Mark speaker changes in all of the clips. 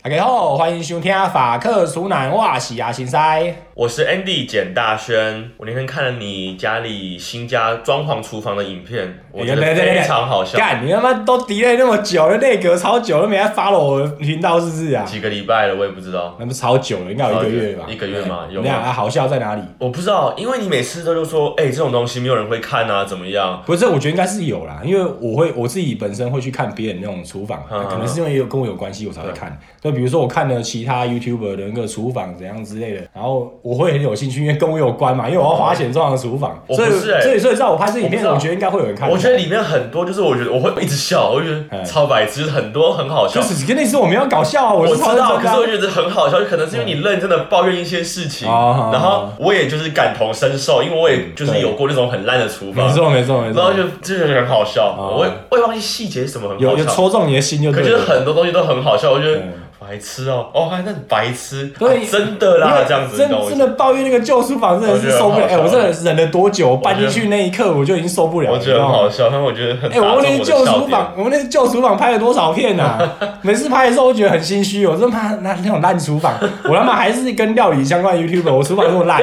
Speaker 1: 大家好，欢迎收听法克熟男哇喜啊新塞。
Speaker 2: 我是 Andy 简大轩，我那天看了你家里新家装潢厨房的影片，
Speaker 1: 哎
Speaker 2: 我觉得非常好笑。
Speaker 1: 干，你他妈都 delay 那么久了，内隔超久了，都没来 follow 我的频道是不是啊？
Speaker 2: 几个礼拜了，我也不知道，
Speaker 1: 那不超久了，应该有一个月吧？
Speaker 2: 一个月嘛有
Speaker 1: 怎么样啊？好笑在哪里？
Speaker 2: 我不知道，因为你每次都就说，哎、这种东西没有人会看啊，怎么样？
Speaker 1: 不是，我觉得应该是有啦，因为我会我自己本身会去看别人那种厨房，
Speaker 2: 嗯
Speaker 1: 可能是因为有跟我有关系，我才会看。就比如说我看了其他 YouTuber 的那个厨房怎样之类的，然后我会很有兴趣，因为跟我有关嘛，因为我要花钱装潢厨房，
Speaker 2: 哦我
Speaker 1: 所以
Speaker 2: 不是欸
Speaker 1: 所以所以在我拍这影
Speaker 2: 我不
Speaker 1: 片，
Speaker 2: 知道
Speaker 1: 我觉得应该会有人看。
Speaker 2: 我觉得里面很多就是我觉得我会一直笑，我就觉
Speaker 1: 嗯
Speaker 2: 得超白痴，就是很多很好笑
Speaker 1: 就。是跟你说我没有搞笑啊，我
Speaker 2: 我
Speaker 1: 是
Speaker 2: 知
Speaker 1: 超认
Speaker 2: 道，
Speaker 1: 真
Speaker 2: 可
Speaker 1: 的
Speaker 2: 是
Speaker 1: 啊
Speaker 2: 我觉得很好笑，可能是因为你认真的抱怨一些事情，
Speaker 1: 哦
Speaker 2: 然后我也就是感同身受，因为我也就是有过那种很烂的厨
Speaker 1: 没
Speaker 2: 房，
Speaker 1: 错没错没
Speaker 2: 然后
Speaker 1: 错，
Speaker 2: 就就是很好笑，
Speaker 1: 哦
Speaker 2: 我也我也忘记细节是什么很
Speaker 1: 有
Speaker 2: 好
Speaker 1: 有
Speaker 2: 笑，
Speaker 1: 戳中你的心就
Speaker 2: 可
Speaker 1: 对
Speaker 2: 就是
Speaker 1: 了。
Speaker 2: 很多东西都很好笑，我觉得
Speaker 1: 嗯
Speaker 2: 白痴哦，哦，那很白痴，
Speaker 1: 对
Speaker 2: 啊真的
Speaker 1: 因
Speaker 2: 啦
Speaker 1: 为，
Speaker 2: 这样子，
Speaker 1: 真
Speaker 2: 你懂我意
Speaker 1: 真
Speaker 2: 思
Speaker 1: 的抱怨那个旧书房真的是受不了。
Speaker 2: 我觉
Speaker 1: 哎、
Speaker 2: 得很好笑
Speaker 1: 我真的忍了多久？搬
Speaker 2: 觉得
Speaker 1: 进去那一刻我就已经受不了了，
Speaker 2: 我
Speaker 1: 你
Speaker 2: 觉
Speaker 1: 知
Speaker 2: 得
Speaker 1: 道
Speaker 2: 很
Speaker 1: 吗？
Speaker 2: 好笑，但我觉得很
Speaker 1: 哎、
Speaker 2: 打中
Speaker 1: 我
Speaker 2: 我
Speaker 1: 们那
Speaker 2: 的
Speaker 1: 些旧
Speaker 2: 笑
Speaker 1: 厨
Speaker 2: 点
Speaker 1: 房，。我们那些旧厨房拍了多少片 啊？每次拍的时候，我觉得很心虚，我真怕那那种烂厨房，我他妈还是跟料理相关的 YouTube，我厨房那么烂，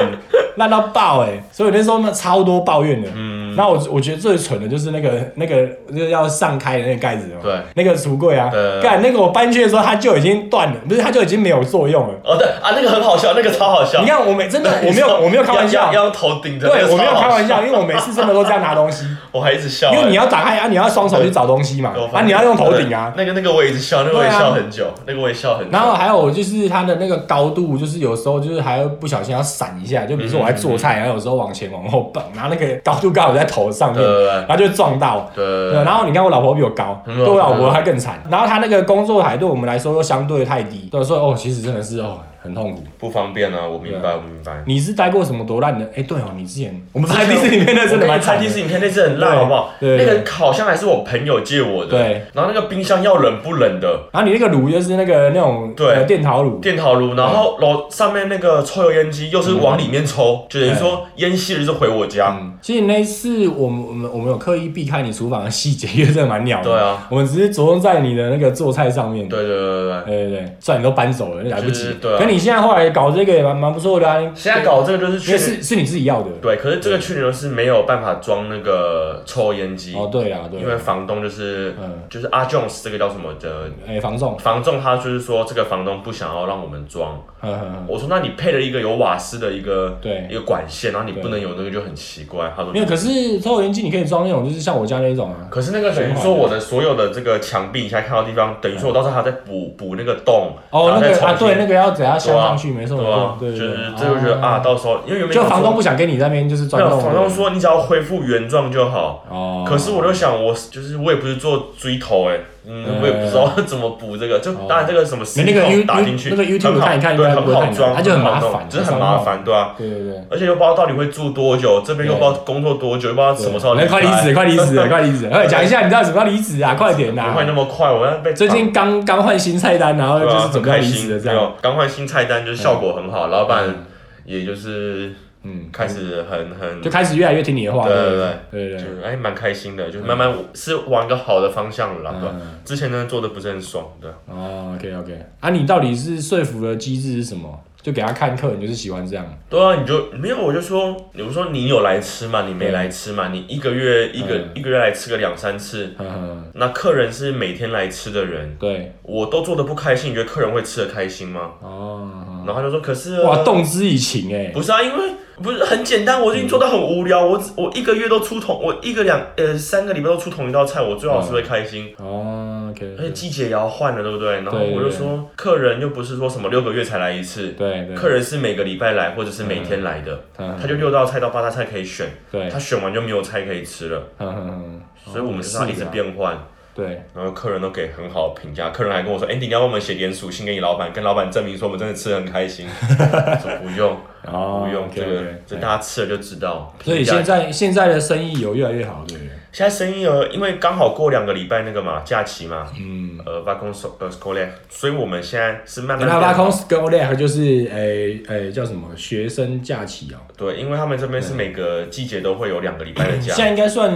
Speaker 1: 烂到爆哎、所以我那时候嘛超多抱怨的。嗯，那我我觉得最蠢的就是那个那个那个要上开的那个盖子哦，
Speaker 2: 对，
Speaker 1: 那个橱柜啊
Speaker 2: 对对，对
Speaker 1: 干那个我搬去的时候它就已经断了，不是它就已经没有作用了。
Speaker 2: 哦，对啊，那个很好笑，那个超好笑。
Speaker 1: 你看我没真的
Speaker 2: 对
Speaker 1: 我没有我没有开玩
Speaker 2: 要
Speaker 1: 笑
Speaker 2: 要，要头顶着，
Speaker 1: 对
Speaker 2: 那个
Speaker 1: 我没有
Speaker 2: 超好
Speaker 1: 开玩笑，因为我每次真的都这样拿东西。
Speaker 2: 我还一直笑，哎
Speaker 1: 因为你
Speaker 2: 要
Speaker 1: 要打开啊，你要双手去找东西嘛，啊，你要用头顶啊。
Speaker 2: 那个那个我也一直笑，那个我也
Speaker 1: 对啊
Speaker 2: 笑很久，那个我也笑很久。
Speaker 1: 然后啊还有就是它的那个高度，就是有时候就是还会不小心要闪一下，就比如说我在做菜，然后有时候往前往后蹦，然后那个高度刚好在头上面
Speaker 2: 对，对对
Speaker 1: 然后就撞到。对，啊嗯
Speaker 2: 对
Speaker 1: 然后你看我老婆比我高，
Speaker 2: 嗯
Speaker 1: 对我老婆她更惨。然后她那个工作台对我们来说又相对太低，对，所以哦，其实真的是哦，很痛苦。
Speaker 2: 不方便啊，我明白，我明白。
Speaker 1: 你是待过什么多烂的？哎，对哦，你之前我们拍第四里面那真的蛮惨
Speaker 2: 餐
Speaker 1: 的
Speaker 2: 厅是影片那次很烂，
Speaker 1: 对
Speaker 2: 好不好？
Speaker 1: 对
Speaker 2: 那
Speaker 1: 对
Speaker 2: 个烤箱还是我朋友借我的，
Speaker 1: 对。
Speaker 2: 然后那个冰箱要冷不冷的，
Speaker 1: 然后你那个炉就是那个那种
Speaker 2: 对
Speaker 1: 呃电陶炉，
Speaker 2: 电陶炉，然后楼上面那个抽油烟机又是往里面抽，就等于说烟吸了就回我家。
Speaker 1: 嗯，其实那一次我们我们我们有刻意避开你厨房的细节，因为真的蛮鸟的。
Speaker 2: 对啊，
Speaker 1: 我们只是着重在你的那个做菜上面。
Speaker 2: 对对对对对。
Speaker 1: 对对对，虽然你都搬走了，来不及。
Speaker 2: 就是对啊
Speaker 1: 可你现在后来搞这个也蛮蛮不错的啊，
Speaker 2: 现在搞这个就是
Speaker 1: 因
Speaker 2: 去
Speaker 1: 为
Speaker 2: 年
Speaker 1: 是是你自己要的。
Speaker 2: 对，可是这个去年是没有办法装那个抽烟机，
Speaker 1: 哦，对啊，对
Speaker 2: 因
Speaker 1: 啊
Speaker 2: 为。房东就是、
Speaker 1: 嗯
Speaker 2: 就是阿 Jones 这个叫什么的
Speaker 1: 哎，房仲，
Speaker 2: 房仲，他就是说这个房东不想要让我们装。
Speaker 1: 呵呵呵
Speaker 2: 我说那你配了一个有瓦斯的一个
Speaker 1: 对
Speaker 2: 一个管线，然后你
Speaker 1: 对
Speaker 2: 不能有那个就很奇怪。他说
Speaker 1: 没有。可是抽油烟机你可以装那种，就是像我家那种啊。
Speaker 2: 可是那个等于说我的所有的这个墙壁，你现在看到的地方，等于说我到时候还要再补补那个洞，
Speaker 1: 嗯哦，
Speaker 2: 然
Speaker 1: 那
Speaker 2: 后再
Speaker 1: 个啊，
Speaker 2: 重新
Speaker 1: 对，那个要怎样镶
Speaker 2: 对啊
Speaker 1: 上去？没错，
Speaker 2: 对啊，
Speaker 1: 没错，对，
Speaker 2: 就
Speaker 1: 对
Speaker 2: 是这就觉得，啊，到时候因为原
Speaker 1: 对
Speaker 2: 本
Speaker 1: 就
Speaker 2: 想说
Speaker 1: 房东不想跟你那边就是
Speaker 2: 没
Speaker 1: 钻
Speaker 2: 有
Speaker 1: 洞。
Speaker 2: 房东说你只要恢复原状就好。
Speaker 1: 哦，
Speaker 2: 可是我就想，我就是我也不是做锥头哎、嗯，
Speaker 1: 嗯
Speaker 2: 我也不知道怎么补这个，就
Speaker 1: 哦
Speaker 2: 当然这个什么
Speaker 1: 你那个
Speaker 2: silicone
Speaker 1: You-
Speaker 2: 打进去，
Speaker 1: 那个 YouTube
Speaker 2: 很好
Speaker 1: 看一看应
Speaker 2: 对，
Speaker 1: 该不会
Speaker 2: 很
Speaker 1: 太
Speaker 2: 好
Speaker 1: 难
Speaker 2: 装，
Speaker 1: 它就很
Speaker 2: 很好
Speaker 1: 麻
Speaker 2: 弄
Speaker 1: 烦
Speaker 2: 只是
Speaker 1: 它是
Speaker 2: 很
Speaker 1: 很麻
Speaker 2: 麻
Speaker 1: 烦
Speaker 2: 烦，对啊，
Speaker 1: 对对对。
Speaker 2: 而且又不知道到底会住多久，这边又不知道工作多久，又不知道什么时候
Speaker 1: 哎来，快离职，
Speaker 2: 职，
Speaker 1: 快离职， 快离职！哎，讲一下，你知道什么叫离职啊？快点
Speaker 2: 不
Speaker 1: 呐
Speaker 2: 会！那么快，我要被
Speaker 1: 最近刚刚换新菜单，然后
Speaker 2: 对
Speaker 1: 就
Speaker 2: 啊，
Speaker 1: 是
Speaker 2: 很
Speaker 1: 准备要
Speaker 2: 开
Speaker 1: 离职
Speaker 2: 心，
Speaker 1: 的这
Speaker 2: 没
Speaker 1: 样。
Speaker 2: 有刚换新菜单，就是效果很好，老
Speaker 1: 嗯
Speaker 2: 板也就是
Speaker 1: 嗯，
Speaker 2: 开始很很
Speaker 1: 就开始越来越听你的话。
Speaker 2: 对
Speaker 1: 对
Speaker 2: 对
Speaker 1: 对对对
Speaker 2: 就哎蛮开心的，就慢慢是往一个好的方向了啦，对吧
Speaker 1: 嗯，
Speaker 2: 之前呢做的不是很爽，对。
Speaker 1: 哦，OK OK。啊，你到底是说服的机制是什么？就给他看课，你就是喜欢这样。
Speaker 2: 对啊，你就没有，我就说，我说你有来吃嘛，你没来吃嘛，你一个月一个、
Speaker 1: 嗯
Speaker 2: 一个月来吃个两三次，
Speaker 1: 呵呵，
Speaker 2: 那客人是每天来吃的人，
Speaker 1: 对，
Speaker 2: 我都做的不开心，你觉得客人会吃的开心吗？
Speaker 1: 哦，
Speaker 2: 然后他就说，可是
Speaker 1: 哇，动之以情哎。
Speaker 2: 不是啊，因为不是很简单，我已经做到很无聊，我只我一个月都出同，我一个两呃三个礼拜都出同一道菜，我最好是会开心。
Speaker 1: 哦
Speaker 2: 而且
Speaker 1: ，OK，
Speaker 2: 季节也要换了，对不对？然后
Speaker 1: 对对
Speaker 2: 我就
Speaker 1: 对
Speaker 2: 说，客人又不是说什么六个月才来一次，
Speaker 1: 对对，
Speaker 2: 客人是每个礼拜来或者是每天来的，
Speaker 1: 他
Speaker 2: 他就六道菜到八道菜可以选。
Speaker 1: 对，
Speaker 2: 他选完就没有菜可以吃了，
Speaker 1: 呵呵呵
Speaker 2: 所以我们就是要一直
Speaker 1: 是啊
Speaker 2: 变换，
Speaker 1: 对，
Speaker 2: 然后客人都给很好的评价，客人还跟我说：“哎、你要帮我们写点属信给你老板，跟老板证明说我们真的吃的很开心。”我说不用，
Speaker 1: 哦
Speaker 2: 不用，这个
Speaker 1: ，OK，OK，哎
Speaker 2: 这大家吃了就知道。
Speaker 1: 所以
Speaker 2: 评价
Speaker 1: 现在现在的生意有越来越好，对不对？
Speaker 2: 现在生意额，因为刚好过两个礼拜那个嘛假期嘛，
Speaker 1: 嗯，
Speaker 2: 呃 v a c u n s c o l a 所以我们现在是慢慢
Speaker 1: 那
Speaker 2: 量
Speaker 1: v a c o
Speaker 2: 化
Speaker 1: n s c o l a 就是诶诶叫什么学生假期哦，
Speaker 2: 对，因为他们这边是每个季节都会有两个礼拜的假
Speaker 1: 现，在应该算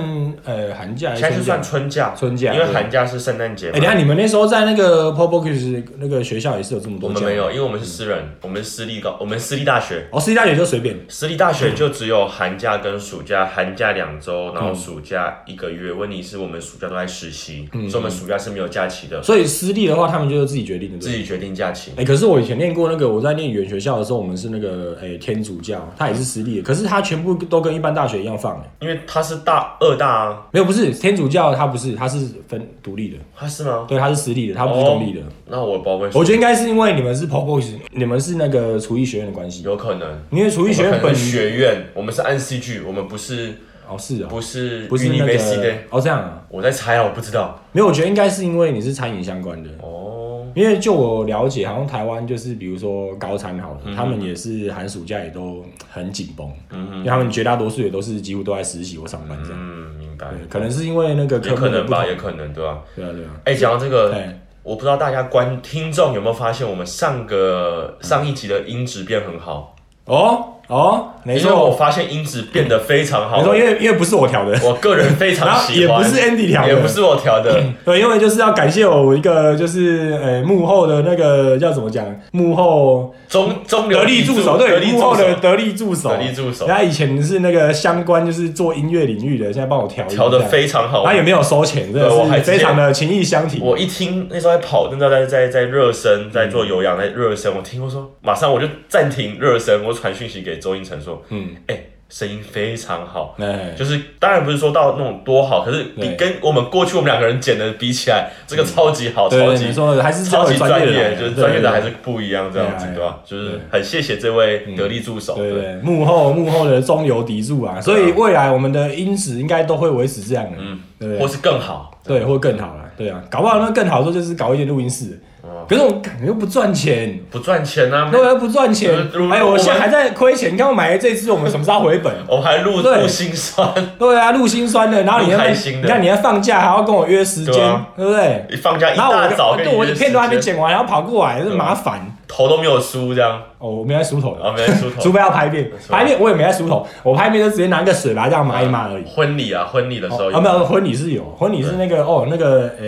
Speaker 1: 呃寒假还
Speaker 2: 现在是
Speaker 1: 春假
Speaker 2: 算春假，
Speaker 1: 春假
Speaker 2: 因为
Speaker 1: 对
Speaker 2: 寒假是圣诞节
Speaker 1: 哎、
Speaker 2: 嘛
Speaker 1: 等一。下你们那时候在那个 p o b o c u s 那个学校也是有这么多
Speaker 2: 我
Speaker 1: 假？嗯
Speaker 2: 们没有，因为我们是私人，我们是私立高，我们私立大学，
Speaker 1: 哦，私立大学就随便。
Speaker 2: 私立大
Speaker 1: 嗯
Speaker 2: 学就只有寒假跟暑假，寒假两周，然后暑假一个月。问题是我们暑假都在实习，
Speaker 1: 嗯
Speaker 2: 所以我们暑假是没有假期的，
Speaker 1: 所以私立的话，他们就是自己决定的。
Speaker 2: 自
Speaker 1: 对
Speaker 2: 己决定假期。
Speaker 1: 哎、可是我以前念过那个，我在念语言学校的时候，我们是那个哎、天主教，它也是私立的，可是它全部都跟一般大学一样放、哎，
Speaker 2: 因为他是大二大啊，
Speaker 1: 没有，不是天主教，它不是，它是分独立的，
Speaker 2: 他是吗？
Speaker 1: 对，它是私立的，它不是公立的。
Speaker 2: 那我不知道为什
Speaker 1: 我
Speaker 2: 么，
Speaker 1: 觉得应该是因为你们是 p o b o c u s 你们是那个厨艺学院的关系，
Speaker 2: 有可能。
Speaker 1: 因为厨艺学
Speaker 2: 我
Speaker 1: 院
Speaker 2: 们可
Speaker 1: 本
Speaker 2: 能是哦学院，我们是按 C G，我们不是
Speaker 1: 哦是啊、
Speaker 2: 不是
Speaker 1: 不是那
Speaker 2: University
Speaker 1: 个。哦这样啊，
Speaker 2: 我在猜啊，我不知道。
Speaker 1: 没有，我觉得应该是因为你是餐饮相关的。
Speaker 2: 哦，
Speaker 1: 因为就我了解，好像台湾就是比如说高餐好
Speaker 2: 嗯
Speaker 1: 了，他们也是寒暑假也都很紧绷，因为他们绝大多数也都是几乎都在实习或上班这样。
Speaker 2: 嗯，明白。
Speaker 1: 对，可能是因为那个科
Speaker 2: 也
Speaker 1: 目
Speaker 2: 可
Speaker 1: 的
Speaker 2: 能
Speaker 1: 不
Speaker 2: 吧，
Speaker 1: 同。
Speaker 2: 也可能对吧？
Speaker 1: 对啊，对啊。
Speaker 2: 哎，讲到这个，
Speaker 1: 对，
Speaker 2: 我不知道大家观听众有没有发现，我们上个上一集的音质变很好，
Speaker 1: 哦哦，没
Speaker 2: 因为我
Speaker 1: 错，
Speaker 2: 发现音质变得非常
Speaker 1: 没
Speaker 2: 好
Speaker 1: 错，，因为因为不是我调的，
Speaker 2: 我个人非
Speaker 1: 然
Speaker 2: 常
Speaker 1: 后
Speaker 2: 喜
Speaker 1: 也
Speaker 2: 欢，
Speaker 1: 不是 Andy 调的，
Speaker 2: 也不是我调的，
Speaker 1: 对，因为就是要感谢我一个就是呃幕后的那个叫怎么讲，幕后
Speaker 2: 中中流
Speaker 1: 得力助手，
Speaker 2: 得
Speaker 1: 对，
Speaker 2: 力助
Speaker 1: 幕后的
Speaker 2: 手，
Speaker 1: 得力助手，
Speaker 2: 得力助手
Speaker 1: 他以前是那个相关就是做音乐领域的，现在帮我调音
Speaker 2: 调
Speaker 1: 这
Speaker 2: 的
Speaker 1: 样
Speaker 2: 非常好
Speaker 1: 他。也没有收钱，真
Speaker 2: 对我
Speaker 1: 的
Speaker 2: 还
Speaker 1: 是
Speaker 2: 直接
Speaker 1: 非常的情意相挺。
Speaker 2: 我一听那时候在跑，那时候在在在热身，在做有氧，在热身。我听我说，马上我就暂停热身，我传讯息给周英成说，
Speaker 1: 嗯，
Speaker 2: 哎、声音非常好，
Speaker 1: 哎，
Speaker 2: 就是当然不是说到那种多好，可是比
Speaker 1: 对
Speaker 2: 跟我们过去我们两个人剪的比起来，这个超级好，
Speaker 1: 对
Speaker 2: 超
Speaker 1: 对，
Speaker 2: 级
Speaker 1: 你说的还是
Speaker 2: 超级专业，
Speaker 1: 业，
Speaker 2: 就是专业的还
Speaker 1: 是
Speaker 2: 是不一样这样子，
Speaker 1: 对啊
Speaker 2: 对吧？就是很谢谢这位得力助手，
Speaker 1: 对对对幕后幕后的中流砥柱啊，所以未来我们的音质应该都会维持这样的，
Speaker 2: 嗯
Speaker 1: 对不
Speaker 2: 或
Speaker 1: 对？
Speaker 2: 是更好，
Speaker 1: 对，会更好啦，对啊，搞不好那更好的时候就是搞一间录音室
Speaker 2: 哦，
Speaker 1: 可是我感觉又不赚钱。
Speaker 2: 不赚钱啊
Speaker 1: 那，我又不赚钱
Speaker 2: 呃如，
Speaker 1: 哎，
Speaker 2: 如
Speaker 1: 我现在
Speaker 2: 我们
Speaker 1: 还在亏钱。你看我买的这支，我们什么时候回本？
Speaker 2: 我们还录
Speaker 1: 对
Speaker 2: 录心酸，
Speaker 1: 对啊，录心酸的，然后你
Speaker 2: 录
Speaker 1: 还
Speaker 2: 开心的
Speaker 1: 你看你还放假，还要跟我约时
Speaker 2: 对
Speaker 1: 间
Speaker 2: 啊，
Speaker 1: 对不对？
Speaker 2: 一放假一
Speaker 1: 然后我
Speaker 2: 大
Speaker 1: 就
Speaker 2: 早跟
Speaker 1: 对，我
Speaker 2: 你约
Speaker 1: 片都还没
Speaker 2: 时间，
Speaker 1: 剪完，然后跑过来，真
Speaker 2: 对啊
Speaker 1: 麻烦。
Speaker 2: 头都没有梳这样，
Speaker 1: 哦，我没在 梳头
Speaker 2: 然
Speaker 1: 的，
Speaker 2: 后没人梳头
Speaker 1: 除。非要拍片，
Speaker 2: 错
Speaker 1: 拍片我也没在梳头，我拍片就直接拿个水把它这样抹一抹而已。
Speaker 2: 婚礼啊，婚礼的时候
Speaker 1: 哦啊，没有婚礼是有，婚礼是那个哦，那个呃，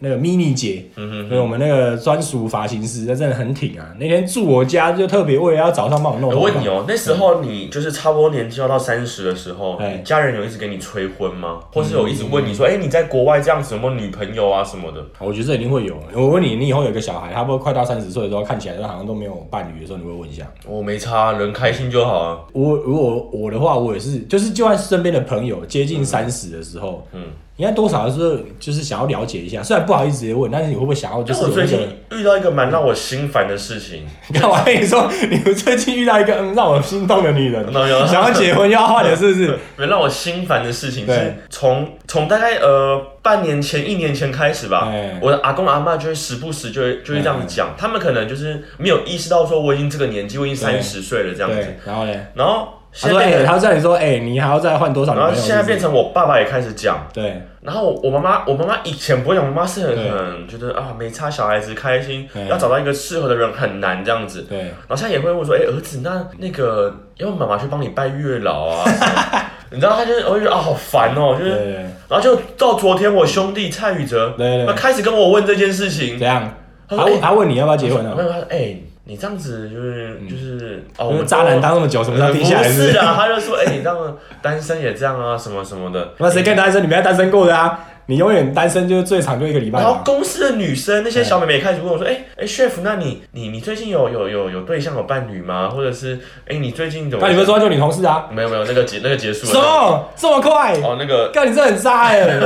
Speaker 1: 那个 mini 姐，
Speaker 2: 嗯
Speaker 1: 对我们那个专属发型师，那真的很挺啊。那天住我家就特别为了要早上帮我弄头
Speaker 2: 我
Speaker 1: 发。
Speaker 2: 问你哦，那时候你就是差不多年纪要到三十的时候，
Speaker 1: 哎嗯
Speaker 2: 你家人有一直给你催婚吗？或是有一直问你说，哎、你在国外这样子有没有女朋友啊什么的？
Speaker 1: 我觉得这一定会有。我问你，你以后有个小孩，他不会快到三十岁的时候，看起来好像都没有伴侣的时候，你会问一下？
Speaker 2: 我哦没差，啊人开心就好啊。
Speaker 1: 我如果我的话，我也是，就是就算身边的朋友接近三十的时候，
Speaker 2: 嗯
Speaker 1: 嗯，应该多少是就是想要了解一下，虽然不好意思直接问，但是你会不会想要就
Speaker 2: 但
Speaker 1: 是
Speaker 2: 我
Speaker 1: 有
Speaker 2: 最
Speaker 1: 一
Speaker 2: 近
Speaker 1: 个？
Speaker 2: 遇到一个蛮让我心烦的事情，
Speaker 1: 看 我跟你说，你们最近遇到一个嗯让我心动的女人，
Speaker 2: 那有
Speaker 1: 想要结婚又要换了，是不是？
Speaker 2: 没让我心烦的事情是
Speaker 1: 对
Speaker 2: 从从大概呃半年前、一年前开始吧，
Speaker 1: 哎
Speaker 2: 我的阿公阿妈就会时不时就会就会这样子讲，他们可能就是没有意识到说我已经这个年纪，我已经三十岁了 这样子，
Speaker 1: 对，然后呢？
Speaker 2: 然后
Speaker 1: 他
Speaker 2: 现
Speaker 1: 说：“
Speaker 2: 在
Speaker 1: 哎、
Speaker 2: 变成。
Speaker 1: 他叫你说，哎、你还要再换多少女
Speaker 2: 然后
Speaker 1: 朋友？”
Speaker 2: 现在变
Speaker 1: 是
Speaker 2: 成我爸爸也开始讲，
Speaker 1: 不是对，
Speaker 2: 然后我我妈妈，我妈妈以前不会讲，我妈妈是很
Speaker 1: 对
Speaker 2: 很觉得啊，没差，小孩子开心，
Speaker 1: 对
Speaker 2: 要找到一个适合的人很难这样子。
Speaker 1: 对，
Speaker 2: 然后现在也会问说，哎、儿子，那那个要不妈妈去帮你拜月老啊？ 什么你知道，他就是我就觉得啊，好烦哦、就
Speaker 1: 对
Speaker 2: 是，
Speaker 1: 对对，
Speaker 2: 然后就到昨天，我兄弟蔡宇哲，
Speaker 1: 对对对
Speaker 2: 他开始跟我问这件事情，
Speaker 1: 怎样？
Speaker 2: 他
Speaker 1: 他
Speaker 2: 说
Speaker 1: 问
Speaker 2: 哎
Speaker 1: 他问你要不要结婚
Speaker 2: 然
Speaker 1: 啊
Speaker 2: 后？他说，哎、你这样子就是就是哦，我
Speaker 1: 因为
Speaker 2: 们
Speaker 1: 嗯渣男当那么久，什么时候定下
Speaker 2: 不
Speaker 1: 来？是不
Speaker 2: 是
Speaker 1: 是？
Speaker 2: 啊，他就说，哎、你这样单身也这样啊，什么什么的，
Speaker 1: 那谁跟单身？你没有单身过的啊？你永远单身就是最长就一个礼拜
Speaker 2: 然后
Speaker 1: 啊。
Speaker 2: 公司的女生那些小妹妹也开始问我说：“哎、哎、c h e f 那你你你最近有有有有对象有伴侣吗？或者是哎、你最近怎么？”
Speaker 1: 那你不是说就你同事啊？
Speaker 2: 没有没有那个结那个结束了
Speaker 1: 什么这么快？
Speaker 2: 哦那个
Speaker 1: 告你这很渣 哎！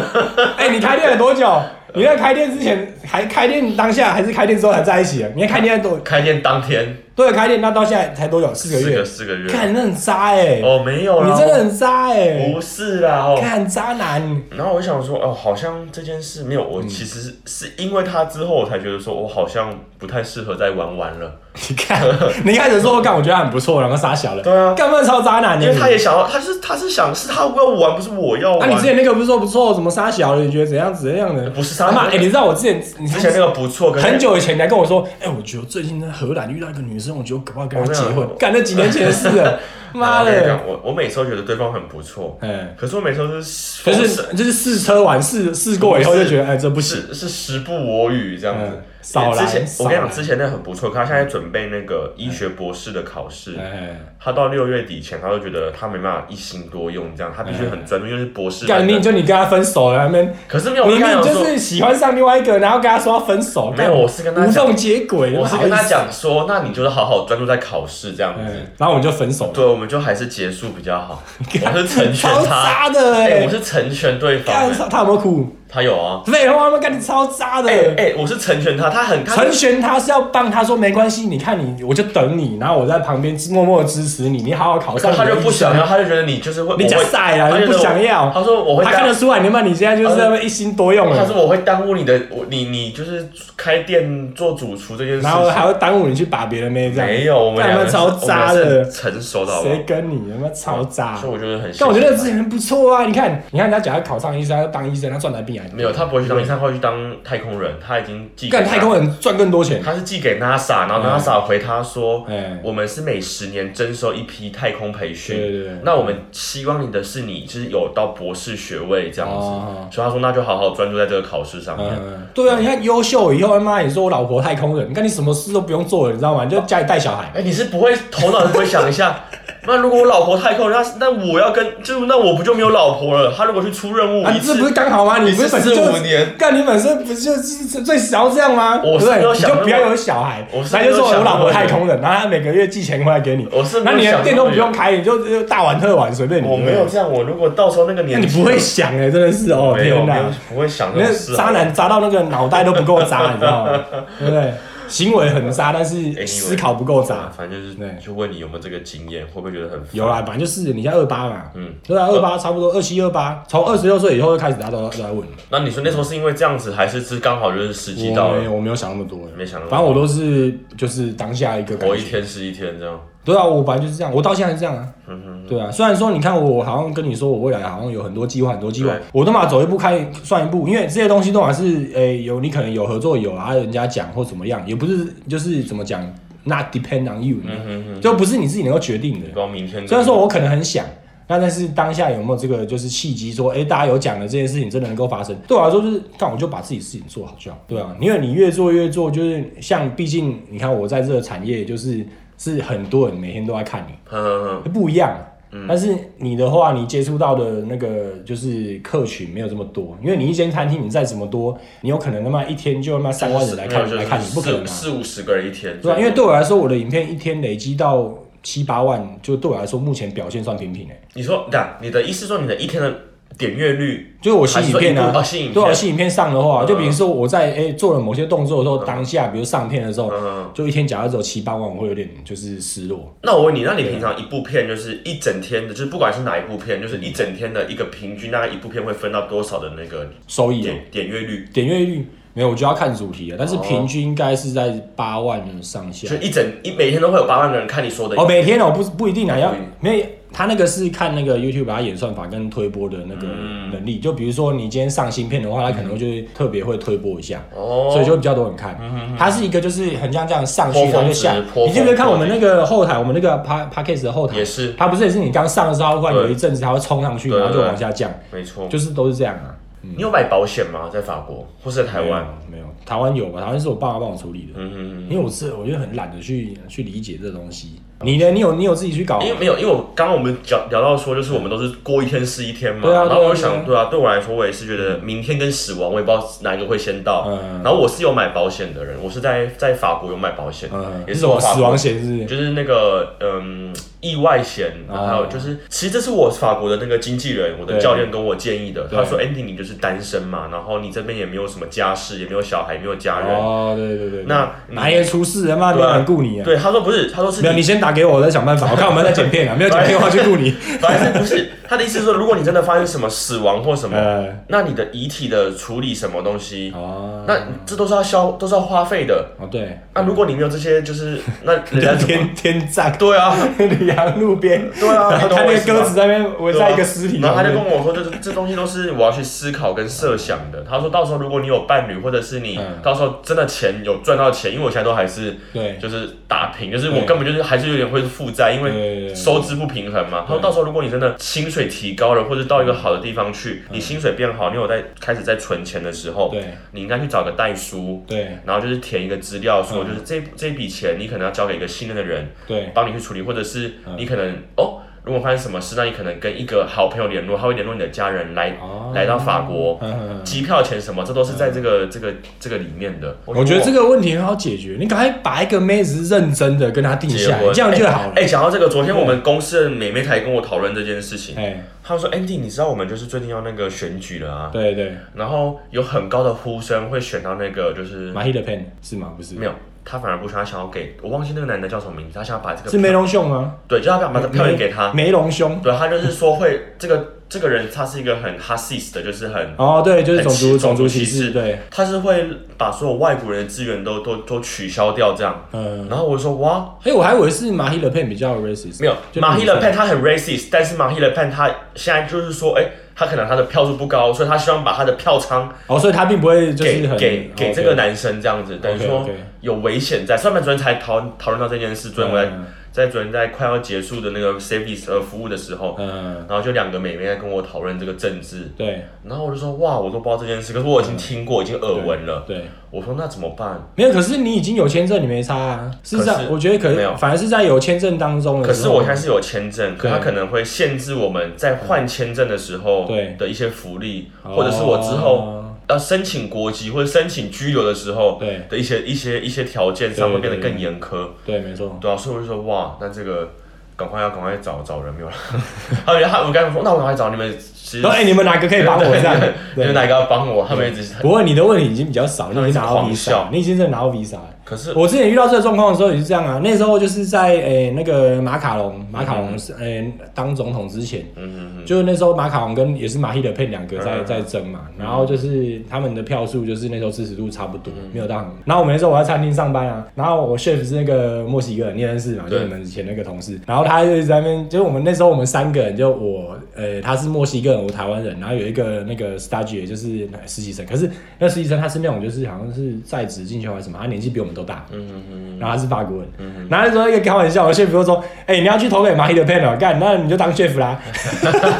Speaker 1: 哎，你开店了多久？你在开店之前还开店当下还是开店之后才在一起啊？你在开店多
Speaker 2: 开店当天
Speaker 1: 都有开店，那到现在才多久？四个
Speaker 2: 四
Speaker 1: 月
Speaker 2: 个。四个月，
Speaker 1: 看，那很渣哎、
Speaker 2: 哦，没有啦，
Speaker 1: 你真的很渣哎、
Speaker 2: 不是啦哦。
Speaker 1: 看渣男，
Speaker 2: 然后我就想说，哦，好像这件事没有，
Speaker 1: 嗯
Speaker 2: 我其实是是因为他之后，我才觉得说我好像不太适合再玩玩了，
Speaker 1: 你 看，你一开始说我干，我觉得他很不错，然后杀小了，
Speaker 2: 对啊
Speaker 1: 干嘛超渣男的欸
Speaker 2: 因为他
Speaker 1: 你？
Speaker 2: 也想要，他是他是想是他要玩，不是我要
Speaker 1: 啊，
Speaker 2: 玩。
Speaker 1: 你之前那个不是说不错，怎么杀小了？你觉得怎样怎样的？
Speaker 2: 不是杀
Speaker 1: 啊妈
Speaker 2: 小
Speaker 1: 哎、你知道我之前，你
Speaker 2: 之前那个不错，可是
Speaker 1: 很久以前你还跟我说，哎、我觉得我最近在荷兰遇到一个女生，我觉得我搞不好跟她结
Speaker 2: 我没
Speaker 1: 婚
Speaker 2: 有，
Speaker 1: 干那几年前的事 了，妈
Speaker 2: 我跟你
Speaker 1: 的，
Speaker 2: 讲，我我每次都觉得对方很不错，
Speaker 1: 哎、
Speaker 2: 可是我每次都是
Speaker 1: 就
Speaker 2: 封
Speaker 1: 是
Speaker 2: 神
Speaker 1: 就是试车完试试过以后就觉得，哎、这不行，
Speaker 2: 是是时不我与这样子。
Speaker 1: 嗯少来
Speaker 2: 之前
Speaker 1: 少
Speaker 2: 我
Speaker 1: 来
Speaker 2: 跟你讲，之前那很不错，可他现在准备那个医学博士的考试，
Speaker 1: 哎、
Speaker 2: 他到六月底前，他就觉得他没办法一心多用，这样他必须很专注，因为是博士
Speaker 1: 嗯
Speaker 2: 班
Speaker 1: 干
Speaker 2: 的。
Speaker 1: 你就你跟他分手了，他们
Speaker 2: 可是没有，我
Speaker 1: 明
Speaker 2: 跟他
Speaker 1: 明
Speaker 2: 讲
Speaker 1: 就
Speaker 2: 说，
Speaker 1: 是喜欢上另外一个，然后跟他说要分手，
Speaker 2: 没有，我是跟他
Speaker 1: 无
Speaker 2: 讲，
Speaker 1: 缝接轨，
Speaker 2: 我是
Speaker 1: 不
Speaker 2: 跟他
Speaker 1: 好意思，
Speaker 2: 讲说，那你就是好好专注在考试这样
Speaker 1: 嗯，
Speaker 2: 子。
Speaker 1: 然后我们就分手了，
Speaker 2: 对，我们就还是结束比较 好。我是成全
Speaker 1: 超
Speaker 2: 他，
Speaker 1: 渣的哎、
Speaker 2: 哎，我是成全对方
Speaker 1: 干
Speaker 2: 欸，
Speaker 1: 他他有没有哭？
Speaker 2: 他有啊。
Speaker 1: 废话，他妈干你超渣的。
Speaker 2: 哎哎，我是成全他，他很他
Speaker 1: 成全他是要帮他说没关系，你看你我就等你，然后我在旁边默默地支持你，你好好考上。
Speaker 2: 他就不想
Speaker 1: 要，
Speaker 2: 要，他就觉得你就是会，
Speaker 1: 你假
Speaker 2: 我会
Speaker 1: 赛啦，
Speaker 2: 他
Speaker 1: 你
Speaker 2: 觉
Speaker 1: 不
Speaker 2: 得我
Speaker 1: 想要。
Speaker 2: 他说我会
Speaker 1: 他看
Speaker 2: 耽
Speaker 1: 得出来，你妈你现在就是在那边一心多用
Speaker 2: 他说
Speaker 1: 了，
Speaker 2: 我会耽误你的，我你你就是开店做主厨这件事
Speaker 1: 然后还
Speaker 2: 情。
Speaker 1: 会耽误你去把别人妹这样。
Speaker 2: 没有，我们
Speaker 1: 干他
Speaker 2: 两个
Speaker 1: 妈
Speaker 2: 是
Speaker 1: 超渣
Speaker 2: 我们两个
Speaker 1: 的
Speaker 2: 是，成熟的好不好
Speaker 1: 谁？跟你他啊妈超渣？
Speaker 2: 所以我觉得很。
Speaker 1: 但我觉得这人不错啊，你看，你看人家假如考上医生，他当医生，他赚来病癌，
Speaker 2: 没有，他不会去当医生，他会去当太空人。他已经寄给
Speaker 1: 干太空人赚更多钱。
Speaker 2: 他是寄给 NASA，然后 NASA 回他说
Speaker 1: 哎，
Speaker 2: 我们是每十年征收一批太空培
Speaker 1: 对对
Speaker 2: 训
Speaker 1: 对，
Speaker 2: 那我们希望你的是你就是有到博士学位这样子
Speaker 1: 哦，
Speaker 2: 所以他说那就好好专注在这个考试上面。
Speaker 1: 嗯，对啊，你看优秀以后，他妈你说我老婆太空人，你看你什么事都不用做了，你知道吗？你就家里带小孩。
Speaker 2: 哎、你是不会头脑不会想一下？ 那如果我老婆太空人，那那我要跟就那我不就没有老婆了？她如果去出任务
Speaker 1: 啊，
Speaker 2: 一
Speaker 1: 你这
Speaker 2: 次，
Speaker 1: 不是刚好吗？你不
Speaker 2: 是
Speaker 1: 本身
Speaker 2: 四
Speaker 1: 就
Speaker 2: 五 年，
Speaker 1: 干你本身不就是最想要这样吗？
Speaker 2: 我是
Speaker 1: 对
Speaker 2: 没有
Speaker 1: 不对
Speaker 2: 想
Speaker 1: 你
Speaker 2: 那
Speaker 1: 就
Speaker 2: 么
Speaker 1: 不要有小孩，
Speaker 2: 我是
Speaker 1: 然
Speaker 2: 没
Speaker 1: 后就
Speaker 2: 有
Speaker 1: 说我
Speaker 2: 想那
Speaker 1: 老
Speaker 2: 么
Speaker 1: 婆太
Speaker 2: 远
Speaker 1: 空人，然后他每个月寄钱回来给你，
Speaker 2: 我是没
Speaker 1: 那
Speaker 2: 有
Speaker 1: 你
Speaker 2: 想
Speaker 1: 的
Speaker 2: 那
Speaker 1: 店都
Speaker 2: 么
Speaker 1: 不
Speaker 2: 远
Speaker 1: 用开，你就就大碗特碗随便你。
Speaker 2: 我没有
Speaker 1: 对
Speaker 2: 这样。我如果到时候那个
Speaker 1: 不对，那
Speaker 2: 年
Speaker 1: 你
Speaker 2: 纪，
Speaker 1: 不会想哎，真的是哦，
Speaker 2: 没有
Speaker 1: 天
Speaker 2: 没有
Speaker 1: 哪！
Speaker 2: 不会想
Speaker 1: 你
Speaker 2: 这
Speaker 1: 那
Speaker 2: 种事。啊
Speaker 1: 渣男渣到那个脑袋都不够渣，你知道 吗？对不对？行为很渣，但是
Speaker 2: Anyway
Speaker 1: 思考不够
Speaker 2: 啊
Speaker 1: 渣。
Speaker 2: 反正就
Speaker 1: 对
Speaker 2: 是就问你有没有这个经验，会不会觉得很烦
Speaker 1: 有啦，？本来就是你现在二八嘛，
Speaker 2: 嗯，
Speaker 1: 对啊，二八差不多二七二八，从二十六岁以后就开始，大家都都在问。
Speaker 2: 那你说那时候是因为这样子，还是是刚好就是时机到
Speaker 1: 我没
Speaker 2: 了？
Speaker 1: 有，我没有想那么多，哎
Speaker 2: 没想那么多
Speaker 1: 反正我都是就是当下一个感
Speaker 2: 活一
Speaker 1: 觉。
Speaker 2: 天是一天这样。
Speaker 1: 对啊，我本来就是这样，我到现在是这样啊。
Speaker 2: 嗯哼，
Speaker 1: 对啊，虽然说你看我好像跟你说我未来好像有很多计划，很多计划
Speaker 2: 对，
Speaker 1: 我都嘛走一步看算一步，因为这些东西都嘛是诶、有你可能有合作有啊，人家讲或怎么样，也不是就是怎么讲，not depend on you，、
Speaker 2: 嗯哼哼，
Speaker 1: 就不是你自己能够决定的。
Speaker 2: 不知道明天。
Speaker 1: 虽然说我可能很想，那但是当下有没有这个就是契机说，哎、大家有讲的这件事情真的能够发生？对我来说就是，干我就把自己事情做好就好，对啊，因为你越做越做，就是像毕竟你看我在这个产业，就是是很多人每天都在看你，
Speaker 2: 嗯哼哼，
Speaker 1: 不一样。啊
Speaker 2: 嗯
Speaker 1: 但是你的话，你接触到的那个就是客群没有这么多，因为你一间餐厅，你再怎么多，你有可能他妈一天就他妈三万人来看
Speaker 2: 就是
Speaker 1: 来看你，不可能、啊。
Speaker 2: 四四五十个人一天。
Speaker 1: 对啊，因为对我来说，我的影片一天累积到七八万，就对我来说目前表现算平平诶、
Speaker 2: 你说，那你的意思说你的一天的点阅率
Speaker 1: 就是我新影片
Speaker 2: 还是说一部
Speaker 1: 啊，
Speaker 2: 哦新影片
Speaker 1: 对啊，新影片上的话，
Speaker 2: 嗯
Speaker 1: 就比如说我在诶、做了某些动作的时候，当下比如上片的时候，
Speaker 2: 嗯
Speaker 1: 就一天假如只有七八万，我会有点就是失落。
Speaker 2: 那我问你，那你平常一部片就是一整天的，就是不管是哪一部片，
Speaker 1: 嗯
Speaker 2: 就是一整天的一个平均，大概一部片会分到多少的那个
Speaker 1: 收益、哦，
Speaker 2: 点点阅率？
Speaker 1: 点阅率没有，我就要看主题了，但
Speaker 2: 哦
Speaker 1: 是平均应该是在八万上下
Speaker 2: 就。一整一每天都会有八万个人看你说的
Speaker 1: 哦，每天哦不不一定啊，要
Speaker 2: 不一定
Speaker 1: 没有他那个是看那个 YouTube 它演算法跟推播的那个
Speaker 2: 嗯
Speaker 1: 能力，就比如说你今天上新片的话，它可能就是特别会推播一下。
Speaker 2: 哦，嗯
Speaker 1: 所以就会比较多人看。它是一个就是很像这样上去，
Speaker 2: 泼
Speaker 1: 然后
Speaker 2: 风
Speaker 1: 就
Speaker 2: 池
Speaker 1: 下。
Speaker 2: 泼
Speaker 1: 你记不记得
Speaker 2: 风
Speaker 1: 看我们
Speaker 2: 泼
Speaker 1: 那个后台，我们那个 pa p a c k a g e 的后台
Speaker 2: 也是
Speaker 1: 它不是也是你刚上的时候，忽然
Speaker 2: 对
Speaker 1: 有一阵子它会冲上去，
Speaker 2: 对
Speaker 1: 然后就
Speaker 2: 对
Speaker 1: 往下降，
Speaker 2: 没错。
Speaker 1: 就是都是这样啊。
Speaker 2: 你有买保险吗？在法国或是在台湾？
Speaker 1: 没有，台湾有吧？台湾是我爸妈帮我处理的，
Speaker 2: 嗯哼哼，
Speaker 1: 因为我是我就很懒得去去理解这东西。你呢？你有你有自己去搞吗
Speaker 2: 因？为没有，因为我刚刚我们讲聊到说，就是我们都是过一天是一天嘛。
Speaker 1: 对啊
Speaker 2: 然后我
Speaker 1: 对
Speaker 2: 就
Speaker 1: 啊
Speaker 2: 想，对啊，对我来说，我也是觉得明天跟死亡，我也不知道哪一个会先到。
Speaker 1: 嗯
Speaker 2: 然后我是有买保险的人，我是在在法国有买保险，
Speaker 1: 嗯，
Speaker 2: 也
Speaker 1: 是
Speaker 2: 是
Speaker 1: 什
Speaker 2: 我
Speaker 1: 么
Speaker 2: 法
Speaker 1: 死
Speaker 2: 国
Speaker 1: 亡险是不是？
Speaker 2: 就是那个嗯意外险，然后还有就是，其实这是我法国的那个经纪人，我的
Speaker 1: 啊对
Speaker 2: 教练跟我建议的。
Speaker 1: 对
Speaker 2: 他说：“Andy，你就是单身嘛，然后你这边也没有什么家室，也没有小孩，也没有家人。
Speaker 1: 哦，对对对，对
Speaker 2: 那
Speaker 1: 哪一天出事了嘛？没
Speaker 2: 对啊
Speaker 1: 有人雇你啊？
Speaker 2: 对，他说不是，他说是
Speaker 1: 没有，你先打给我，我再想办法。我看我们在剪片啊，没有剪片的话去雇你。
Speaker 2: 反正不是他的意思是说，如果你真的发生什么死亡或什么，
Speaker 1: 呃，
Speaker 2: 那你的遗体的处理什么东西，
Speaker 1: 哦，
Speaker 2: 那这都是要消，都是要花费的。
Speaker 1: 哦对，
Speaker 2: 那如果你没有这 些，就是那人家
Speaker 1: 叫
Speaker 2: 怎么？
Speaker 1: 天天葬，
Speaker 2: 对 啊，
Speaker 1: 里阳路边，
Speaker 2: 对啊，
Speaker 1: 然后
Speaker 2: 你懂
Speaker 1: 他那
Speaker 2: 我意
Speaker 1: 个
Speaker 2: 思吗
Speaker 1: 鸽子在那边围
Speaker 2: 对啊
Speaker 1: 在一个尸体
Speaker 2: 然后
Speaker 1: 旁
Speaker 2: 他就
Speaker 1: 边，
Speaker 2: 跟我说，就是这东西都是我要去思考跟设想的。他说到时候如果你有伴侣，或者是你
Speaker 1: 嗯
Speaker 2: 到时候真的钱有赚到钱，因为我现在都还是
Speaker 1: 对，
Speaker 2: 就是打平，就是
Speaker 1: 对
Speaker 2: 我根本就是还是有点会负债，因
Speaker 1: 对对
Speaker 2: 为
Speaker 1: 对
Speaker 2: 收支不平衡嘛。他说到时候如果你真的薪水提高了，或者到一个好的地方去，你薪水变好，你有在开始在存钱的时候，
Speaker 1: 对
Speaker 2: 你应该去找个代书，
Speaker 1: 对
Speaker 2: 然后就是填一个资料，
Speaker 1: 嗯
Speaker 2: 说就是这这笔钱你可能要交给一个信任的人，
Speaker 1: 对
Speaker 2: 帮你去处理，或者是
Speaker 1: 嗯
Speaker 2: 你可能哦，如果发生什么事，那你可能跟一个好朋友联络，他会联络你的家人来、
Speaker 1: 哦
Speaker 2: 来到法国，
Speaker 1: 嗯
Speaker 2: 机票钱什么，这都是在这个、这个这个里面的。
Speaker 1: 我觉得这个问题很好解决，你赶快把一个妹子认真的跟她定
Speaker 2: 结
Speaker 1: 下来，
Speaker 2: 婚
Speaker 1: 这样就好了。
Speaker 2: 哎、讲到这个，昨天我们公司的美妹才跟我讨论这件事情，
Speaker 1: 哎，
Speaker 2: 她说：“Andy，你知道我们就是最近要那个选举了啊，
Speaker 1: 对对
Speaker 2: 然后有很高的呼声会选到那个就是
Speaker 1: 马 a 的 pen 是吗？不是，
Speaker 2: 没有。”他反而不想，他想要给我忘记那个男的叫什么名字，他想要把这个
Speaker 1: 是梅隆兄吗？
Speaker 2: 对，就要把把票源给他，
Speaker 1: 梅隆兄。
Speaker 2: 对他就是说会这个这个人，他是一个很 h a s i s 的，就是很，
Speaker 1: 哦，对，就是
Speaker 2: 很
Speaker 1: 种族
Speaker 2: 歧哎种
Speaker 1: 种
Speaker 2: 族
Speaker 1: 族歧
Speaker 2: 歧
Speaker 1: 视，
Speaker 2: 视
Speaker 1: 对，
Speaker 2: 他是会把所有外国人的资源都都都取消掉这样。
Speaker 1: 嗯，
Speaker 2: 然后我就说哇，
Speaker 1: 哎，我还以为是马 a 的 pen 比较 racist，
Speaker 2: 没有，
Speaker 1: 就
Speaker 2: 马
Speaker 1: 女
Speaker 2: 希
Speaker 1: 生
Speaker 2: 勒潘他很 racist，但是马希勒潘他现在就是说，哎、他可能他的票数不高，所以他希望把他的票仓
Speaker 1: 哦，所以他并不会就
Speaker 2: 给、
Speaker 1: 是很哦
Speaker 2: 给给这个男生这样子，等于说
Speaker 1: OK，OK
Speaker 2: 有危险在。虽然我们昨天才讨讨论到这件事，昨天我在、
Speaker 1: 嗯
Speaker 2: 在昨天在快要结束的那个 service 呃服务的时候，
Speaker 1: 嗯，
Speaker 2: 然后就两个美眉在跟我讨论这个政治，
Speaker 1: 对
Speaker 2: 然后我就说哇，我都不知道这件事，可是我已经听过，已经耳闻了。
Speaker 1: 嗯对，
Speaker 2: 我说那怎么办？
Speaker 1: 没有，可是你已经有签证，你没差啊。事实
Speaker 2: 可
Speaker 1: 上，
Speaker 2: 是
Speaker 1: 我觉得可
Speaker 2: 没有
Speaker 1: 能反而是在有签证当中
Speaker 2: 可
Speaker 1: 的时
Speaker 2: 是
Speaker 1: 候，
Speaker 2: 我现在是有签证，可
Speaker 1: 对
Speaker 2: 他可能会限制我们在换签证的时候
Speaker 1: 对
Speaker 2: 的一些福利，
Speaker 1: 哦
Speaker 2: 或者是我之后要申请国籍或者申请居留的时候
Speaker 1: 对
Speaker 2: 的一些一些一些条件上
Speaker 1: 对
Speaker 2: 会变得
Speaker 1: 对
Speaker 2: 更严苛。
Speaker 1: 对，没错，
Speaker 2: 对啊，所以我就说哇，那这个赶快要赶快找找人没有了。 他们他我刚才说，那我赶快找你们，其实
Speaker 1: 然后哎，你们哪个可以帮我这样？
Speaker 2: 你们
Speaker 1: 对，
Speaker 2: 哪个要帮我？他们一直
Speaker 1: 不过你的问题已经比较少，你已经拿到
Speaker 2: 狂
Speaker 1: visa，
Speaker 2: 笑
Speaker 1: 你已经在拿到 visa 了。
Speaker 2: 可是
Speaker 1: 我之前遇到这个状况的时候也是这样啊，那时候就是在诶、那个马卡龙，马卡
Speaker 2: 嗯
Speaker 1: 龙是诶、当总统之前，
Speaker 2: 嗯嗯
Speaker 1: 就是那时候马卡龙跟也是马希德佩两个在
Speaker 2: 嗯
Speaker 1: 在争嘛，然后就是他们的票数就是那时候支持度差不多，
Speaker 2: 嗯
Speaker 1: 没有到很。然后我们那时候我在餐厅上班啊，然后我 chef 是那个墨西哥人，你也认识嘛？就
Speaker 2: 对
Speaker 1: 你们以前那个同事，然后他就一直在那边，就是我们那时候我们三个人，就我呃他是墨西哥人，我台湾人，然后有一个那个 stagiaire 就是实习生，可是那实习生他是那种就是好像是在职进修还是什么，他年纪比我们都大，
Speaker 2: 嗯嗯嗯，
Speaker 1: 然后他是法国人，然后那时候一个开玩笑，我 chef 就说：“哎、你要去投给马希的 pen 哦，干，那你就当 chef 啦。”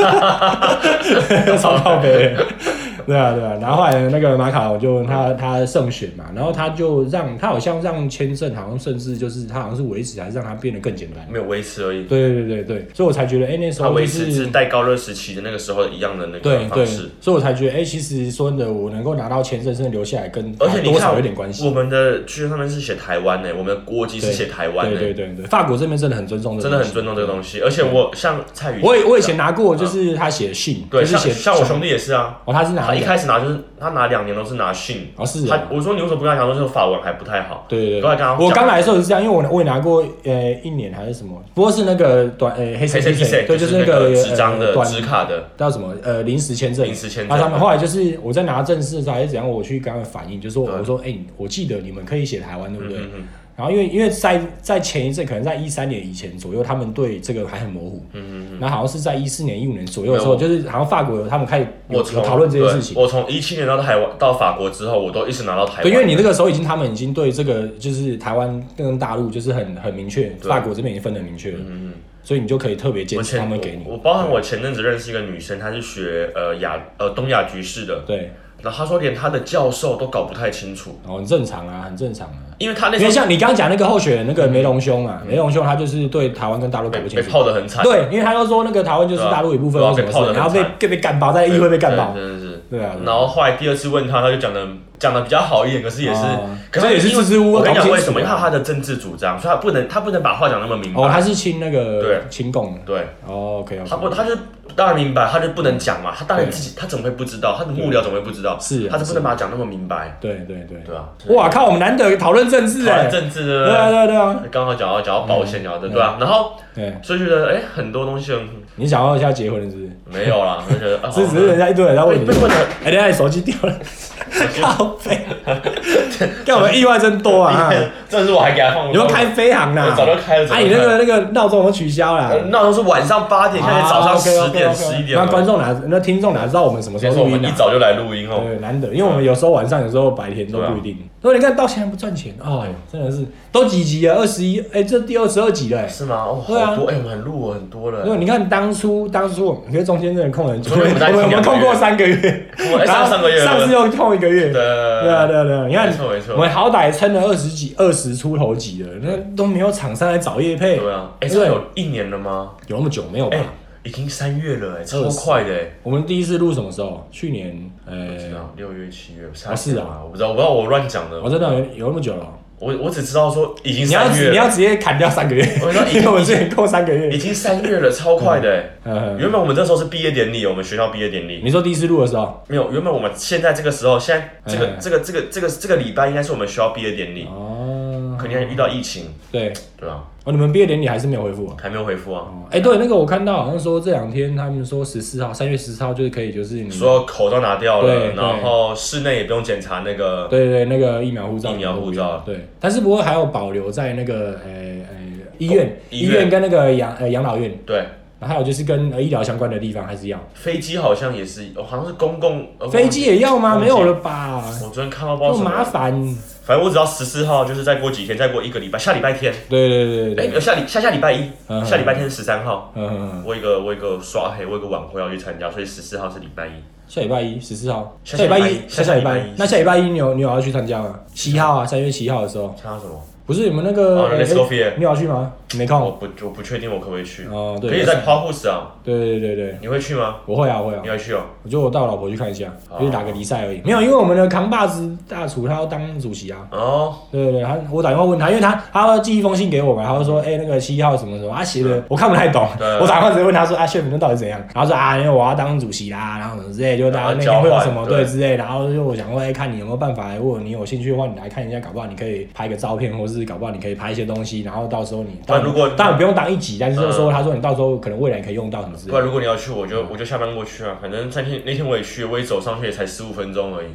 Speaker 1: 超靠北的。对啊，对啊，然后后来那个马卡我就他他胜选嘛，然后他就让他好像让签证好像甚至就是他好像是维持还是让他变得更简单。
Speaker 2: 没有维持而已。
Speaker 1: 对对对对对，所以我才觉得哎、那时
Speaker 2: 它
Speaker 1: 候就
Speaker 2: 维持
Speaker 1: 是
Speaker 2: 是戴高乐时期的那个时候一样的那
Speaker 1: 对
Speaker 2: 个
Speaker 1: 对，
Speaker 2: 方式。
Speaker 1: 所以我才觉得哎、其实说真的我能够拿到签证甚至留下来跟
Speaker 2: 而且你
Speaker 1: 多
Speaker 2: 看，
Speaker 1: 少有点关系
Speaker 2: 我。们的居然上面是写台湾呢、欸我们的国籍是写台湾呢、
Speaker 1: 对对对对，法国这边真的很尊重这个
Speaker 2: 真的
Speaker 1: 东
Speaker 2: 很
Speaker 1: 西
Speaker 2: 尊重这个东西。而且我像蔡宇，
Speaker 1: 我以我以前拿过，就是他写信，
Speaker 2: 嗯对
Speaker 1: 就是
Speaker 2: 像
Speaker 1: 写
Speaker 2: 像我兄弟也是啊，
Speaker 1: 哦，他是拿
Speaker 2: 他一
Speaker 1: 一个，
Speaker 2: 开始拿就是他拿两年都是拿信，
Speaker 1: 哦是
Speaker 2: 他
Speaker 1: 啊，
Speaker 2: 我说你为什么不跟他讲说这个法文还不太好？
Speaker 1: 对对
Speaker 2: 都在
Speaker 1: 对
Speaker 2: 跟他，
Speaker 1: 我
Speaker 2: 讲
Speaker 1: 刚来的时候也是这样，因为我我也拿过呃一年还是什么，不过是那个短呃黑色
Speaker 2: 黑色 P
Speaker 1: 色，
Speaker 2: C
Speaker 1: 对，
Speaker 2: 就是是
Speaker 1: 那
Speaker 2: 那
Speaker 1: 个
Speaker 2: 个纸张
Speaker 1: 呃
Speaker 2: 的
Speaker 1: 短
Speaker 2: 纸卡的，
Speaker 1: 叫什么呃临时签证，
Speaker 2: 临时签证
Speaker 1: 然后他们后来就是我在拿正式的时候还是怎样，我去跟他们反映，就说
Speaker 2: 对
Speaker 1: 我说哎、我记得你们可以写台湾对不对？
Speaker 2: 嗯嗯
Speaker 1: 然后因为因为在在前一阵，可能在一三年以前左右，他们对这个还很模糊。
Speaker 2: 嗯嗯嗯。
Speaker 1: 然后好像是在一四年、一五年左右的时候，
Speaker 2: 没
Speaker 1: 就是好像法国有他们开始有
Speaker 2: 我
Speaker 1: 有
Speaker 2: 从
Speaker 1: 讨论这件事情。
Speaker 2: 对我从一七年到台湾到法国之后，我都一直拿到台湾。
Speaker 1: 对，因为你那个时候已经他们已经对这个就是台湾跟大陆就是很很明确，
Speaker 2: 对
Speaker 1: 法国这边已经分得很明确了，
Speaker 2: 嗯嗯
Speaker 1: 所以你就可以特别坚
Speaker 2: 我
Speaker 1: 持
Speaker 2: 前
Speaker 1: 他们会给你。
Speaker 2: 我我包含我前阵子认识一个女生，她是学呃亚呃东亚局势的，
Speaker 1: 对，
Speaker 2: 然后他说连他的教授都搞不太清楚，
Speaker 1: 哦，很正常啊，很正常啊。
Speaker 2: 因为他那
Speaker 1: 因为
Speaker 2: 时候
Speaker 1: 像你刚刚讲那个候选人那个梅龙兄啊嘛，梅龙兄他就是对台湾跟大陆搞
Speaker 2: 被
Speaker 1: 不清
Speaker 2: 被
Speaker 1: 楚，
Speaker 2: 泡得很惨，
Speaker 1: 对，因为他就说那个台湾就是大陆一部分，
Speaker 2: 对啊
Speaker 1: 或什么
Speaker 2: 对啊被泡
Speaker 1: 事，
Speaker 2: 得
Speaker 1: 然后被
Speaker 2: 很惨
Speaker 1: 被被干爆，在
Speaker 2: 对，
Speaker 1: 议会被干爆，
Speaker 2: 对真的是。
Speaker 1: 对啊，对
Speaker 2: 然后后来第二次问他，他就讲的讲的比较好一点，可是也是
Speaker 1: 哦，
Speaker 2: 可
Speaker 1: 这
Speaker 2: 是
Speaker 1: 也是
Speaker 2: 因为
Speaker 1: 支支吾吾
Speaker 2: 我跟你
Speaker 1: 搞
Speaker 2: 讲
Speaker 1: 不清楚
Speaker 2: 为什
Speaker 1: 啊
Speaker 2: 么？因为他的政治主张，所以他不能他不能把话讲那么明
Speaker 1: 哦，
Speaker 2: 白。
Speaker 1: 他是亲那个
Speaker 2: 对
Speaker 1: 亲共的，
Speaker 2: 对，
Speaker 1: 哦，OK
Speaker 2: 他
Speaker 1: OK，
Speaker 2: 不他就是当然明白，他就不能讲嘛，他当然自己他怎么会不知道？他的幕僚怎么会不知道？
Speaker 1: 是啊
Speaker 2: 他是不能把它讲那么明白，
Speaker 1: 对对对，
Speaker 2: 对啊。
Speaker 1: 哇靠，我们难得讨论政治
Speaker 2: 讨
Speaker 1: 哎
Speaker 2: 论，政治
Speaker 1: 对
Speaker 2: 的，
Speaker 1: 啊嗯对啊对啊，
Speaker 2: 刚好讲到讲到保险，讲到这对啊，然后
Speaker 1: 对，
Speaker 2: 所以觉得哎，很多东西很
Speaker 1: 你想要一下结婚是不是？
Speaker 2: 没有啦，就觉得啊
Speaker 1: 是只是人家一堆人在
Speaker 2: 被
Speaker 1: 问你
Speaker 2: 被，问哎的
Speaker 1: 哎，等一下你手机掉了， 靠背，干我们意外真多 啊！啊，
Speaker 2: 这是我还给他放，
Speaker 1: 有没有开飞航啦？
Speaker 2: 哎我早就开了早
Speaker 1: 啊，
Speaker 2: 就开了
Speaker 1: 你那个那个闹钟都取消啦。
Speaker 2: 呃闹钟是晚上八点，现在早上十点十一点
Speaker 1: 啊那
Speaker 2: 了，
Speaker 1: 观众哪那听众哪知道我们什么时
Speaker 2: 所以说
Speaker 1: 候
Speaker 2: 我
Speaker 1: 录
Speaker 2: 们
Speaker 1: 音
Speaker 2: 一
Speaker 1: 啊？
Speaker 2: 早就啊来录音哦。
Speaker 1: 对，难得，因为我们有时候晚上，有时候白天都不一定。所以你看到现在不赚钱，哎呦，真的是都几集了，二十一，哎，这第二十二集了，哎。
Speaker 2: 是吗？哦，
Speaker 1: 对啊
Speaker 2: 好多哎，我们录很多了
Speaker 1: 因。为你看当初当初我们，可是中间真的空了很久，我
Speaker 2: 所以我
Speaker 1: 们
Speaker 2: 们大概
Speaker 1: 我们
Speaker 2: 停两个
Speaker 1: 空
Speaker 2: 月
Speaker 1: 过三个月，
Speaker 2: 我哎
Speaker 1: 然
Speaker 2: 上
Speaker 1: 后
Speaker 2: 上个月了
Speaker 1: 上次又空一个月，
Speaker 2: 对
Speaker 1: 对啊对啊对啊，你
Speaker 2: 呃没
Speaker 1: 看
Speaker 2: 错没错
Speaker 1: 我们好歹撑了二十几、二十出头集了，那都没有厂商来找叶配，
Speaker 2: 对啊，哎，这有一年了吗？
Speaker 1: 有那么久没有吧
Speaker 2: 哎？，已经三月了，哎，超快的，哎。
Speaker 1: 我们第一次录什么时候？去年，呃，
Speaker 2: 啊，六月、七月，
Speaker 1: 啊是啊
Speaker 2: 我不知道，我不知道我乱讲的
Speaker 1: 我，真的有有那么久了。
Speaker 2: 我我只知道说已经
Speaker 1: 你要
Speaker 2: 三月
Speaker 1: 你要
Speaker 2: 了，
Speaker 1: 直接砍掉三个月，
Speaker 2: 我说已经
Speaker 1: 因为我们之前扣三个月
Speaker 2: 已。经三月了，超快的。哎
Speaker 1: 嗯，
Speaker 2: 原本我们这时候是毕业典礼，我们学校毕业典礼，
Speaker 1: 你说第一次录的时候，
Speaker 2: 没有，原本我们现在这个时候，现在这
Speaker 1: 哎
Speaker 2: 个这个这个这个这个礼拜应该是我们学校毕业典礼，
Speaker 1: 哦，
Speaker 2: 肯定还遇到疫情，
Speaker 1: 对，
Speaker 2: 对啊，
Speaker 1: 哦，你们毕业典礼还是没有回复啊？
Speaker 2: 还没有回复啊。
Speaker 1: 哎、对，那个我看到好像说这两天他们说十四号，三月十四号就是可以，就是你
Speaker 2: 所有口罩拿掉
Speaker 1: 嗯对
Speaker 2: 了，然后室内也不用检查那个，
Speaker 1: 对对对那个疫苗护照，
Speaker 2: 疫苗护照
Speaker 1: 对，但是不过还有保留在那个呃呃医院、
Speaker 2: 医
Speaker 1: 医
Speaker 2: 院
Speaker 1: 院跟那个养呃养老院，
Speaker 2: 对，
Speaker 1: 还有就是跟呃医疗相关的地方还是要。
Speaker 2: 飞机好像也是，哦好像是公共呃
Speaker 1: 飞机也要吗？
Speaker 2: 忘
Speaker 1: 没
Speaker 2: 记
Speaker 1: 有了吧？
Speaker 2: 我昨天看到不知
Speaker 1: 那么
Speaker 2: 道什
Speaker 1: 麻
Speaker 2: 么，
Speaker 1: 烦。
Speaker 2: 反正我只要十四号，就是再过几天，再过一个礼拜，下礼拜天，
Speaker 1: 对对对
Speaker 2: 哎
Speaker 1: 对，对，
Speaker 2: 下礼下下礼拜一
Speaker 1: 嗯，
Speaker 2: 下礼拜天十三号，
Speaker 1: 嗯，
Speaker 2: 我有一个我有一个刷黑，我有一个晚会要去参加，所以十四号是礼拜一，
Speaker 1: 下礼拜一十四号，
Speaker 2: 下
Speaker 1: 下礼拜
Speaker 2: 下礼拜
Speaker 1: 一，
Speaker 2: 一
Speaker 1: 下下礼拜
Speaker 2: 下礼拜
Speaker 1: 一
Speaker 2: 一，
Speaker 1: 那下礼拜一你有你有要去参加吗？七号啊，三月七号的时候，
Speaker 2: 参加什么？
Speaker 1: 不是你们那个
Speaker 2: 哦
Speaker 1: 哎
Speaker 2: Let's Go Fear
Speaker 1: 你有要去吗？你没
Speaker 2: 我
Speaker 1: 空。
Speaker 2: 不我不确定我可不可以去，
Speaker 1: 哦，对，
Speaker 2: 可以在花护士啊，
Speaker 1: 对对对对，
Speaker 2: 你会去吗？
Speaker 1: 我会啊，我会啊
Speaker 2: 你，会去哦，
Speaker 1: 我就我带我老婆去看一下，
Speaker 2: 哦
Speaker 1: 就是打个比赛而已。没有，因为我们的扛把子大厨他要当主席啊。
Speaker 2: 哦，
Speaker 1: 对对对，他我打电话问他，因为他他要寄一封信给我嘛，他就说，哎、那个七号什么什么，他写的我看不太懂
Speaker 2: 对，对
Speaker 1: 我打电话直接问他说，啊，谢明那到底怎样？然后说啊，因为我要当主席啦，然后什么之类，就大家那
Speaker 2: 然
Speaker 1: 天
Speaker 2: 后
Speaker 1: 会
Speaker 2: 交
Speaker 1: 有
Speaker 2: 换
Speaker 1: 什么对
Speaker 2: 对
Speaker 1: 之类，然后就我想说，哎、看你有没有办法，如果你有兴趣的话，你来看一下，搞不好你可以拍个照片，或是搞不好你可以拍一些东西，然后到时候你，
Speaker 2: 不然如果
Speaker 1: 当然不用当一级，但是就是说
Speaker 2: 嗯
Speaker 1: 他说你到时候可能未来可以用到什么之类
Speaker 2: 不然
Speaker 1: 的。
Speaker 2: 如果你要去，我
Speaker 1: 嗯
Speaker 2: 就我就下班过去啊，反正那天那天我也去，我也走上去也才十五分钟而已，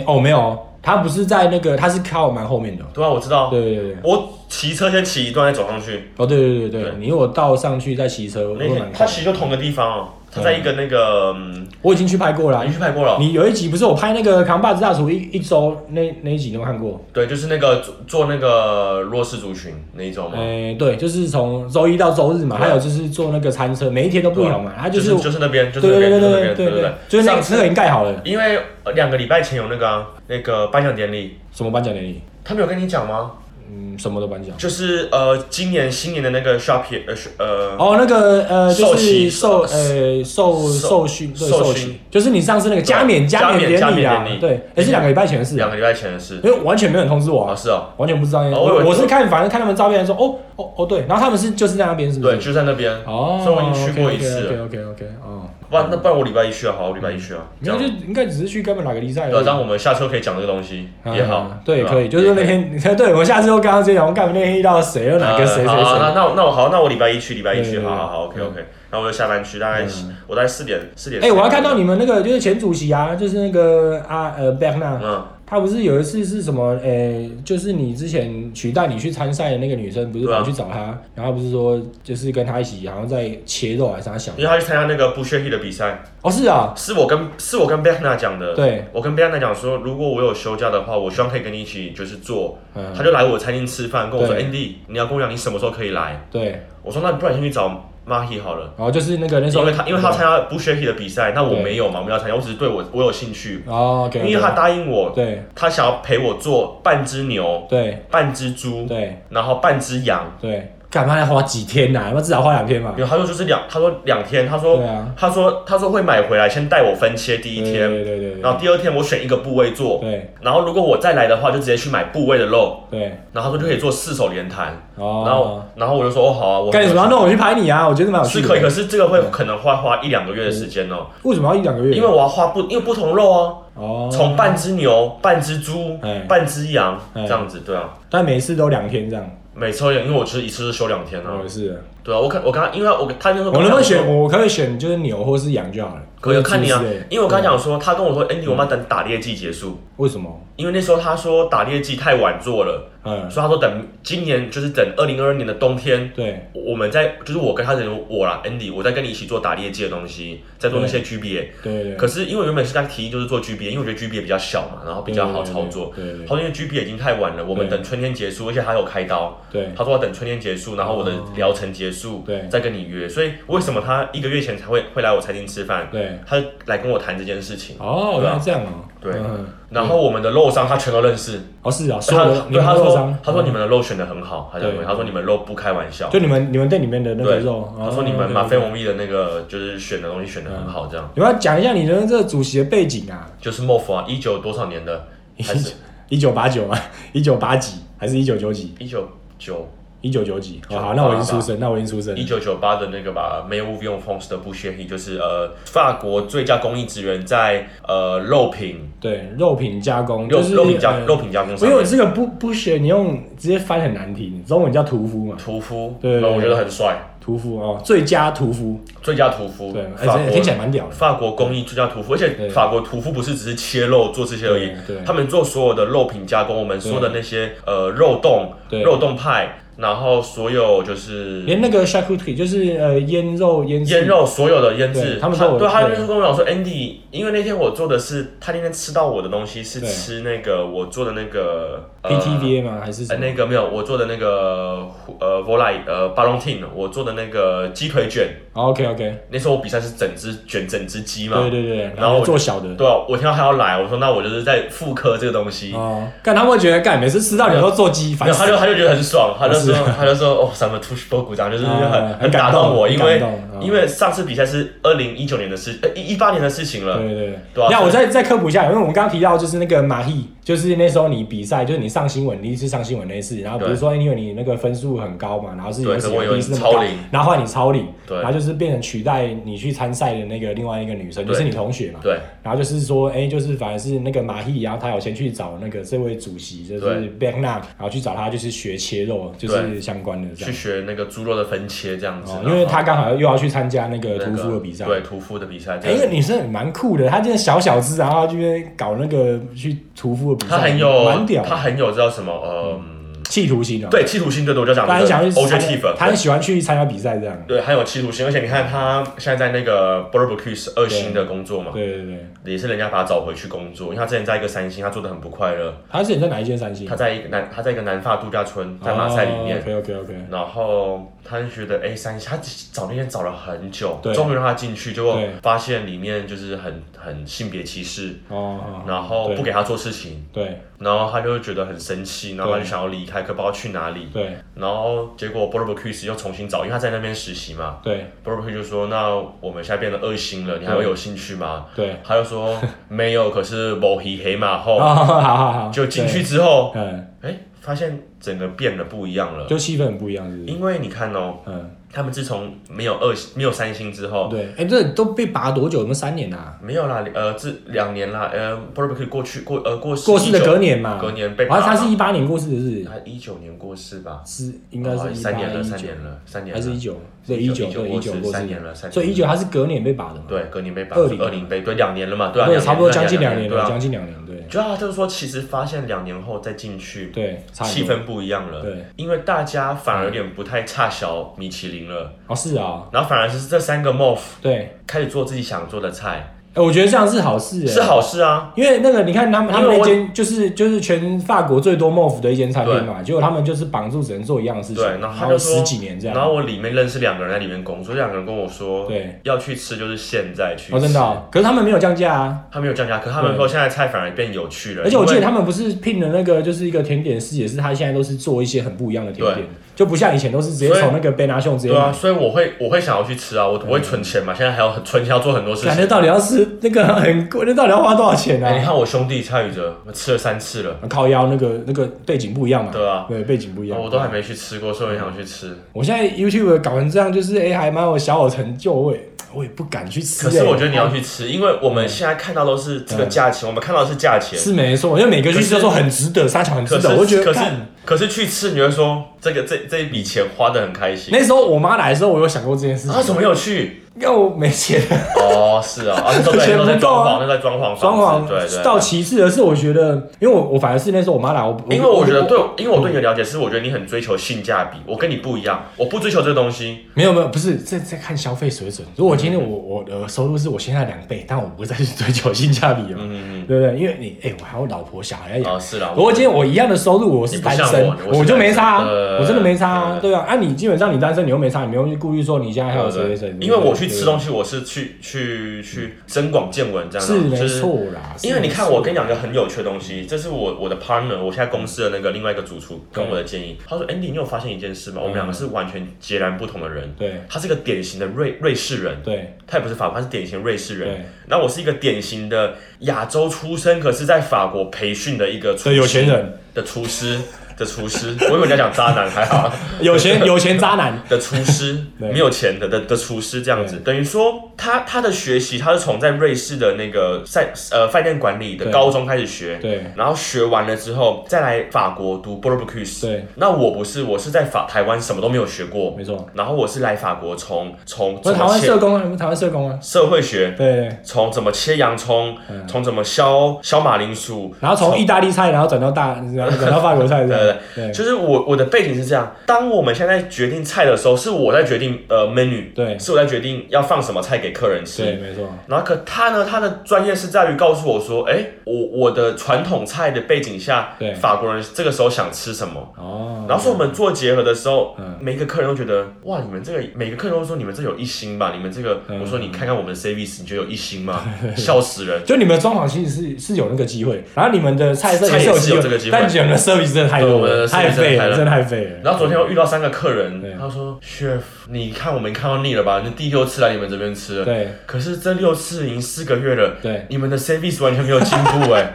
Speaker 1: 哎、哦没有，他不是在那个，他是靠蛮后面的。
Speaker 2: 对啊，我知道，
Speaker 1: 对对对对，
Speaker 2: 我骑车先骑一段再走上去，
Speaker 1: 哦对对对对，
Speaker 2: 对
Speaker 1: 你如果到上去再骑车，会
Speaker 2: 那
Speaker 1: 蛮
Speaker 2: 天
Speaker 1: 快
Speaker 2: 它。其实就同个地方哦，它在一个那个嗯，
Speaker 1: 我已经去拍过了啊、
Speaker 2: 你去拍过了哦，
Speaker 1: 你有一集不是我拍那个《扛把子大厨》一一周那那一集，你有没有看过？
Speaker 2: 对，就是那个做做那个弱势族群那一种
Speaker 1: 哎、
Speaker 2: 吗？
Speaker 1: 对，就是从周一到周日嘛，
Speaker 2: 对
Speaker 1: 还有就是做那个餐车，每一天都不一样嘛。他就是
Speaker 2: 是就是那边，就
Speaker 1: 哦对
Speaker 2: 是
Speaker 1: 对对
Speaker 2: 那边，就是那
Speaker 1: 对
Speaker 2: 边，
Speaker 1: 对
Speaker 2: 对
Speaker 1: 对，就是那
Speaker 2: 上
Speaker 1: 个
Speaker 2: 次
Speaker 1: 车已经盖好了。
Speaker 2: 因为呃两个礼拜前有那个啊，那个颁奖典礼，
Speaker 1: 什么颁奖典礼？
Speaker 2: 他没有跟你讲吗？
Speaker 1: 嗯，什么都颁奖。
Speaker 2: 就是呃，今年新年的那个 shop 也呃是呃，
Speaker 1: 哦，那个呃，就
Speaker 2: 授
Speaker 1: 是
Speaker 2: 旗
Speaker 1: 受呃受
Speaker 2: 授
Speaker 1: 受训对
Speaker 2: 授
Speaker 1: 受
Speaker 2: 勋
Speaker 1: 训，就是你上次那个加冕
Speaker 2: 对
Speaker 1: 加冕
Speaker 2: 加冕
Speaker 1: 典礼
Speaker 2: 加冕
Speaker 1: 啊
Speaker 2: 典，礼
Speaker 1: 对，也是两个礼拜前的事啊，
Speaker 2: 两个礼拜前的事。
Speaker 1: 因为完全没有人通知我
Speaker 2: 啊，
Speaker 1: 啊，
Speaker 2: 是哦，
Speaker 1: 完全不知道那个。
Speaker 2: 哦我以为
Speaker 1: 我我是
Speaker 2: 我
Speaker 1: 看反正看他们照片说，哦哦哦对，然后他们是就是在那边是不是
Speaker 2: 对，？就在那边。
Speaker 1: 哦，
Speaker 2: 所以我已经去过一次了。
Speaker 1: OK OK OK，哦，
Speaker 2: 不然那不然我礼拜一去啊，好，我礼拜一去啊。
Speaker 1: 没
Speaker 2: 这
Speaker 1: 有嗯
Speaker 2: 样
Speaker 1: 就应该只是去跟他们打个比赛而
Speaker 2: 对啊，
Speaker 1: 已。
Speaker 2: 让我们下车可以讲这个东西
Speaker 1: 嗯
Speaker 2: 也好。啊
Speaker 1: 对，
Speaker 2: 吧
Speaker 1: 可以，就是那
Speaker 2: 也可以
Speaker 1: 天，对我下次又刚刚这样，我干嘛那天遇到谁，又哪个谁谁
Speaker 2: 呃好啊那
Speaker 1: 谁，
Speaker 2: 那我那我好，那我礼拜一去，礼拜一
Speaker 1: 对
Speaker 2: 去，
Speaker 1: 对嗯
Speaker 2: 好好好，OK OK。然后我就下班去，大概我大概四点四点。
Speaker 1: 哎，我要看到你们那个就是前主席啊，就是那个啊呃 b e c k n a
Speaker 2: 嗯，
Speaker 1: 他不是有一次是什么？呃，就是你之前取代你去参赛的那个女生，不是
Speaker 2: 对啊
Speaker 1: 跑去找他，然后不是说就是跟他一起，好像在切肉还是他想
Speaker 2: 因？为他去参加那个不屑 h 的比赛，
Speaker 1: 哦，是啊，
Speaker 2: 是我跟是我跟贝安娜讲的。
Speaker 1: 对，
Speaker 2: 我跟贝安娜讲说，如果我有休假的话，我希望可以跟你一起就是做。
Speaker 1: 嗯
Speaker 2: 他，就来我餐厅吃饭，跟我说
Speaker 1: 对
Speaker 2: ：“Andy，你要跟我讲你什么时候可以来
Speaker 1: 对，？”
Speaker 2: 我说：“那你不然先去找 Mahi 好了。
Speaker 1: 然后就是那个那时候
Speaker 2: 因
Speaker 1: 嗯
Speaker 2: 为他因为他参加 b u s h e k i 的比赛，那我没有嘛，我没有参加，我只是对我我有兴趣，
Speaker 1: 哦，OK，
Speaker 2: 因为他答应我，
Speaker 1: 对
Speaker 2: 他想要陪我做半只牛、
Speaker 1: 对
Speaker 2: 半只猪，
Speaker 1: 对
Speaker 2: 然后半只羊，
Speaker 1: 对，干嘛要花几天呐、那至少花两天嘛
Speaker 2: 因。为他说就是两，他说两天，他说
Speaker 1: 对啊，
Speaker 2: 他说他说会买回来先带我分切第一天，
Speaker 1: 对对对
Speaker 2: 然
Speaker 1: 对
Speaker 2: 后第二天我选一个部位做，
Speaker 1: 对
Speaker 2: 然后如果我再来的话，就直接去买部位的肉，
Speaker 1: 对，
Speaker 2: 然后他说就可以做四手连弹，然
Speaker 1: 哦
Speaker 2: 后，然后我就说哦好啊，我
Speaker 1: 干你什么要弄我去拍你啊？我觉得蛮有趣
Speaker 2: 是
Speaker 1: 的。
Speaker 2: 可以，可是这个会可能会花一两个月的时间哦，
Speaker 1: 为什么要一两个月？
Speaker 2: 因为我要花不因为不同肉啊。
Speaker 1: 哦，
Speaker 2: 从半只牛、半只猪
Speaker 1: 哎、
Speaker 2: 半只羊
Speaker 1: 哎
Speaker 2: 这样子，对啊。
Speaker 1: 但每次都两天这样，
Speaker 2: 每抽一，因为我其实一次是休两天啊
Speaker 1: 我。也是。
Speaker 2: 对啊，我看我刚刚，因为我他就说
Speaker 1: 哦 我能不能选？我可不可以选就是牛或是羊就好了。
Speaker 2: 可以看你啊
Speaker 1: 或者猪之类的，
Speaker 2: 因为我刚刚讲说，他跟我说，哎，你我们要等打猎季结束，
Speaker 1: 为什么？
Speaker 2: 因为那时候他说打猎季太晚做了，
Speaker 1: 嗯，
Speaker 2: 所以他说等今年就是等二零二二年的冬天。
Speaker 1: 对
Speaker 2: 我们在就是我跟他人我啦，Andy，我在跟你一起做打猎季的东西，在做那些 GBA。
Speaker 1: 对对，
Speaker 2: 可是因为原本是他提议就是做 GBA，因为我觉得 GBA 比较小嘛，然后比较好操作。
Speaker 1: 对对对
Speaker 2: 后因为 GBA 已经太晚了，我们
Speaker 1: 对
Speaker 2: 等春天结束，而且还有开刀。
Speaker 1: 对哦
Speaker 2: 他说要等春天结束，然后我的疗程结束，
Speaker 1: 对
Speaker 2: 再跟你约。所以为什么他一个月前才会会来我餐厅吃饭？
Speaker 1: 对。
Speaker 2: 他来跟我谈这件事情，
Speaker 1: 哦，原来这样哦。
Speaker 2: 对
Speaker 1: 嗯
Speaker 2: 然后我们的肉商他全都认识。
Speaker 1: 哦是啊，所
Speaker 2: 他
Speaker 1: 有的你
Speaker 2: 对
Speaker 1: 们
Speaker 2: 他
Speaker 1: 肉
Speaker 2: 说
Speaker 1: 商，嗯
Speaker 2: 他说你们的肉选的很好，他认为
Speaker 1: 对
Speaker 2: 他说你们肉不开玩笑，
Speaker 1: 就你们你们店里面的那个
Speaker 2: 对
Speaker 1: 肉，哦
Speaker 2: 他说你们
Speaker 1: 麻
Speaker 2: 马菲蒙利的那个就是选的东西选的
Speaker 1: 嗯
Speaker 2: 很好，这样
Speaker 1: 你们要讲一下你的这个主席的背景啊，
Speaker 2: 就是莫夫啊，一九多少年的还是
Speaker 1: 一九八九啊，一九八几还是一九九几？
Speaker 2: 一九九
Speaker 1: 一九九几？哦，
Speaker 2: 九八
Speaker 1: 好，那我已经出生，那我已经出生
Speaker 2: 一。九九八的那个吧 m a y v i o n f o n s 的布歇黑，就是呃法国最佳工艺职员在呃肉品
Speaker 1: 对，肉品加工
Speaker 2: 肉
Speaker 1: 就是
Speaker 2: 肉品加
Speaker 1: 呃
Speaker 2: 肉品加工
Speaker 1: 因
Speaker 2: 上
Speaker 1: 为我
Speaker 2: 面，
Speaker 1: 这个不不学，你用直接翻很难听，中文叫屠夫嘛，
Speaker 2: 屠夫，
Speaker 1: 对对
Speaker 2: 呃我
Speaker 1: 对
Speaker 2: 觉得很帅，
Speaker 1: 屠夫哦，最佳屠夫，
Speaker 2: 最佳屠夫
Speaker 1: 对，，而
Speaker 2: 法
Speaker 1: 且
Speaker 2: 国
Speaker 1: 听起来蛮屌的，
Speaker 2: 法国工艺最佳屠夫，而且
Speaker 1: 对
Speaker 2: 法国屠夫不是只是切肉做这些而已
Speaker 1: 对对，
Speaker 2: 他们做所有的肉品加工，我们说的那些呃肉冻、
Speaker 1: 对
Speaker 2: 肉冻派，然后所有就是
Speaker 1: 连那个 charcuterie 就是呃腌肉腌制
Speaker 2: 腌，肉所有的腌制
Speaker 1: 对，他们说我
Speaker 2: 对，他
Speaker 1: 对
Speaker 2: 就是跟我讲说，Andy，因为那天我做的是，他那天吃到我的东西是
Speaker 1: 对
Speaker 2: 吃那个我做的那个呃
Speaker 1: PTVA 吗？还是什
Speaker 2: 呃
Speaker 1: 么？
Speaker 2: 那个没有，我做的那个呃 v o l a 呃 b a l o n t i n 我做的那个鸡腿卷，
Speaker 1: OK OK，
Speaker 2: 那时候我比赛是整只卷整只鸡嘛，
Speaker 1: 哦对对对，
Speaker 2: 然
Speaker 1: 然
Speaker 2: 后
Speaker 1: 后
Speaker 2: 我就
Speaker 1: 做小的。
Speaker 2: 对啊，我听到他要来，我说那我就是在复刻这个东西，
Speaker 1: 哦，干他们会觉得干，每次吃到你都做鸡，
Speaker 2: 然
Speaker 1: 反
Speaker 2: 后他
Speaker 1: 正
Speaker 2: 就他就觉得很爽，他就
Speaker 1: 不
Speaker 2: 说
Speaker 1: 是
Speaker 2: 他就说哦，咱们 t o u 鼓掌，就是
Speaker 1: 啊
Speaker 2: 很
Speaker 1: 很
Speaker 2: 打
Speaker 1: 感
Speaker 2: 动
Speaker 1: 动
Speaker 2: 我，
Speaker 1: 很
Speaker 2: 因
Speaker 1: 感
Speaker 2: 为
Speaker 1: 动啊
Speaker 2: 因为上次比赛是二零一九年的事，呃一一八年的事情了。
Speaker 1: 对对
Speaker 2: 对
Speaker 1: 对。
Speaker 2: 啊
Speaker 1: 那我再再科普一下，因为我们刚刚提到就是那个马戏，就是那时候你比赛，就是你上新闻第一次上新闻那一次，然后比如说因为你那个分数很高嘛，然后是
Speaker 2: 对
Speaker 1: 有史
Speaker 2: 可我
Speaker 1: 以来
Speaker 2: 有
Speaker 1: 第一次那么高
Speaker 2: 超龄，
Speaker 1: 然后后来你超龄，
Speaker 2: 对
Speaker 1: 然后就是变成取代你去参赛的那个另外一个女生，
Speaker 2: 对
Speaker 1: 就是你同学嘛。
Speaker 2: 对，
Speaker 1: 然后就是说，哎，就是反而是那个马戏，然后他有先去找那个这位主席，就是
Speaker 2: 对
Speaker 1: b a c k n a 然后去找他就是学切肉，就是
Speaker 2: 对
Speaker 1: 相关的这
Speaker 2: 去
Speaker 1: 样。
Speaker 2: 学那个猪肉的分切这样子
Speaker 1: 哦，，
Speaker 2: 然后
Speaker 1: 因为他刚好又要去参加那个
Speaker 2: 那
Speaker 1: 屠
Speaker 2: 个
Speaker 1: 夫的比赛，
Speaker 2: 对屠夫的比赛，
Speaker 1: 哎、一个女生也蛮酷的，她今天小小只，然后就搞那个去屠夫的比赛，
Speaker 2: 他很有
Speaker 1: 蛮屌，
Speaker 2: 他很有知道什么呃，
Speaker 1: 企图心啊。，
Speaker 2: 对企图心，对对，我就讲
Speaker 1: 她很想去参加
Speaker 2: objective，啊
Speaker 1: 她很喜欢去参加比赛这样。
Speaker 2: 对，很有企图心，而且你看他现在在那个 b u r b e c u e 是二星的工作嘛，
Speaker 1: 对对对，
Speaker 2: 也是人家把他找回去工作，因为他之前在一个三星，他做的很不快乐，
Speaker 1: 她之前在哪一间三星哦
Speaker 2: 他？在一个南他在一个南法度假村，在马赛里面。嗯
Speaker 1: OK OK OK。
Speaker 2: 然后他就觉得，哎，三星，他找那天找了很久，
Speaker 1: 对
Speaker 2: 终于让他进去，结果
Speaker 1: 对
Speaker 2: 发现里面就是很很性别歧视，
Speaker 1: 哦，
Speaker 2: 然后
Speaker 1: 对
Speaker 2: 不给他做事情，
Speaker 1: 对
Speaker 2: 然后他就觉得很生气，然后他就想要离开，可不知道去哪里。
Speaker 1: 对
Speaker 2: 然后结果 b o r b e c u e 又重新找，因为他在那边实习嘛。
Speaker 1: 对
Speaker 2: b o r b e c u e 就说：“那我们现在变得二星了，你还会有兴趣吗
Speaker 1: 对。？”
Speaker 2: 他就说：“没有，可是某黑黑马后
Speaker 1: 哦， 好好好。
Speaker 2: 就进去
Speaker 1: 对，
Speaker 2: 之后，
Speaker 1: 嗯，
Speaker 2: 哎，发现整个变得不一样了。
Speaker 1: 就气氛很不一样，是不是？
Speaker 2: 因为你看哦，
Speaker 1: 嗯，
Speaker 2: 他们自从没有二星没有三星之后，
Speaker 1: 对。哎、这都被拔多久？我们三年啊，
Speaker 2: 没有啦，呃，这两年啦，呃 b o r b e c u e 过去过呃过世
Speaker 1: 过世的隔年嘛。
Speaker 2: 隔年被
Speaker 1: 然后
Speaker 2: 拔
Speaker 1: 他是
Speaker 2: 嘛
Speaker 1: 一八年过世的是，
Speaker 2: 他一九年过世吧？
Speaker 1: 是应该
Speaker 2: 哦
Speaker 1: 是一八
Speaker 2: 三年了，
Speaker 1: 一
Speaker 2: 三
Speaker 1: 九
Speaker 2: 年。了，三年
Speaker 1: 还是一
Speaker 2: 了。
Speaker 1: 九？对，一
Speaker 2: 19
Speaker 1: 九，对，一
Speaker 2: 19
Speaker 1: 九过
Speaker 2: 过世
Speaker 1: 世
Speaker 2: 三年了三年了
Speaker 1: 所以一九他是隔年被拔的嘛？
Speaker 2: 对，隔年被拔，
Speaker 1: 20
Speaker 2: 二零被对两年了嘛，对啊，
Speaker 1: 对，
Speaker 2: 两年
Speaker 1: 差不多将近两
Speaker 2: 年
Speaker 1: 年
Speaker 2: 对
Speaker 1: 了，
Speaker 2: 啊。
Speaker 1: 将近两年，对
Speaker 2: 就啊，就是说，其实发现两年后再进去，
Speaker 1: 对，差
Speaker 2: 气
Speaker 1: 很多
Speaker 2: 氛不一样了。
Speaker 1: 对，
Speaker 2: 因为大家反而有点不太差小米其林了，
Speaker 1: 哦，是啊，
Speaker 2: 然后反而是这三个 m o f
Speaker 1: 对
Speaker 2: 开始做自己想做的菜，
Speaker 1: 哎我觉得这样是好事、哎，
Speaker 2: 是好事啊。
Speaker 1: 因为那个你看他们他
Speaker 2: 因
Speaker 1: 们
Speaker 2: 为
Speaker 1: 那
Speaker 2: 我
Speaker 1: 间就是就是全法国最多 MOF 的一间餐厅嘛，结果他们就是绑住只能做一样的事情，
Speaker 2: 对，然
Speaker 1: 然
Speaker 2: 后他就说
Speaker 1: 十几年这样，
Speaker 2: 然后我里面认识两个人在里面工作，两个人跟我说，
Speaker 1: 对，
Speaker 2: 要去吃就是现在去吃。
Speaker 1: 哦真的哦、可是他们没有降价啊，
Speaker 2: 他没有降价，可他们
Speaker 1: 对
Speaker 2: 说现在菜反而变有趣了。
Speaker 1: 而且我
Speaker 2: 因为
Speaker 1: 记得他们不是聘了那个就是一个甜点师，也是他现在都是做一些很不一样的甜点，就不像以前都是直接
Speaker 2: 所以
Speaker 1: 从那个贝拿秀直接
Speaker 2: 对啊，
Speaker 1: 买。
Speaker 2: 所以我会我会想要去吃啊，我我会存钱嘛，现在还要存钱要做很多事
Speaker 1: 嗯感觉
Speaker 2: 情。
Speaker 1: 到底要吃那个很贵，那到底要花多少钱
Speaker 2: 哎、你
Speaker 1: 啊？
Speaker 2: 看我兄弟蔡宇哲，我吃了三次了，
Speaker 1: 靠腰那个那个背景不一样嘛，
Speaker 2: 对啊
Speaker 1: 对背景不一样。嗯
Speaker 2: 我都还没去吃过，所以我很想去吃。
Speaker 1: 我现在 YouTube 搞成这样，就是哎、还蛮有小有成就，我也我也不敢去吃、
Speaker 2: 可是
Speaker 1: 哎
Speaker 2: 我觉得你要去吃，因为我们现在看到都是这个价钱，我
Speaker 1: 嗯
Speaker 2: 们看到的是价钱。
Speaker 1: 是没错，因为每个
Speaker 2: 可
Speaker 1: 律
Speaker 2: 是
Speaker 1: 师都说很值得，沙桥很值
Speaker 2: 可
Speaker 1: 得，我就觉
Speaker 2: 是
Speaker 1: 得
Speaker 2: 可是
Speaker 1: 干
Speaker 2: 可是去吃，你会说这个这这一笔钱花的很开心。
Speaker 1: 那时候我妈来的时候，我有想过这件事
Speaker 2: 啊，
Speaker 1: 情，
Speaker 2: 怎么没有去？
Speaker 1: 因为我没钱，
Speaker 2: 哦，是啊，啊，那时候对，
Speaker 1: 钱不
Speaker 2: 那时候在装
Speaker 1: 够啊
Speaker 2: 潢，那时候在装潢，
Speaker 1: 装
Speaker 2: 潢，
Speaker 1: 潢
Speaker 2: 对对。
Speaker 1: 到其次，而是我觉得，因为我我反而是那时候我妈来，我
Speaker 2: 因为我觉得对，因为我对你的了解是，我觉得你很追求性价比，我跟你不一样，我不追求这个东西。
Speaker 1: 没有没有，不是在在看消费水准。如果今天我我的收入是我现在两倍，但我不会再去追求性价比了，
Speaker 2: 嗯嗯
Speaker 1: 对不对？因为你哎、我还有老婆小孩要
Speaker 2: 嗯，
Speaker 1: 养。
Speaker 2: 啊，是啦。
Speaker 1: 如果今天我一样的收入，我是
Speaker 2: 你不
Speaker 1: 单
Speaker 2: 像
Speaker 1: 身
Speaker 2: 我，我
Speaker 1: 我
Speaker 2: 是
Speaker 1: 就没差、
Speaker 2: 单身
Speaker 1: 啊，
Speaker 2: 对
Speaker 1: 我真的没差、啊，
Speaker 2: 对
Speaker 1: 对啊。啊，你基本上你单身，你又没差，你不用去顾虑说你现在还有谁谁谁。
Speaker 2: 因为我去吃
Speaker 1: 东
Speaker 2: 东西，我是去去去增广见闻这样
Speaker 1: 是
Speaker 2: 子，
Speaker 1: 没
Speaker 2: 就是
Speaker 1: 错啦，
Speaker 2: 因为你看，
Speaker 1: 是没错
Speaker 2: 我跟你讲一个很有趣的东西，这是我我的 partner，我现在公司的那个另外一个主厨跟我的建议。他说：“Andy，你有发现一件事吗？我们两个是完全截然不同的人。
Speaker 1: 嗯对
Speaker 2: 他是一个典型的瑞瑞士人，
Speaker 1: 对
Speaker 2: 他也不是法国，他是典型的瑞士人
Speaker 1: 对。
Speaker 2: 那我是一个典型的亚洲出生，可是在法国培训的一个厨
Speaker 1: 对
Speaker 2: 师
Speaker 1: 有钱人
Speaker 2: 的厨师的厨师。我以为你要讲渣男，还 好。
Speaker 1: 有钱有钱渣男，
Speaker 2: 的厨师，
Speaker 1: 对
Speaker 2: 没有钱的的的厨师这样子，等于说他他的学习，他是从在瑞士的那个赛呃饭店管理的
Speaker 1: 对
Speaker 2: 高中开始学，
Speaker 1: 对
Speaker 2: 然后学完了之后再来法国读 b o r b e c u s
Speaker 1: 对，
Speaker 2: 那我不是，我是在法台湾什么都没有学过，
Speaker 1: 没错。
Speaker 2: 然后我是来法国从从
Speaker 1: 我
Speaker 2: 怎
Speaker 1: 是台
Speaker 2: 么
Speaker 1: 湾
Speaker 2: 切
Speaker 1: 社工啊，你们台湾社工啊，
Speaker 2: 社会学，
Speaker 1: 对。嗯
Speaker 2: 从怎么切洋葱，从怎么削削马铃薯，
Speaker 1: 然后从意大利菜，然后转到 大，然后转到法国菜，这
Speaker 2: 对对
Speaker 1: 样。
Speaker 2: 对，
Speaker 1: 对
Speaker 2: 就是我我的背景是这样。当我们现在决定菜的时候，是我在决定呃 menu，
Speaker 1: 对
Speaker 2: 是我在决定要放什么菜给客人
Speaker 1: 对，
Speaker 2: 吃。
Speaker 1: 没错。
Speaker 2: 然后可他呢，他的专业是在于告诉我说，哎，我我的传统菜的背景下
Speaker 1: 对，
Speaker 2: 法国人这个时候想吃什么。
Speaker 1: 哦，
Speaker 2: 然后说我们做结合的时候，
Speaker 1: 嗯
Speaker 2: 每一个客人都觉得哇，你们这个每个客人都说你们这有一星吧，你们这个，
Speaker 1: 嗯
Speaker 2: 我说你看看我们的 service，你觉得有一星吗？ 笑死人。
Speaker 1: 就你们的装潢其实是是有那个机会，然后你们的菜色
Speaker 2: 菜
Speaker 1: 也
Speaker 2: 也
Speaker 1: 有
Speaker 2: 是有这个机会
Speaker 1: 但你们的 service 真的太
Speaker 2: 对我
Speaker 1: 多
Speaker 2: 们
Speaker 1: 了，
Speaker 2: 的
Speaker 1: 太
Speaker 2: service
Speaker 1: 废
Speaker 2: 太
Speaker 1: 了，
Speaker 2: 了
Speaker 1: 真的太废了。
Speaker 2: 然后昨天我遇到三个客
Speaker 1: 对
Speaker 2: 人，他说：“Chef，你看我没看到腻了吧？那第六次来你们这边吃了，
Speaker 1: 对
Speaker 2: 可是这六次已经四个月了，
Speaker 1: 对
Speaker 2: 你们的 service 完全没有进 步哎。”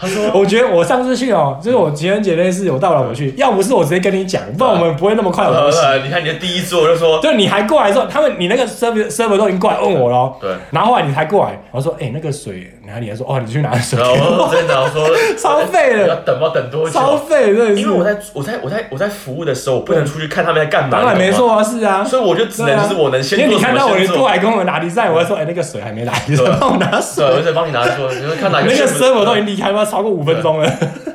Speaker 2: 他说
Speaker 1: 我觉得我上次去哦，就是我情人节那次我带我老婆去，要不是我直接跟你讲，不然我们不会那么：“快有东
Speaker 2: 呃，
Speaker 1: 西。
Speaker 2: 呃你看你的第一桌就说，
Speaker 1: 就你还过来的时候，他们你那个 server server 都已经过来问我了，
Speaker 2: 对
Speaker 1: 然后后来你才过来，然后说，哎、那个水哪里？他说，哦，你去拿水
Speaker 2: 然，后啊我说真的，我 说呃
Speaker 1: 超废
Speaker 2: 要
Speaker 1: 了，
Speaker 2: 等不知道等多
Speaker 1: 超
Speaker 2: 久？啊
Speaker 1: 废，真的是。
Speaker 2: 因为我在我在我在我在服务的时候，我不能出去看他们在干嘛，
Speaker 1: 当然
Speaker 2: 你
Speaker 1: 没
Speaker 2: 懂
Speaker 1: 错
Speaker 2: 吗，
Speaker 1: 啊，是啊，
Speaker 2: 所以我就只
Speaker 1: 对啊
Speaker 2: 能就是我能
Speaker 1: 因
Speaker 2: 先
Speaker 1: 为
Speaker 2: 做
Speaker 1: 你
Speaker 2: 什
Speaker 1: 看
Speaker 2: 么
Speaker 1: 到我
Speaker 2: 先
Speaker 1: 你过
Speaker 2: 做，
Speaker 1: 来跟我拿比赛，我会说，哎、那个水还没来，你
Speaker 2: 对
Speaker 1: 帮我拿水
Speaker 2: 对，。我就帮你拿错，你就看哪个
Speaker 1: 那个
Speaker 2: chef-
Speaker 1: server 都已经离开，妈超过五分钟了。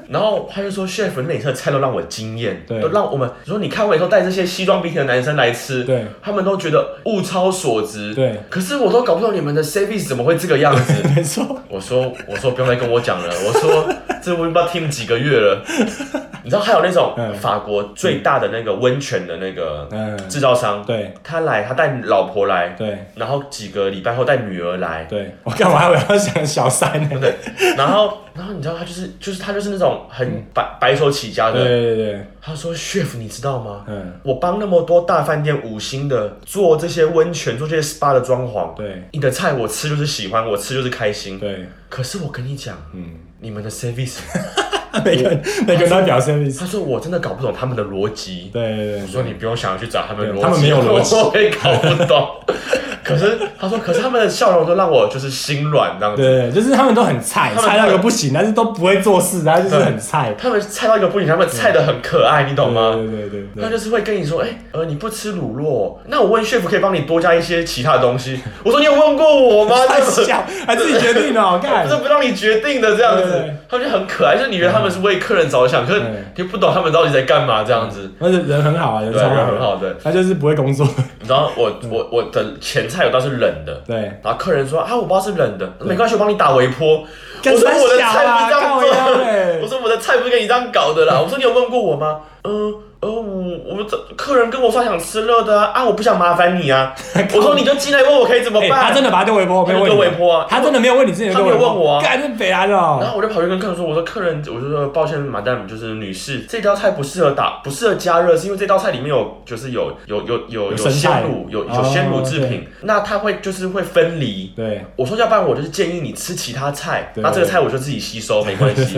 Speaker 2: 然后他就说，chef，你每次的菜都让我惊艳，
Speaker 1: 对
Speaker 2: 都让我们，你说你看我以后带这些西装笔挺的男生来吃，
Speaker 1: 对
Speaker 2: 他们都觉得物超所值，
Speaker 1: 对
Speaker 2: 可是我都搞不懂你们的 service 怎么会这个样 子。
Speaker 1: 没错，
Speaker 2: 我说，我说不用再跟我讲了，我说这我已经不知道听几个月 了。你知道还有那种
Speaker 1: 嗯
Speaker 2: 法国最大的那个温泉的那个
Speaker 1: 嗯
Speaker 2: 制造商，
Speaker 1: 对
Speaker 2: 他来，他带老婆来，
Speaker 1: 对
Speaker 2: 然后几个礼拜后带女儿来，
Speaker 1: 对，我干嘛我要想小三呢？对
Speaker 2: 对，然后然后你知道他就是就是他就是那种很白、白手起家的，
Speaker 1: 嗯对对，
Speaker 2: 他说：“Chef，你知道吗？
Speaker 1: 嗯，
Speaker 2: 我帮那么多大饭店五星的做这些温泉、做这些 SPA 的装潢，
Speaker 1: 对
Speaker 2: 你的菜我吃就是喜欢，我吃就是开心。
Speaker 1: 对，
Speaker 2: 可是我跟你讲，嗯，你们的 service，
Speaker 1: 每个人每个人都在表现意思。
Speaker 2: 他说我真的搞不懂他们的逻辑。
Speaker 1: 对对对
Speaker 2: 我，说你不用想要去找他们的逻
Speaker 1: 对
Speaker 2: 辑，
Speaker 1: 他们没有逻辑
Speaker 2: 我也搞不懂。 可是他说，可是他们的笑容都让我就是心软这样子。
Speaker 1: 对，就是他们都很菜，
Speaker 2: 他们
Speaker 1: 菜到一个不行，但是都不会做事，然后就是很菜。
Speaker 2: 他们菜到一个不行，他们菜的很可爱，你懂吗？
Speaker 1: 对对对
Speaker 2: 他
Speaker 1: 对
Speaker 2: 就是会跟你说，哎、呃，你不吃乳酪，那我问 chef 可以帮你多加一些其他的东西。我说你有问过我吗？
Speaker 1: 对， 太
Speaker 2: 这不
Speaker 1: 小，还自己决定了，干
Speaker 2: 这。不让你决定的这样
Speaker 1: 对对
Speaker 2: 子
Speaker 1: 对，
Speaker 2: 他们就很可爱，就是你觉得他们是为客人着想，可是
Speaker 1: 对
Speaker 2: 你不懂他们到底在干嘛这样子。
Speaker 1: 但是人很好啊，人
Speaker 2: 对，
Speaker 1: 超
Speaker 2: 人很好的。
Speaker 1: 他就是不会工作。
Speaker 2: 你知道我我我的前菜有道是冷的，
Speaker 1: 对，
Speaker 2: 然后客人说啊，我不知道是冷的，没关系，我帮你打微波。我
Speaker 1: 干
Speaker 2: 说
Speaker 1: 三
Speaker 2: 我的
Speaker 1: 小
Speaker 2: 菜不
Speaker 1: 啊
Speaker 2: 是这
Speaker 1: 靠
Speaker 2: 样做
Speaker 1: 腰嘞
Speaker 2: 的， 我说我的菜不是跟你这样搞的啦。我说你有问过我吗？嗯呃，我我们这客人跟我说想吃热的啊，啊我不想麻烦你 啊。我说你就进来问我可以怎么
Speaker 1: 哎，
Speaker 2: 办
Speaker 1: 他。真的把它丢微波，没
Speaker 2: 啊
Speaker 1: 有
Speaker 2: 他就
Speaker 1: 问
Speaker 2: 丢
Speaker 1: 你
Speaker 2: 微波啊
Speaker 1: 他真的没有问你，之前
Speaker 2: 他没有
Speaker 1: 微波
Speaker 2: 问我啊
Speaker 1: 干这北安
Speaker 2: 然
Speaker 1: 哦，
Speaker 2: 后我就跑去跟客人说：“我说客人，我就说抱歉，madam，就是女士，这道菜不适合打，不适合加热，是因为这道菜里面有就是有有有
Speaker 1: 有
Speaker 2: 有有
Speaker 1: 生哦菜
Speaker 2: 鲜乳，有有鲜乳制品，那它会就是会分离。
Speaker 1: 对，
Speaker 2: 我说要不然我就是建议你吃其他菜，
Speaker 1: 对
Speaker 2: 那这个菜我就自己吸收，没 关系。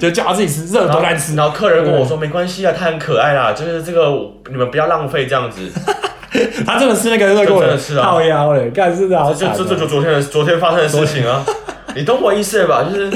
Speaker 1: 就叫他自己吃，热的
Speaker 2: 然
Speaker 1: 都
Speaker 2: 后
Speaker 1: 难吃，
Speaker 2: 然后客人跟我说没关系啊，它很可爱啦，就是这个你们不要浪费这样子。
Speaker 1: 他真的吃那个热狗，
Speaker 2: 真的是啊
Speaker 1: 靠腰嘞，干真的好
Speaker 2: 就
Speaker 1: 惨哦，
Speaker 2: 这这就昨天的昨天发生的事情 啊，你懂我意思了吧？就是，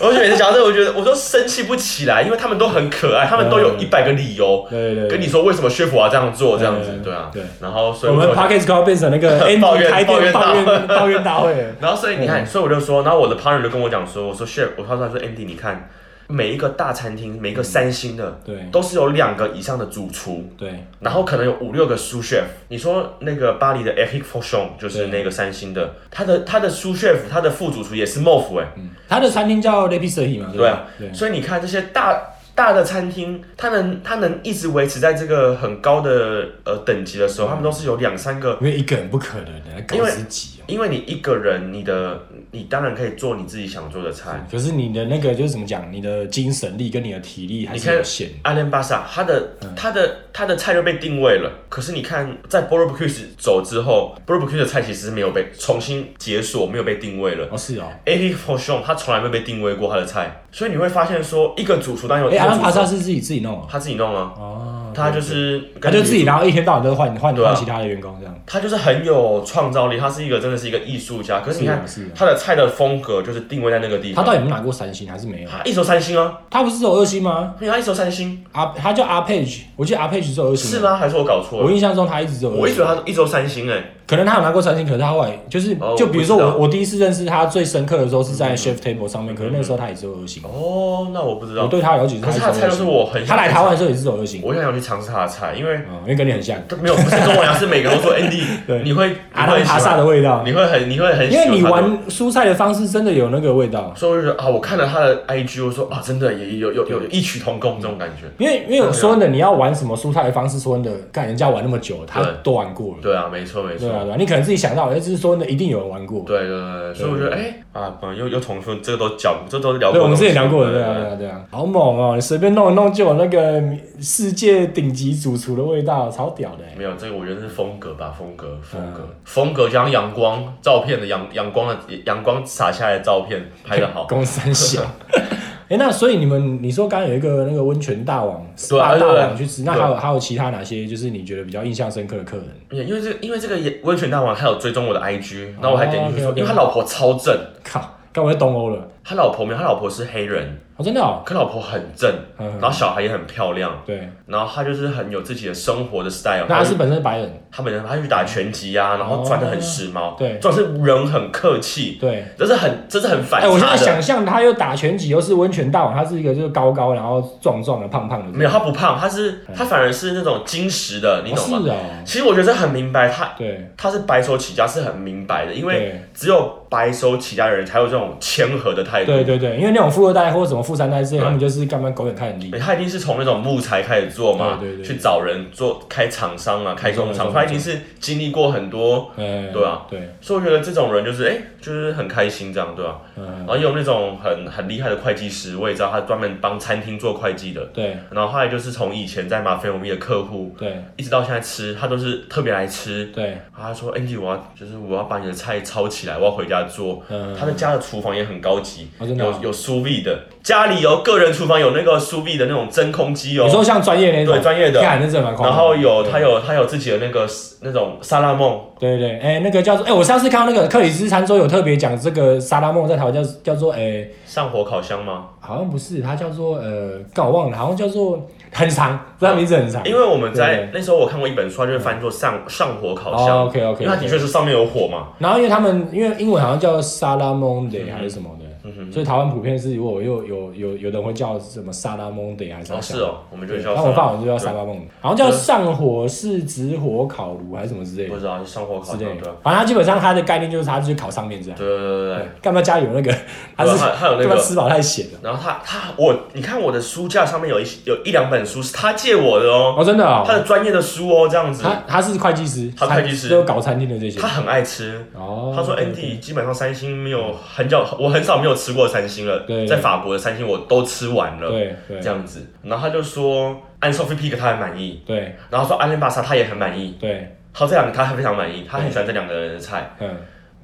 Speaker 2: 我就每次讲到这，我觉得我都生气不起来，因为他们都很可爱，他们都有一百个理由
Speaker 1: 对嗯对对，
Speaker 2: 跟你说为什么薛普华这样做，这样子，对啊，
Speaker 1: 对
Speaker 2: 然后所以
Speaker 1: 我们
Speaker 2: 就
Speaker 1: p o c k e t 快要变成那 个 Andy
Speaker 2: 抱怨
Speaker 1: 开
Speaker 2: 抱
Speaker 1: 店
Speaker 2: 怨大
Speaker 1: 抱
Speaker 2: 会
Speaker 1: 怨抱怨大会，
Speaker 2: 然后所以你
Speaker 1: 嗯
Speaker 2: 看，所以我就说，然后我的 partner 就跟我讲说，我说 chef，我他说他说 Andy，你看每一个大餐厅，
Speaker 1: 嗯
Speaker 2: 每一个三星的，
Speaker 1: 对
Speaker 2: 都是有两个以上的主厨，
Speaker 1: 对
Speaker 2: 然后可能有五六个苏 chef。你说那个巴黎的 Eric f o s h o n 就是那个三星的，他的他的苏 chef，他的副主厨也是 m o f 哎，
Speaker 1: 他的餐厅叫 Le p i s s e r i 嘛，
Speaker 2: 对
Speaker 1: 吧
Speaker 2: 啊？
Speaker 1: 嗯对，
Speaker 2: 所以你看这些大大的餐厅，它能它能一直维持在这个很高的呃等级的
Speaker 1: 嗯
Speaker 2: 时候，他们都是有两三个。
Speaker 1: 因为一个人不可能的，搞十几哦。
Speaker 2: 因为你一个人，你的你当然可以做你自己想做的菜。
Speaker 1: 可是你的那个就是怎么讲，你的精神力跟你的体力还
Speaker 2: 你
Speaker 1: 是
Speaker 2: 看
Speaker 1: 有限。嗯
Speaker 2: 阿联巴萨，他的他的他的菜就被定位了。可是你看，在 b o r b e c u e 走之后 b o r b e c u e 的菜其实没有被重新解锁，没有被定位了。
Speaker 1: 哦，是哦。
Speaker 2: a d f o r s h o n 他从来没被定位过他的菜，所以你会发现说，一个主厨当然有
Speaker 1: 哎，
Speaker 2: 一个
Speaker 1: 阿
Speaker 2: 主
Speaker 1: 兰
Speaker 2: 厨
Speaker 1: 帕萨是自己自己弄哦。
Speaker 2: 他自己弄啊，
Speaker 1: 哦，
Speaker 2: 他就是
Speaker 1: 他就自己，然后一天到晚都换换
Speaker 2: 对啊
Speaker 1: 换其他的员工这样。
Speaker 2: 他就是很有创造力，他是一个真的是一个艺术家。可是你看
Speaker 1: 是啊是啊
Speaker 2: 他的菜的风格就是定位在那个地
Speaker 1: 他
Speaker 2: 方，
Speaker 1: 到底有没有拿过三星还是没有？
Speaker 2: 他一手三星啊，
Speaker 1: 他不是只有二星吗？
Speaker 2: 因为他一手三星
Speaker 1: 阿他叫阿佩 e 我记得阿佩 e 只有二星。
Speaker 2: 是？吗？还是我搞错
Speaker 1: 我
Speaker 2: 了？
Speaker 1: 印象中他一直只有
Speaker 2: 我
Speaker 1: 二
Speaker 2: 一
Speaker 1: 星。
Speaker 2: 直以为他一手三星哎，
Speaker 1: 可能他有拿过三星，可是他后来就是
Speaker 2: 哦
Speaker 1: 就比如说
Speaker 2: 我
Speaker 1: 我
Speaker 2: 不知嗯
Speaker 1: 我第一次认识他最深刻的时候是在 chef table 上面，可是那时候他也只有二星。
Speaker 2: 哦，那我不知
Speaker 1: 我
Speaker 2: 道。
Speaker 1: 对他了解是
Speaker 2: 可是
Speaker 1: 只有
Speaker 2: 他
Speaker 1: 二
Speaker 2: 的菜
Speaker 1: 星。
Speaker 2: 就是我很
Speaker 1: 他
Speaker 2: 想
Speaker 1: 来台湾的时候也是只有二星，
Speaker 2: 我很想去尝试他的菜，因为
Speaker 1: 嗯，因为跟你很像。
Speaker 2: 没有不是跟我一样，是每个人都说
Speaker 1: 对
Speaker 2: Andy，你会
Speaker 1: 阿
Speaker 2: 你
Speaker 1: 拉
Speaker 2: 会喜
Speaker 1: 帕萨
Speaker 2: 欢，
Speaker 1: 的味道，
Speaker 2: 你会很你会很喜
Speaker 1: 因为
Speaker 2: 欢他的，
Speaker 1: 你玩蔬菜的方式真的有那个味道。
Speaker 2: 所以我就觉得啊，我看了他的 IG，我说啊，真的也有有有有异曲同工这种感觉。
Speaker 1: 因为因为我说真的，你要玩什么蔬菜的方式，说真的，看人家玩那么久，他
Speaker 2: 对
Speaker 1: 都玩过了。
Speaker 2: 对啊，没错没错
Speaker 1: 对。啊，对啊，你可能自己想到，哎，就是说真的，一定有人玩过。
Speaker 2: 对对对，所以我觉得哎啊，本来又又重复，这个都讲，这都聊过的东西。
Speaker 1: 对，我们之前聊过的，对啊，
Speaker 2: 对
Speaker 1: 对啊，对啊，好猛哦！你随便弄一弄就有那个世界顶级主厨的味道，超屌的欸。
Speaker 2: 没有这个，我觉得是风格吧，风格，风格，
Speaker 1: 嗯
Speaker 2: 风格加上阳光照片的阳阳光的阳光洒下来的照片拍的好。
Speaker 1: 公三 小。哎、那所以你们，你说刚刚有一个那个温泉大王，
Speaker 2: 对
Speaker 1: 大
Speaker 2: 啊
Speaker 1: 大
Speaker 2: 对
Speaker 1: 王
Speaker 2: 对啊
Speaker 1: 去吃，那还有还有其他哪些就是你觉得比较印象深刻的客人？
Speaker 2: 因为这个，因为这个也温泉大王他有追踪我的 IG，然后我还点进
Speaker 1: 哦
Speaker 2: 去说，
Speaker 1: ，OK，OK
Speaker 2: 因为他老婆超正，
Speaker 1: 靠，该不会东欧了？
Speaker 2: 他老婆没有，他老婆是黑人，
Speaker 1: 哦，真的哦，
Speaker 2: 可老婆很正，
Speaker 1: 嗯
Speaker 2: 然后小孩也很漂亮，
Speaker 1: 对，
Speaker 2: 然后他就是很有自己的生活的 style。
Speaker 1: 那他是本身是白人，
Speaker 2: 他们他去打拳击啊，然后穿的很时髦，
Speaker 1: 哦对
Speaker 2: 主要是人很客气，
Speaker 1: 对。
Speaker 2: 这是很这是很反
Speaker 1: 哎、我现在
Speaker 2: 差的。
Speaker 1: 想象他又打拳击，又是温泉大王，他是一个就是高高，然后壮壮的、胖胖的，
Speaker 2: 没有，他不胖，他是他反而是那种金石的，
Speaker 1: 嗯
Speaker 2: 你
Speaker 1: 哦
Speaker 2: 懂吗？
Speaker 1: 是哦，
Speaker 2: 其实我觉得这很明白，他
Speaker 1: 对，
Speaker 2: 他是白手起家是很明白的，因为
Speaker 1: 对
Speaker 2: 只有白手起家的人才有这种谦和的态度。
Speaker 1: 对对对，因为那种富二代或者什么富三代
Speaker 2: 嗯
Speaker 1: 之类，他们就是干嘛狗眼看人低，
Speaker 2: 欸他一定是从那种木材开始做嘛，
Speaker 1: 对对对
Speaker 2: 去找人做开厂商啊，开工
Speaker 1: 没错没
Speaker 2: 厂，
Speaker 1: 错
Speaker 2: 他一定是经历过很多，
Speaker 1: 嗯，
Speaker 2: 对啊，
Speaker 1: 对，
Speaker 2: 所以我觉得这种人就是哎、欸就是很开心这样，对吧、
Speaker 1: 嗯，
Speaker 2: 然后也有那种很很厉害的会计师，我也知道他专门帮餐厅做会计的。
Speaker 1: 对
Speaker 2: 然后后来就是从以前在马菲欧米的客户，
Speaker 1: 对
Speaker 2: 一直到现在吃，他都是特别来吃。
Speaker 1: 对，
Speaker 2: 他说：“Andy，我要就是我要把你的菜抄起来，我要回家做。
Speaker 1: 嗯
Speaker 2: 他的家的厨房也很高级，
Speaker 1: 哦真的啊
Speaker 2: 有有苏 V 的，家里有个人厨房有那个苏 V 的那种真空机哦
Speaker 1: 你。说像专业那种，
Speaker 2: 对专业的
Speaker 1: 看那真的蛮夸张
Speaker 2: 然
Speaker 1: 的
Speaker 2: 后有
Speaker 1: 对
Speaker 2: 他有他有自己的那个那种沙拉梦，
Speaker 1: 对对，对哎、那个叫做哎、我上次看到那个克里斯餐桌有特别讲这个沙拉梦在台湾叫叫做哎、
Speaker 2: 上火烤箱吗？
Speaker 1: 好像不是，它叫做呃，刚我忘了，好像叫做很长，这名字很长。
Speaker 2: 因为我们
Speaker 1: 对
Speaker 2: 在那时候我看过一本书，它就是翻作上上火烤
Speaker 1: 哦
Speaker 2: 箱，
Speaker 1: ，OK，OK，OK
Speaker 2: 因为它的确是上面有火嘛。嗯
Speaker 1: 然后因为他们因为英文好像叫沙拉 Monday 还是什么的，所以台湾普遍是，如果有有有有人会叫什么沙拉蒙德还是
Speaker 2: 哦，是哦，我们就
Speaker 1: 对，
Speaker 2: 叫
Speaker 1: 那我爸
Speaker 2: 上
Speaker 1: 我就叫沙拉梦，好像叫上火是直火烤炉还是什么之类
Speaker 2: 不
Speaker 1: 的
Speaker 2: 知道上火烤
Speaker 1: 之
Speaker 2: 对
Speaker 1: 类
Speaker 2: 对对
Speaker 1: 的，反正它基本上它的概念就是它就是烤上面这样。
Speaker 2: 对对对
Speaker 1: 对，干嘛家里有那个？还
Speaker 2: 对
Speaker 1: 是
Speaker 2: 还还有那个
Speaker 1: 干嘛吃饱太咸了？
Speaker 2: 然后他他我，你看我的书架上面有一有一两本书是他借我的哦，
Speaker 1: 哦，真的
Speaker 2: 他
Speaker 1: 哦，
Speaker 2: 的专业的书哦，这样子。
Speaker 1: 他他是会计师，
Speaker 2: 他会计师
Speaker 1: 就搞餐厅的这些
Speaker 2: 他。很爱吃，
Speaker 1: 哦，
Speaker 2: 他说 Andy 基本上三星没有很久，我很少没有吃过三星了
Speaker 1: 对，
Speaker 2: 在法国的三星我都吃完了，
Speaker 1: 对对
Speaker 2: 这样子。然后他就说哎按 Sophie Pic 他很满意，
Speaker 1: 对
Speaker 2: 然后说安利巴萨他也很满意，
Speaker 1: 对，
Speaker 2: 他这两个他非常满意，他很喜欢这两个人的菜。
Speaker 1: 嗯，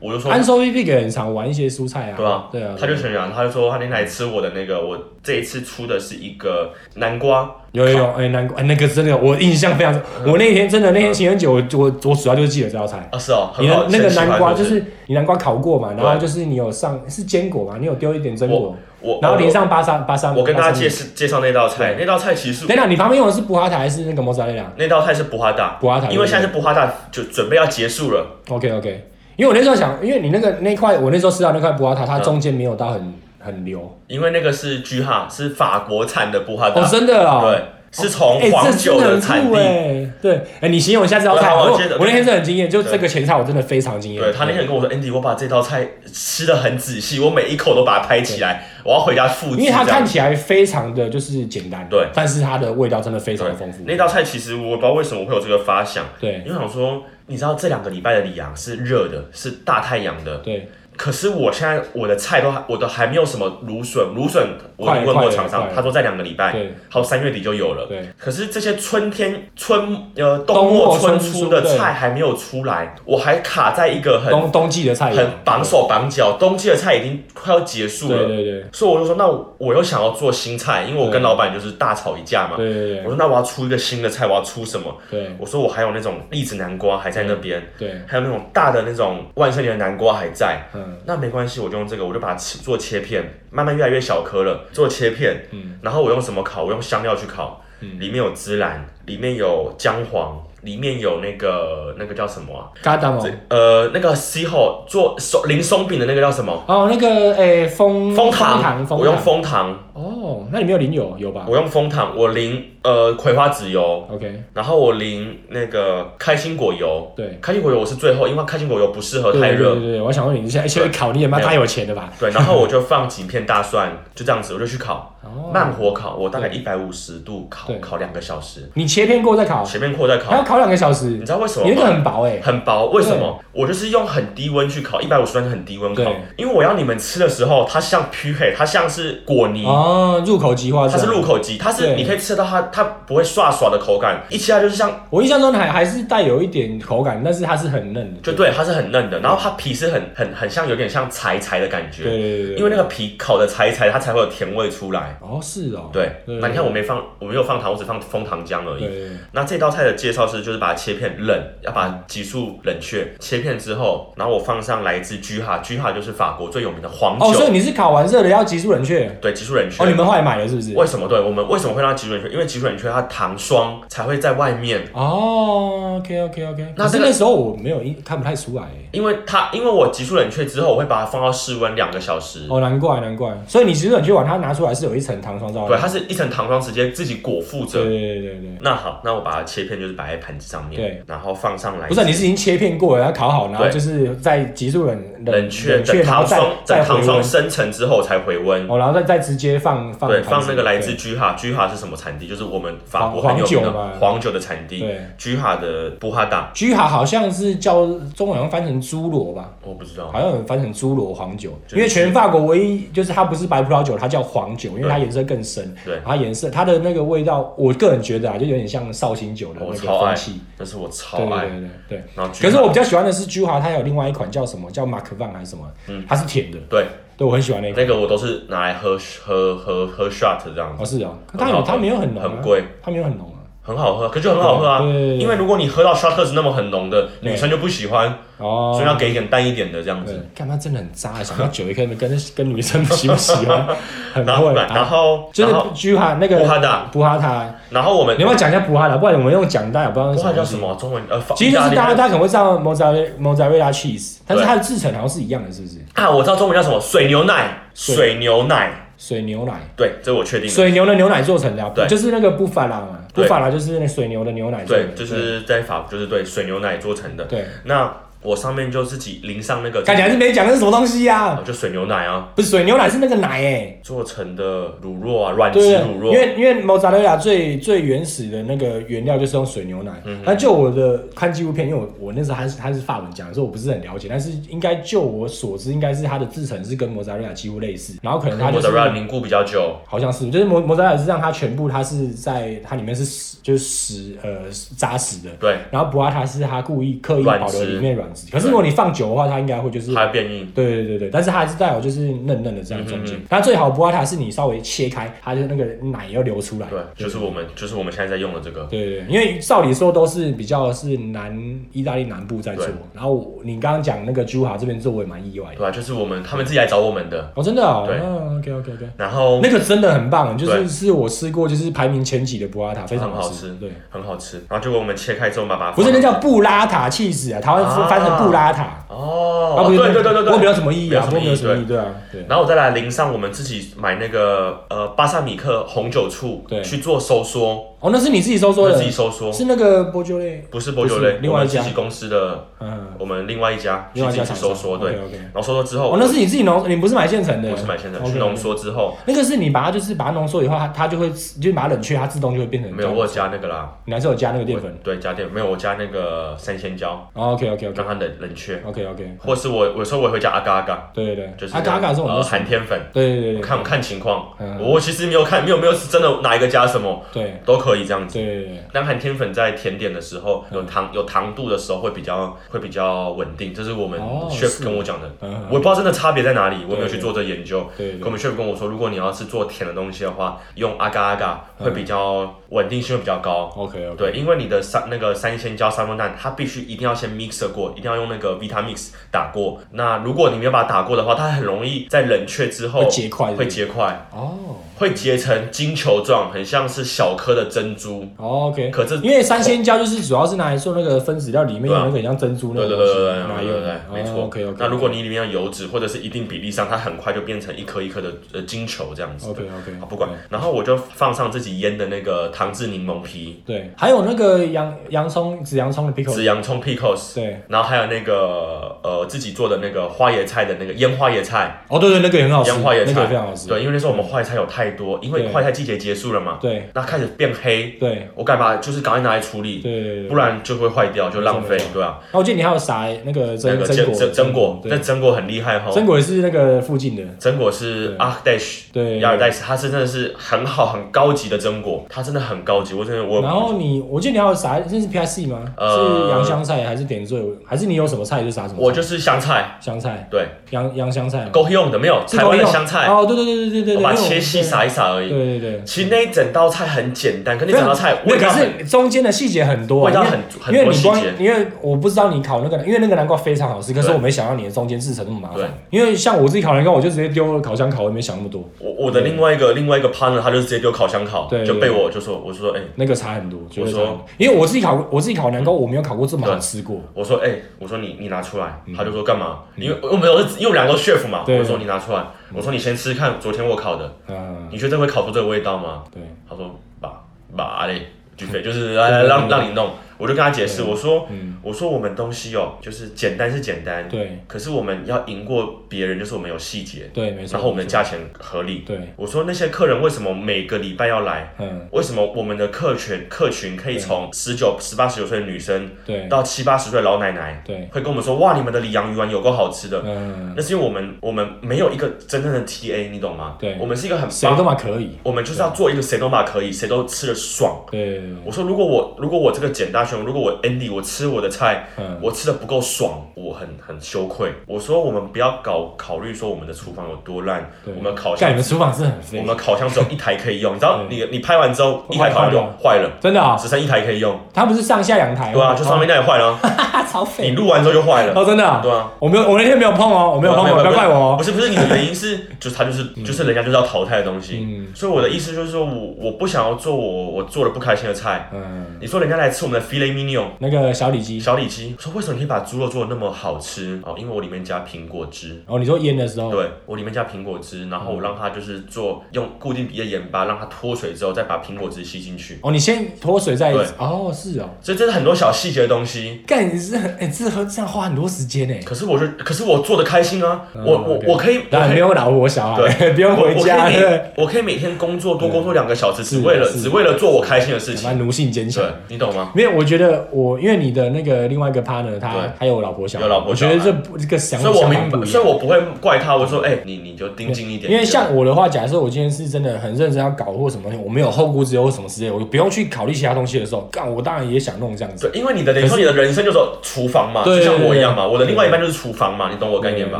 Speaker 2: 我就说
Speaker 1: 安收 V P 给很常玩一些蔬菜啊，
Speaker 2: 对啊，
Speaker 1: 对啊，
Speaker 2: 他就选然，他就说他那天来吃我的那个，我这一次出的是一个南瓜，
Speaker 1: 有有有，哎，难怪哎那个真的我印象非常深，
Speaker 2: 嗯
Speaker 1: 我那天真的那天情人节我我我主要就是记得这道菜。
Speaker 2: 啊是哦，
Speaker 1: 你
Speaker 2: 很好
Speaker 1: 的那个南瓜就
Speaker 2: 很喜欢
Speaker 1: 是你南瓜烤过嘛，然后
Speaker 2: 对
Speaker 1: 就是你有上是坚果嘛，你有丢一点榛果，
Speaker 2: 我，
Speaker 1: 然后淋
Speaker 2: 我
Speaker 1: 上巴沙巴沙。
Speaker 2: 我跟大家
Speaker 1: 巴沙
Speaker 2: 介绍介绍那道菜，那道菜其实
Speaker 1: 等等，你旁边用的是布哈塔还是那个莫扎雷拉
Speaker 2: 那道菜是布哈达，
Speaker 1: 布哈塔
Speaker 2: 因为现在是布哈达就准备要结束了，
Speaker 1: ？OK OK，因为我那时候想，因为你那个那块我那时候吃到那块布哈塔，
Speaker 2: 嗯
Speaker 1: 它中间没有到很很流
Speaker 2: 因为那个是居哈，是法国产的布哈达
Speaker 1: 哦，，真的哦。
Speaker 2: 嗯对，是从
Speaker 1: 哎，
Speaker 2: 黄
Speaker 1: 这
Speaker 2: 酒
Speaker 1: 真的
Speaker 2: 的
Speaker 1: 很
Speaker 2: 产
Speaker 1: 酷
Speaker 2: 地。
Speaker 1: 哎，对，哎，你形容一下这道菜
Speaker 2: 对
Speaker 1: 好
Speaker 2: 好
Speaker 1: 了，
Speaker 2: 我
Speaker 1: 我
Speaker 2: 记得
Speaker 1: 我那天是很惊艳，就这个前菜我真的非常惊艳。
Speaker 2: 对他那天跟我说，Andy，我把哎这道菜吃的很仔细，我每一口都把它拍起来，我要回家复制。
Speaker 1: 因为它
Speaker 2: 这样
Speaker 1: 看起来非常的就是简单，
Speaker 2: 对
Speaker 1: 但是它的味道真的非常的
Speaker 2: 对
Speaker 1: 丰富，
Speaker 2: 那道菜其实我不知道为什么会有这个发想，
Speaker 1: 对
Speaker 2: 因为我想说，你知道这两个礼拜的里昂是热的，是大太阳的，
Speaker 1: 对，
Speaker 2: 可是我现在我的菜都还我都还没有什么芦笋，芦笋我
Speaker 1: 快
Speaker 2: 问过
Speaker 1: 快
Speaker 2: 厂
Speaker 1: 快
Speaker 2: 商，他说在两个礼拜
Speaker 1: 对，
Speaker 2: 还有三月底就有了。
Speaker 1: 对，
Speaker 2: 可是这些春天春呃
Speaker 1: 冬
Speaker 2: 冬
Speaker 1: 末
Speaker 2: 末春
Speaker 1: 春
Speaker 2: 初
Speaker 1: 初
Speaker 2: 的
Speaker 1: 对
Speaker 2: 菜还没有出来，我还卡在一个很
Speaker 1: 冬冬季的菜肴
Speaker 2: 很绑手绑脚，冬季的菜已经快要结束
Speaker 1: 对
Speaker 2: 了，
Speaker 1: 对对
Speaker 2: 所以我就说那我又想要做新菜，因为我
Speaker 1: 对
Speaker 2: 跟老板就是大吵一架嘛。
Speaker 1: 对对
Speaker 2: 我说那我要出一个新的菜，我要出什么？
Speaker 1: 对
Speaker 2: 我说我还有那种栗子南瓜还在那边，
Speaker 1: 对，
Speaker 2: 还有那种大的那种万圣节的南瓜还在。
Speaker 1: 嗯，
Speaker 2: 那没关系，我就用这个，我就把它切做切片，慢慢越来越小颗了，做切片。嗯，然后我用什么烤？我用香料去烤，
Speaker 1: 嗯
Speaker 2: 里面有孜然，里面有姜黄，里面有那个那个叫什么啊？
Speaker 1: 嘎达姆。
Speaker 2: 呃，那个西后做松零松饼的那个叫什么？
Speaker 1: 哦，那个诶，蜂
Speaker 2: 枫
Speaker 1: 糖，
Speaker 2: 我用
Speaker 1: 糖。
Speaker 2: 枫糖，
Speaker 1: 哦，那你没有淋油有吧
Speaker 2: 我用枫糖，我淋呃葵花籽油，
Speaker 1: ？OK，
Speaker 2: 然后我淋那个开心果油。
Speaker 1: 对，
Speaker 2: 开心果油我是最后，因为开心果油不适合
Speaker 1: 对
Speaker 2: 太
Speaker 1: 对
Speaker 2: 热
Speaker 1: 对，对，我想问你，你现在去烤，你也妈
Speaker 2: 没有
Speaker 1: 太有钱了吧？
Speaker 2: 对，然后我就放几片大蒜，就这样子，我就去烤，
Speaker 1: 哦，
Speaker 2: 慢火烤，我大概
Speaker 1: 对
Speaker 2: 一百五十度烤
Speaker 1: 对，
Speaker 2: 烤两个小时，
Speaker 1: 你切片过再烤，
Speaker 2: 前面扩在
Speaker 1: 还要
Speaker 2: 烤，
Speaker 1: 烤两个小时，
Speaker 2: 你
Speaker 1: 你
Speaker 2: 知道为什么
Speaker 1: 那个
Speaker 2: 吗？
Speaker 1: 很薄哎，
Speaker 2: 很薄，为什么？我就是用很低温去烤，一百五十度是很低温烤
Speaker 1: 对，
Speaker 2: 因为我要你们吃的时候，它像 PK，它像是果泥。
Speaker 1: 哦，入口即化，
Speaker 2: 它是入。口即，它是
Speaker 1: 对
Speaker 2: 你可以吃到它，它不会刷刷的口感，一切它就是像，
Speaker 1: 我印象中还还是带有一点口感，但是它是很嫩的，
Speaker 2: 就对，它是很嫩的，然后它皮是很很很像有点像柴柴的感
Speaker 1: 对对
Speaker 2: 觉，
Speaker 1: 对对，
Speaker 2: 因为那个皮烤的柴柴，它才会有甜味出来。
Speaker 1: 哦是哦，
Speaker 2: 对，那你看我没放，我没有放糖，我只放枫糖浆而
Speaker 1: 对
Speaker 2: 已。
Speaker 1: 对对
Speaker 2: 那这道菜的介绍是，就是把它切片冷，要把它急速冷却。切片之后，然后我放上来自居哈，居哈就是法国最有名的黄
Speaker 1: 哦，所以
Speaker 2: 酒，
Speaker 1: 你是烤完热的要急速冷却，
Speaker 2: 对，急速冷却。
Speaker 1: 哦，你们后来买了是不是？
Speaker 2: 为什么？对我们为什么会让它急速冷却？因为急速冷却它糖霜才会在外面，
Speaker 1: 哦，OK OK OK，
Speaker 2: 那
Speaker 1: 可是
Speaker 2: 这个
Speaker 1: 那时候我没有印看不太出来欸，
Speaker 2: 因为它因为我急速冷却之后，我会把它放到室温两个小时。
Speaker 1: 哦，难怪难怪，所以你其实你去玩，它拿出来是有一层糖霜罩
Speaker 2: 对，
Speaker 1: 的，
Speaker 2: 它是一层糖霜直接自己裹附
Speaker 1: 对
Speaker 2: 着。
Speaker 1: 对对对对。
Speaker 2: 那好，那我把它切片，就是摆在盘子上面，
Speaker 1: 对，
Speaker 2: 然后放上来。
Speaker 1: 不是，啊你是已经切片过了，然后烤好，然后就是在急速冷
Speaker 2: 冷却，
Speaker 1: 冷却，
Speaker 2: 等
Speaker 1: 然
Speaker 2: 糖
Speaker 1: 后再
Speaker 2: 霜
Speaker 1: 再
Speaker 2: 等
Speaker 1: 回
Speaker 2: 糖
Speaker 1: 温
Speaker 2: 霜，生成之后才回温。
Speaker 1: 哦，然后再再直接放放
Speaker 2: 对，
Speaker 1: 糖
Speaker 2: 放那
Speaker 1: 水
Speaker 2: 个来自居哈，居哈是什么产地？就是我们法国
Speaker 1: 黄
Speaker 2: 很有名
Speaker 1: 黄酒嘛
Speaker 2: 的黄酒的产地
Speaker 1: 对，
Speaker 2: 居哈的布哈达。
Speaker 1: 居哈好像是叫中文好像翻成猪螺吧，
Speaker 2: 我不知道，
Speaker 1: 好像有翻成猪螺黄酒，
Speaker 2: 就是
Speaker 1: 因为全法国唯一就是它不是白葡萄酒，它叫黄酒，因为它颜色更深，
Speaker 2: 对
Speaker 1: 它颜色它的那个味道，我个人觉得啊，就有点像绍兴酒的那
Speaker 2: 我
Speaker 1: 个
Speaker 2: 哦超爱
Speaker 1: 风气，，
Speaker 2: 但是我超
Speaker 1: 对对
Speaker 2: 爱。
Speaker 1: 对对对。
Speaker 2: 然后居
Speaker 1: 可
Speaker 2: 哈
Speaker 1: 是我比较喜欢的是居华，它有另外一款叫什么叫马克旺还是什么，它是甜的，
Speaker 2: 对
Speaker 1: 对我很喜欢那个。
Speaker 2: 嗯那个我都是拿来喝喝喝喝 shot 这样
Speaker 1: 哦，
Speaker 2: 子，
Speaker 1: 是哦，
Speaker 2: 很
Speaker 1: 它
Speaker 2: 好
Speaker 1: 有
Speaker 2: 喝
Speaker 1: 它没有很浓、啊，
Speaker 2: 很贵，
Speaker 1: 它没有很浓啊。
Speaker 2: 很好喝，可就很好喝啊。
Speaker 1: 对对对对
Speaker 2: 因为如果你喝到 shotters 那么很浓的，
Speaker 1: 对
Speaker 2: 女生就不喜欢，
Speaker 1: 哦
Speaker 2: 所以要给一点淡一点的这样
Speaker 1: 对
Speaker 2: 子。，
Speaker 1: 干嘛真的很渣，想到酒一跟跟跟女生 喜不喜欢， 很
Speaker 2: 然后
Speaker 1: 会
Speaker 2: 对然
Speaker 1: 啊。
Speaker 2: 后
Speaker 1: 就
Speaker 2: 然
Speaker 1: 是
Speaker 2: 后
Speaker 1: 居哈那个
Speaker 2: 布哈达，
Speaker 1: 布哈塔，
Speaker 2: 然后我们
Speaker 1: 你要不要讲一下布哈塔？不然我们用讲大，我不知道
Speaker 2: 布哈达叫
Speaker 1: 东西
Speaker 2: 什。么中文？呃，法
Speaker 1: 其实就是
Speaker 2: 意
Speaker 1: 大
Speaker 2: 大
Speaker 1: 家
Speaker 2: 利
Speaker 1: 大家可能会知道 mozzarella mozzarella cheese，但是它的制成好像是一样的，是不是？
Speaker 2: 啊，我知道中文叫什么，水牛奶，
Speaker 1: 水
Speaker 2: 水牛奶，
Speaker 1: 水牛奶，
Speaker 2: 对，这我确定。
Speaker 1: 水牛的牛奶做成的啊，
Speaker 2: 对
Speaker 1: 就是那个布法拉嘛，布
Speaker 2: 对
Speaker 1: 法拉就是那水牛的牛奶做的。
Speaker 2: 对，就是在法，就是对水牛奶做成的。
Speaker 1: 对，
Speaker 2: 那我上面就自己淋上那个，
Speaker 1: 感觉还是没讲那是什么东西啊？
Speaker 2: 哦就水牛奶啊
Speaker 1: 不是水牛奶是那个奶哎，
Speaker 2: 做成的乳酪啊，软
Speaker 1: 对
Speaker 2: 质
Speaker 1: 对
Speaker 2: 乳
Speaker 1: 因
Speaker 2: 酪，
Speaker 1: 为因为 mozzarella 最最原始的那个原料就是用水牛奶。那就我的看纪录片，因为我我那时候还是它是法文讲的，所以我不是很了解，但是应该就我所知，应该是它的制成是跟 mozzarella 几乎类似，然后可能它
Speaker 2: 它
Speaker 1: 就
Speaker 2: 的
Speaker 1: 是
Speaker 2: r 凝固比较久，
Speaker 1: 好像是，就是摩摩扎尔是让它全部它是在它里面是死，就是死呃扎实的。
Speaker 2: 对，
Speaker 1: 然后博阿塔是它故意刻意保留里面软质，可是如果你放久的话，它应该会就是。
Speaker 2: 它会变硬。
Speaker 1: 对对对对，但是它还是带有就是嫩嫩的这样中
Speaker 2: 嗯
Speaker 1: 间。那、最好博阿塔是你稍微切开，它就那个奶要流出来。
Speaker 2: 对，就是我们，就是我们现在在用的这个。
Speaker 1: 对对对，因为照理说都是比较是南意大利南部在做
Speaker 2: 对，
Speaker 1: 然后我你刚刚讲那个朱哈这边做，我也蛮意外
Speaker 2: 对
Speaker 1: 的。
Speaker 2: 吧？就是我们他们自己来找我们的，
Speaker 1: 哦，真的哦，
Speaker 2: 对
Speaker 1: 嗯 o k OK OK。
Speaker 2: 然后
Speaker 1: 那个真的很棒，就是
Speaker 2: 对
Speaker 1: 是我吃过就是排名前几的布拉塔，非常
Speaker 2: 很好
Speaker 1: 吃
Speaker 2: 吃，
Speaker 1: 对，
Speaker 2: 很好吃。然后结果我们切开之后，把它
Speaker 1: 不是那
Speaker 2: 放
Speaker 1: 叫布拉塔气死啊，台湾
Speaker 2: 啊
Speaker 1: 翻成布拉塔，
Speaker 2: 哦，
Speaker 1: 啊不
Speaker 2: 对
Speaker 1: 是那
Speaker 2: 对对对对，
Speaker 1: 我没有什么意义啊，
Speaker 2: 没有什
Speaker 1: 我
Speaker 2: 么
Speaker 1: 没有什么意
Speaker 2: 意
Speaker 1: 义，
Speaker 2: 义
Speaker 1: 对啊，对，
Speaker 2: 然后我再来淋上我们自己买那个呃巴萨米克红酒醋
Speaker 1: 对
Speaker 2: 去做收缩，
Speaker 1: 哦，那是你自己收缩
Speaker 2: 我
Speaker 1: 的
Speaker 2: 自，己收缩，
Speaker 1: 是那个波鸠类，
Speaker 2: 不是波酒
Speaker 1: 不
Speaker 2: 类
Speaker 1: 是，另
Speaker 2: 我
Speaker 1: 外一
Speaker 2: 们
Speaker 1: 家
Speaker 2: 自己公司的，
Speaker 1: 嗯，
Speaker 2: 我们另外一家去
Speaker 1: 另外一家
Speaker 2: 自己
Speaker 1: 厂
Speaker 2: 收缩，对，
Speaker 1: ，OK
Speaker 2: 然后收缩之后，
Speaker 1: 哦，那是你自己浓，你不是买现成的，
Speaker 2: 我是买现成
Speaker 1: OK，
Speaker 2: 去浓缩之后，
Speaker 1: 那个是你把它就是把它浓缩以后，它它就会就是把它冷却，它自动就会变成
Speaker 2: 没有我有加那个啦，
Speaker 1: 你还是有加那个淀粉
Speaker 2: 对，加淀没有我加那个三鲜椒，
Speaker 1: ，OK OK OK
Speaker 2: 让它冷冷却，
Speaker 1: OK OK，
Speaker 2: 或是我有时候我也会加阿嘎阿嘎，
Speaker 1: 对对
Speaker 2: 就
Speaker 1: 对，
Speaker 2: 是
Speaker 1: 阿嘎嘎是我
Speaker 2: 呃
Speaker 1: 们
Speaker 2: 寒天粉，
Speaker 1: 对对对对
Speaker 2: 看看情况
Speaker 1: 嗯，
Speaker 2: 我其实没有看没有没有是真的哪一个加什么
Speaker 1: 对
Speaker 2: 都可以这样子。
Speaker 1: 对对对。
Speaker 2: 当含天粉在甜点的时候，
Speaker 1: 嗯
Speaker 2: 有糖有糖度的时候会比较会比较稳定，这是我们
Speaker 1: 哦是
Speaker 2: chef 跟我讲的。
Speaker 1: 嗯
Speaker 2: 我也不知道真的差别在哪里，我没有
Speaker 1: 对
Speaker 2: 去做这研究。
Speaker 1: 对对
Speaker 2: 可我们 chef 跟我说，如果你要是做甜的东西的话，用阿嘎阿嘎
Speaker 1: 嗯
Speaker 2: 会比较稳定性会比较高。
Speaker 1: OK OK，
Speaker 2: 对，因为你的三那个三鲜椒、三分蛋，它必须一定要先 mix 过，一定要用那个 Vitamix 打过。那如果你没有把它打过的话，它很容易在冷却之后
Speaker 1: 会结块是不
Speaker 2: 会
Speaker 1: 是
Speaker 2: 结块，
Speaker 1: 哦
Speaker 2: 会结成金球状，很像是小颗的珍珠。
Speaker 1: 哦 OK，
Speaker 2: 可是
Speaker 1: 因为三鲜胶就是主要是拿来做那个分子料里面有那个很像珍珠那个
Speaker 2: 对
Speaker 1: 东
Speaker 2: 对对
Speaker 1: 西
Speaker 2: 对对，
Speaker 1: 拿来
Speaker 2: 对
Speaker 1: 用
Speaker 2: 对
Speaker 1: 的
Speaker 2: 对，，没错。
Speaker 1: OK OK，
Speaker 2: 那如果你里面有油脂或者是一定比例上，它很快就变成一颗一颗的呃金球这样子。
Speaker 1: OK OK，
Speaker 2: 啊，不管。然后我就放上自己腌的那个糖制柠檬皮、
Speaker 1: 对，还有那个洋洋葱紫洋葱的 pickle，
Speaker 2: 紫洋葱 pickles，
Speaker 1: 对，
Speaker 2: 然后还有那个呃自己做的那个花椰菜的那个腌花椰菜，
Speaker 1: 哦对对，那个也很好吃，
Speaker 2: 腌花椰
Speaker 1: 那个
Speaker 2: 菜
Speaker 1: 也非常好吃，
Speaker 2: 对，因为那时候我们花椰菜有太多，因为
Speaker 1: 对
Speaker 2: 花椰菜季节结束了嘛，
Speaker 1: 对
Speaker 2: 那开始变黑，
Speaker 1: 对
Speaker 2: 我赶把就是赶快拿来处
Speaker 1: 对
Speaker 2: 理，
Speaker 1: 对
Speaker 2: 不
Speaker 1: 对。
Speaker 2: 然就会坏掉，就浪费
Speaker 1: 没错没，错
Speaker 2: 对啊。
Speaker 1: 那我记得你还有撒那个
Speaker 2: 那
Speaker 1: 榛
Speaker 2: 个
Speaker 1: 榛
Speaker 2: 真
Speaker 1: 果，
Speaker 2: 真真果，
Speaker 1: 对
Speaker 2: 那，真果很厉害哈，
Speaker 1: 榛果也是那个附近的，
Speaker 2: 榛果是
Speaker 1: 对
Speaker 2: Ardash，
Speaker 1: 对
Speaker 2: 雅尔代斯，它是真的是很好很高级的榛果，它真的很高级，我真的我
Speaker 1: 然后你，我记得你还有撒，那是 PSC 吗？
Speaker 2: 呃
Speaker 1: 是洋香菜还是点缀？还是你有什么菜就撒什么菜？
Speaker 2: 我就是香菜，
Speaker 1: 香菜，
Speaker 2: 对，
Speaker 1: 洋洋香菜吗。
Speaker 2: 够用的没有，
Speaker 1: 是
Speaker 2: 台湾的
Speaker 1: 狗肉
Speaker 2: 香菜，
Speaker 1: 哦，对对对对对对，
Speaker 2: 我
Speaker 1: 对
Speaker 2: 把它切细。撒一撒而
Speaker 1: 对
Speaker 2: 已。
Speaker 1: 对对对。
Speaker 2: 其实那一整道菜很简单，可那整道菜
Speaker 1: 没有
Speaker 2: 味道
Speaker 1: 可
Speaker 2: 很
Speaker 1: 是中间的细节很多啊，
Speaker 2: 味道
Speaker 1: 因为
Speaker 2: 很很
Speaker 1: 因为
Speaker 2: 多
Speaker 1: 你
Speaker 2: 细
Speaker 1: 光
Speaker 2: 节，
Speaker 1: 因为我不知道你烤那个，因为那个南瓜非常好吃，可是
Speaker 2: 对
Speaker 1: 我没想到你的中间制成那么麻
Speaker 2: 对
Speaker 1: 烦。因为像我自己烤南瓜，我就直接丢烤箱烤，我也没想那么多，
Speaker 2: 我我的另外一个另外一个 partner，他就直接丢烤箱烤
Speaker 1: 对，
Speaker 2: 就
Speaker 1: 对
Speaker 2: 被
Speaker 1: 对
Speaker 2: 我就说我说哎
Speaker 1: 那个差很多，绝对差很
Speaker 2: 我说嗯
Speaker 1: 多。因为我自己烤，我自己烤南瓜，我没有烤过这么好吃过。
Speaker 2: 我说哎、我说你你拿出来，他就说干嘛？因为我们有因为我们两个都 chef 嘛，
Speaker 1: 嗯对
Speaker 2: 我说你拿出来，我说你先吃吃看昨天我烤的，
Speaker 1: 嗯，
Speaker 2: 你觉得会烤出这个味道吗？
Speaker 1: 对，
Speaker 2: 他说把把嘞，就对，就是 来来让让你弄。我就跟他解释，我说
Speaker 1: 嗯，
Speaker 2: 我说我们东西哦，就是简单是简单，
Speaker 1: 对
Speaker 2: 可是我们要赢过别人，就是我们有细节，
Speaker 1: 对，没错。
Speaker 2: 然后我们的价钱合理。
Speaker 1: 对，
Speaker 2: 我说那些客人为什么每个礼拜要来？
Speaker 1: 嗯，
Speaker 2: 为什么我们的客群客群可以从十九、十八、十九岁的女生
Speaker 1: 对
Speaker 2: 到七八十岁的老奶奶，
Speaker 1: 对，
Speaker 2: 会跟我们说哇，你们的里洋鱼丸有够好吃的？
Speaker 1: 嗯，
Speaker 2: 那是因为我们我们没有一个真正的 TA，你懂吗？
Speaker 1: 对
Speaker 2: 我们是一个很
Speaker 1: 谁
Speaker 2: 棒
Speaker 1: 都嘛可以。
Speaker 2: 我们就是要做一个谁都骂可以，谁都吃的爽。
Speaker 1: 对，
Speaker 2: 我说如果我如果我这个简单凶。如果我 Andy，我吃我的菜，
Speaker 1: 嗯
Speaker 2: 我吃的不够爽，我很很羞愧。我说我们不要搞考虑说我们的厨房有多烂，
Speaker 1: 对
Speaker 2: 我们烤
Speaker 1: 干
Speaker 2: 箱
Speaker 1: 你们厨房是很废，
Speaker 2: 我们烤箱只有一台可以用，你知道你你拍完之后
Speaker 1: 会
Speaker 2: 一台烤箱就坏了，
Speaker 1: 真的啊、
Speaker 2: 只剩一台可以用，
Speaker 1: 它不是上下阳台吗？
Speaker 2: 对啊，就上面那也坏了啊，
Speaker 1: 哈哈 超
Speaker 2: 你
Speaker 1: 废
Speaker 2: 录完之后就坏了，
Speaker 1: 哦，真的、啊，
Speaker 2: 对啊。
Speaker 1: 我没有，我那天没有碰哦，我没有碰
Speaker 2: 没
Speaker 1: 过，不要怪我哦
Speaker 2: 不。是不是你的原因是，就是他就是就是人家就是要淘汰的东西
Speaker 1: 嗯，
Speaker 2: 所以我的意思就是说我我不想要做我我做的不开心的菜。
Speaker 1: 嗯，
Speaker 2: 你说人家来吃我们的 filet mignon
Speaker 1: 那个小里脊，
Speaker 2: 小里脊，说为什么你可以把猪肉做的那么好吃？哦，因为我里面加苹果汁。
Speaker 1: 哦，你说腌的时候，
Speaker 2: 对，我里面加苹果汁，然后我让它就是做用固定比例的盐巴，让它脱水之后，再把苹果汁吸进去。
Speaker 1: 哦，你先脱水再
Speaker 2: 对
Speaker 1: 哦，是哦，
Speaker 2: 这真的很多小细节的东西。
Speaker 1: 干你是很哎，这和这样花很多时间欸呢。
Speaker 2: 可是我就，可是我做的开心啊，
Speaker 1: 嗯
Speaker 2: 我我
Speaker 1: OK
Speaker 2: 我可以，我
Speaker 1: 当然
Speaker 2: 可
Speaker 1: 不
Speaker 2: 以。
Speaker 1: 用老我小孩，
Speaker 2: 对
Speaker 1: 不用回
Speaker 2: 我
Speaker 1: 家，
Speaker 2: 可以
Speaker 1: 对，
Speaker 2: 每我可以每天工作多工作两个小时，只
Speaker 1: 是
Speaker 2: 为了
Speaker 1: 是
Speaker 2: 只为了做我开心的事
Speaker 1: 蛮
Speaker 2: 情。
Speaker 1: 奴性坚强
Speaker 2: 对。，你懂吗？
Speaker 1: 没有，我觉得我因为你的那个另外一个 partner，
Speaker 2: 对
Speaker 1: 他还有老婆小孩，
Speaker 2: 有老婆
Speaker 1: 我觉得这不这个想
Speaker 2: 所以我
Speaker 1: 想
Speaker 2: 明
Speaker 1: 法不
Speaker 2: 白，
Speaker 1: 一
Speaker 2: 所以
Speaker 1: 样。
Speaker 2: 我不会怪他。我说，哎、你你就盯紧一点。
Speaker 1: 因为像我的话，假设我今天是真的很认真要搞或什么，我没有后顾之忧或什么之类，我不用去考虑其他东西的时候，干我当然也想弄这样子。
Speaker 2: 对，因为你的等于说你的人生就是厨房嘛，
Speaker 1: 对
Speaker 2: 就像我一样嘛，
Speaker 1: 对对
Speaker 2: 我的另外一半就是厨房嘛，你懂我概念吧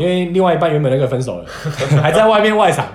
Speaker 1: 因？为另外一半原本那个分手了， 还在外面外场。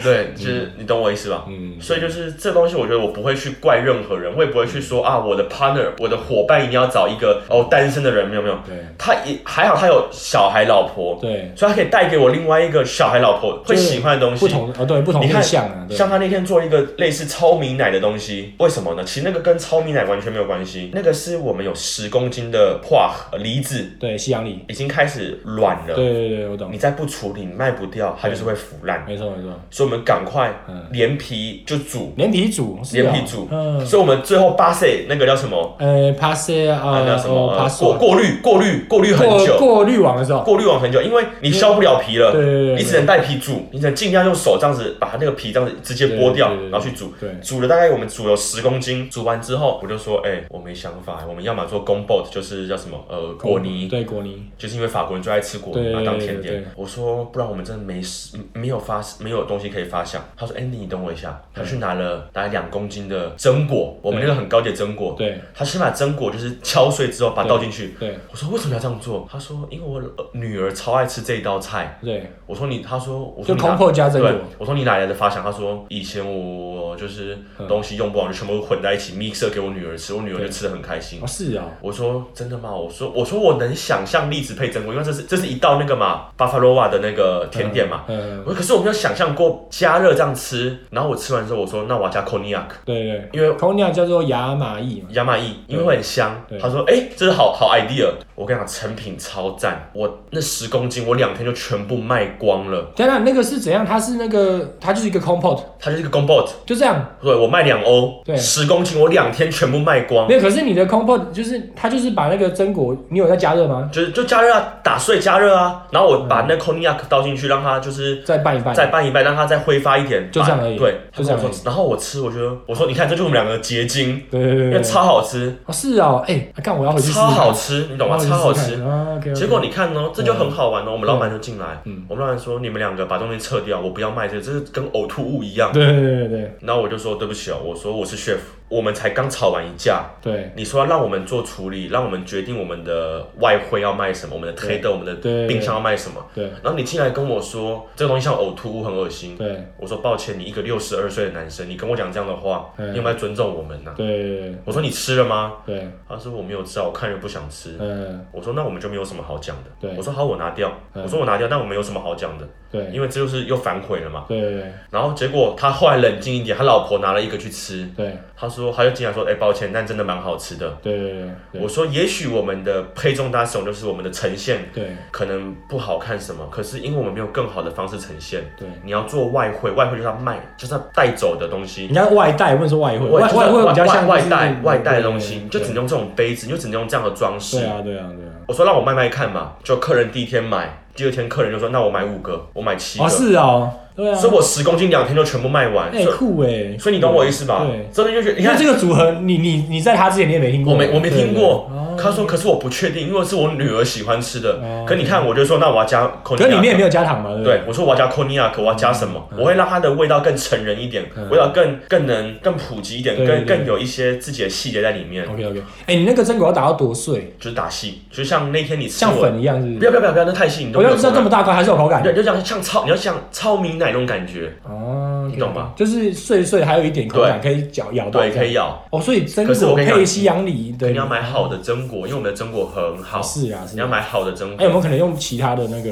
Speaker 2: 对，就是你懂我意思吧？
Speaker 1: 嗯，
Speaker 2: 所以就是这东西，我觉得我不会去怪任何人，我也不会去
Speaker 1: 嗯
Speaker 2: 说啊，我的 partner，我的伙伴一定要找一个哦单身的人，没有没有，
Speaker 1: 对
Speaker 2: 他也还好，他有小孩老婆，
Speaker 1: 对，
Speaker 2: 所以他可以带给我另外一个小孩老婆会喜欢的东西
Speaker 1: 不。同哦，对，不同
Speaker 2: 你看
Speaker 1: 面向啊，对
Speaker 2: 像他那天做一个类似糙米奶的东西，为什么呢？其实那个跟糙米奶完全没有关系，那个是我们有十公斤的化合离子
Speaker 1: 对，西洋里，
Speaker 2: 已经开始软
Speaker 1: 对
Speaker 2: 了，
Speaker 1: 对对，我懂
Speaker 2: 你，再不处理，你卖不掉，它就是会腐烂。
Speaker 1: 没错没错，
Speaker 2: 所以我们赶快
Speaker 1: 嗯
Speaker 2: 连皮就煮，
Speaker 1: 连体组，是
Speaker 2: 连
Speaker 1: 啊
Speaker 2: 皮煮。
Speaker 1: 嗯，
Speaker 2: 所以我们最后巴塞那个叫什么？
Speaker 1: 呃，pass
Speaker 2: 那
Speaker 1: 啊，
Speaker 2: 叫什么？
Speaker 1: 哦
Speaker 2: 呃
Speaker 1: ，pass
Speaker 2: 过过滤过滤过滤很
Speaker 1: 过
Speaker 2: 久，
Speaker 1: 过滤网的时候，
Speaker 2: 过滤完很久，因为你削不了皮了，
Speaker 1: 对对对对
Speaker 2: 你只能带皮煮，你只能尽量用手这样子把它那个皮这样子直接剥掉
Speaker 1: 对对，对对
Speaker 2: 然后去煮。
Speaker 1: 对
Speaker 2: 煮了大概我们煮了十公斤，煮完之后我就说，哎，我没想法，我们要么做 g o m b o t 就是叫什么呃果泥，
Speaker 1: 对果泥，
Speaker 2: 就是因为法国人最爱吃果泥
Speaker 1: 对
Speaker 2: 拿当甜
Speaker 1: 对
Speaker 2: 点
Speaker 1: 对。
Speaker 2: 我说，不然我们真的没事，没有发没有东西可以发想。他说，哎、你等我一下。他去拿了拿了两公斤的榛果，我们那个很高级的榛果。
Speaker 1: 对
Speaker 2: 他先把榛果就是敲碎之后把它倒进去。
Speaker 1: 对
Speaker 2: 我说为什么要这样做？他说因为我呃女儿超爱吃这一道菜。
Speaker 1: 对，
Speaker 2: 我说你，他说我
Speaker 1: 就
Speaker 2: 说你哪
Speaker 1: 空pot 加榛果
Speaker 2: 对，我说你哪来的发想？他说以前我就是
Speaker 1: 嗯
Speaker 2: 东西用不完就全部混在一起 mixer 给我女儿吃，我女儿就吃的很开心
Speaker 1: 哦。是啊，
Speaker 2: 我说真的吗？我说我说我能想象栗子配榛果，因为这是这是一道那个嘛巴法罗瓦的那个甜点嘛。
Speaker 1: 嗯，
Speaker 2: 我说可是我没有想象过加热这样吃。然后我吃完之后，我说那我要加 cognac，
Speaker 1: 对对，
Speaker 2: 因为
Speaker 1: c o n a 叫做亚麻意嘛，
Speaker 2: 亚麻意因为会很香
Speaker 1: 对。
Speaker 2: 他说哎、这是好好 idea。我跟你讲，成品超赞，我那十公斤我两天就全部卖光了。
Speaker 1: 当啊然那个是怎样？它是那个，它就是一个 compot，
Speaker 2: 它就是一个 gombot，
Speaker 1: 就这样。
Speaker 2: 对我卖两欧
Speaker 1: 对，
Speaker 2: 十公斤我两天全部卖光
Speaker 1: 没。有，可是你的 compot 就是它就是把那个榛果，你有在加热吗？
Speaker 2: 就是就加热啊，打碎加热啊，然后我把
Speaker 1: 嗯
Speaker 2: 那 cognac 倒进去，让它就是
Speaker 1: 再拌一拌，
Speaker 2: 再拌一拌，让它再挥发一点，
Speaker 1: 就这样而已
Speaker 2: 把对，
Speaker 1: 就这样而已
Speaker 2: 他跟我说。然后我吃，我觉得，我说你看，这就是我们两个的结晶，
Speaker 1: 对对
Speaker 2: 因
Speaker 1: 对
Speaker 2: 为
Speaker 1: 对，
Speaker 2: 超好吃，
Speaker 1: 哦是哦，哎，看我要回去试试
Speaker 2: 超
Speaker 1: 看，
Speaker 2: 好吃，你懂吗？
Speaker 1: 我要回去
Speaker 2: 超好
Speaker 1: 试试
Speaker 2: 吃。
Speaker 1: 看啊，OK，OK，
Speaker 2: 结果你看哦，这就很好玩哦。我们老板就进来
Speaker 1: 嗯，
Speaker 2: 我们老板说你们两个把东西撤掉，我不要卖这个，这是跟呕吐物一样。
Speaker 1: 对对对对对
Speaker 2: 然后我就说对不起哦，我说我是 chef，我们才刚吵完一架。
Speaker 1: 对
Speaker 2: 你说要让我们做处理，让我们决定我们的外汇要卖什么，我们的
Speaker 1: 对
Speaker 2: trader，我们
Speaker 1: 对
Speaker 2: 的冰箱要卖什么。
Speaker 1: 对
Speaker 2: 然后你进来跟我说这个东西像呕吐物，很恶心。
Speaker 1: 对
Speaker 2: 我说抱歉，你一个六十二岁的男生，你跟我讲这样的话，
Speaker 1: 嗯
Speaker 2: 你有没有尊重我们呢、
Speaker 1: 对
Speaker 2: 我说你吃了吗？
Speaker 1: 对，
Speaker 2: 他说我没有吃啊，我看人不想吃。
Speaker 1: 嗯
Speaker 2: 我说那我们就没有什么好讲的。
Speaker 1: 对
Speaker 2: 我说好，我拿掉。
Speaker 1: 嗯
Speaker 2: 我说我拿掉，但我没有什么好讲的，
Speaker 1: 对
Speaker 2: 因为这就是又反悔了嘛。
Speaker 1: 对对
Speaker 2: 然后结果他后来冷静一点，他老婆拿了一个去吃，
Speaker 1: 对
Speaker 2: 他说他就进来说，哎、抱歉，但真的蛮好吃的。
Speaker 1: 对对对
Speaker 2: 我说也许我们的配重搭手就是我们的呈现
Speaker 1: 对
Speaker 2: 可能不好看什么，可是因为我们没有更好的方式呈现。
Speaker 1: 对。
Speaker 2: 你要做外汇，外汇就是要卖，就是要带走的东西
Speaker 1: 人。家外带，不能说外汇，
Speaker 2: 外
Speaker 1: 外
Speaker 2: 就是
Speaker 1: 汇比较像
Speaker 2: 外
Speaker 1: 就是
Speaker 2: 带外带的东西，
Speaker 1: 对
Speaker 2: 你就只能用这种杯子，你就只能用这样的装饰
Speaker 1: 对。啊，对啊，对啊。
Speaker 2: 我说让我卖卖看嘛，就客人第一天买，第二天客人就说那我买五个，我买七
Speaker 1: 哦，
Speaker 2: 个，
Speaker 1: 是哦，对啊。
Speaker 2: 所以我十公斤两天就全部卖完。
Speaker 1: 哎
Speaker 2: 所
Speaker 1: 酷哎，
Speaker 2: 以所以你懂我意思吧
Speaker 1: 对？
Speaker 2: 真的就觉得
Speaker 1: 因
Speaker 2: 你
Speaker 1: 为
Speaker 2: 看
Speaker 1: 这个组合，你你你在他之前你也没听过，
Speaker 2: 我没我没
Speaker 1: 对对
Speaker 2: 听过
Speaker 1: 对哦哦
Speaker 2: 他说可是我不确定，因为是我女儿喜欢吃的。可你看，我就说那我要加可
Speaker 1: 可是里面也没有嗯加糖嘛，对不
Speaker 2: 对，我说我要加 cognac，我要加什么？我会让它的味道更成人一点，味道更更能更普及一
Speaker 1: 嗯
Speaker 2: 点，
Speaker 1: 对对
Speaker 2: 更
Speaker 1: 对
Speaker 2: 更有一些自己的细节在里面，
Speaker 1: ？OK OK，哎、你那个榛果要打到多碎？
Speaker 2: 就是打细，就像那天你吃
Speaker 1: 像
Speaker 2: 我，
Speaker 1: 粉一样是不
Speaker 2: 不
Speaker 1: 是？
Speaker 2: 要不要不要不要，那太细，你都
Speaker 1: 我
Speaker 2: 没有
Speaker 1: 就知道这么大块还是有口感
Speaker 2: 对，就像像糙，你要像糙米奶那种感觉，
Speaker 1: 哦，
Speaker 2: 你懂吧？
Speaker 1: 就是碎碎，还有一点口感，可以嚼咬到。
Speaker 2: 对，可以。咬。
Speaker 1: 哦，所以榛
Speaker 2: 可是
Speaker 1: 果
Speaker 2: 我跟你讲
Speaker 1: 配西洋梨，
Speaker 2: 可
Speaker 1: 对，
Speaker 2: 你要买好的榛果，因为我们的榛果很好，
Speaker 1: 是啊，是
Speaker 2: 你要
Speaker 1: 啊。
Speaker 2: 买好的榛
Speaker 1: 哎，有没有
Speaker 2: 果。
Speaker 1: 可能用其他的那个？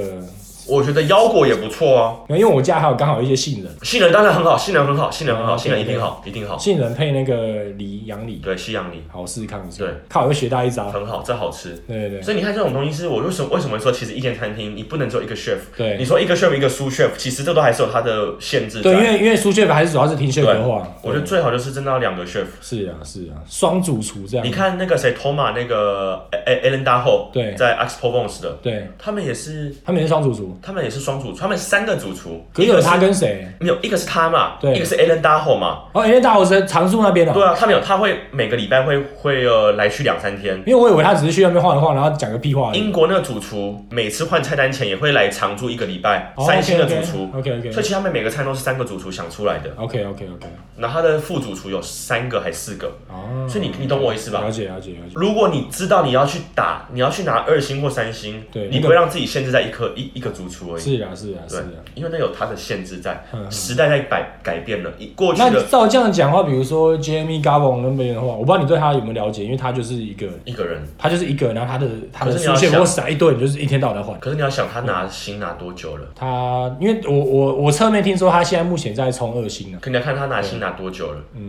Speaker 2: 我觉得腰果也不错啊，
Speaker 1: 没有因为我家还有刚好一些杏仁，
Speaker 2: 杏仁当然很好，杏仁很好，杏仁很好，
Speaker 1: 嗯
Speaker 2: 杏仁一
Speaker 1: 对
Speaker 2: 定好，一定好。
Speaker 1: 杏仁配那个梨洋梨，
Speaker 2: 哦对，西洋梨
Speaker 1: 好我试试看。我试试看
Speaker 2: 对，
Speaker 1: 看我又学到一招。
Speaker 2: 很好，这好吃。
Speaker 1: 对对对
Speaker 2: 所以你看这种东西是我为什么为什么说其实一间餐厅你不能做一个 chef，你
Speaker 1: 对
Speaker 2: 说一个 chef 一个苏 chef，其实这都还是有它的限制在。
Speaker 1: 对，因为因为苏雀还是主要是听薛的话，
Speaker 2: 我觉得最好就是真的要两个 chef。
Speaker 1: 是啊是啊，双主厨这
Speaker 2: 你
Speaker 1: 样。
Speaker 2: 看那个谁 t o m a 那个 A A Alan d a h o
Speaker 1: 对
Speaker 2: 在 Expo Bones 的，
Speaker 1: 对，
Speaker 2: 他们也是
Speaker 1: 他们是双主厨，
Speaker 2: 他们也是双主，他们三个主厨，
Speaker 1: 可是
Speaker 2: 一
Speaker 1: 有
Speaker 2: 个是
Speaker 1: 他跟谁？
Speaker 2: 没有，一个是他嘛，
Speaker 1: 对哦
Speaker 2: 一个是 Alan d a h o 嘛，
Speaker 1: 哦，因为大伙是常住那边的。
Speaker 2: 对啊，他们有他会每个礼拜会会呃来去两三天。
Speaker 1: 因为我以为他只是去那边晃一晃，然后讲个屁话而已。
Speaker 2: 英国那个主厨每次换菜单前也会来常住一个礼拜，
Speaker 1: 哦
Speaker 2: 三星的主厨，
Speaker 1: OK OK
Speaker 2: 所以其实他们每个菜都是三个主厨想出来的，
Speaker 1: OK OK OK。
Speaker 2: 然后他的副主厨有三个还四个，
Speaker 1: 哦，
Speaker 2: 所以你你懂我意思吧
Speaker 1: 了？解了解哦了解。
Speaker 2: 如果你知道你要去打，你要去拿二星或三星，
Speaker 1: 对那
Speaker 2: 你
Speaker 1: 个
Speaker 2: 不会让自己限制在一颗一一个主厨而已，
Speaker 1: 是啊是啊是
Speaker 2: 对
Speaker 1: 啊。，
Speaker 2: 因为那有它的限制在
Speaker 1: 嗯，嗯
Speaker 2: 时代在改改变了，一过去
Speaker 1: 那
Speaker 2: 的
Speaker 1: 照这样讲话，比如说 Jamie Gavon 那边的话，我不知道你对他有没有了解，因为他就是一个，
Speaker 2: 一个人，
Speaker 1: 他就是一个，然后他的他的
Speaker 2: 可是你要
Speaker 1: 出现
Speaker 2: 想
Speaker 1: 我闪一堆，你就是一天到晚在换。
Speaker 2: 可是你要想他拿星拿多久了？
Speaker 1: 他因为我我我侧面听说他现在目前在冲二星呢、啊，
Speaker 2: 可你要看他拿星拿多久了，
Speaker 1: 嗯，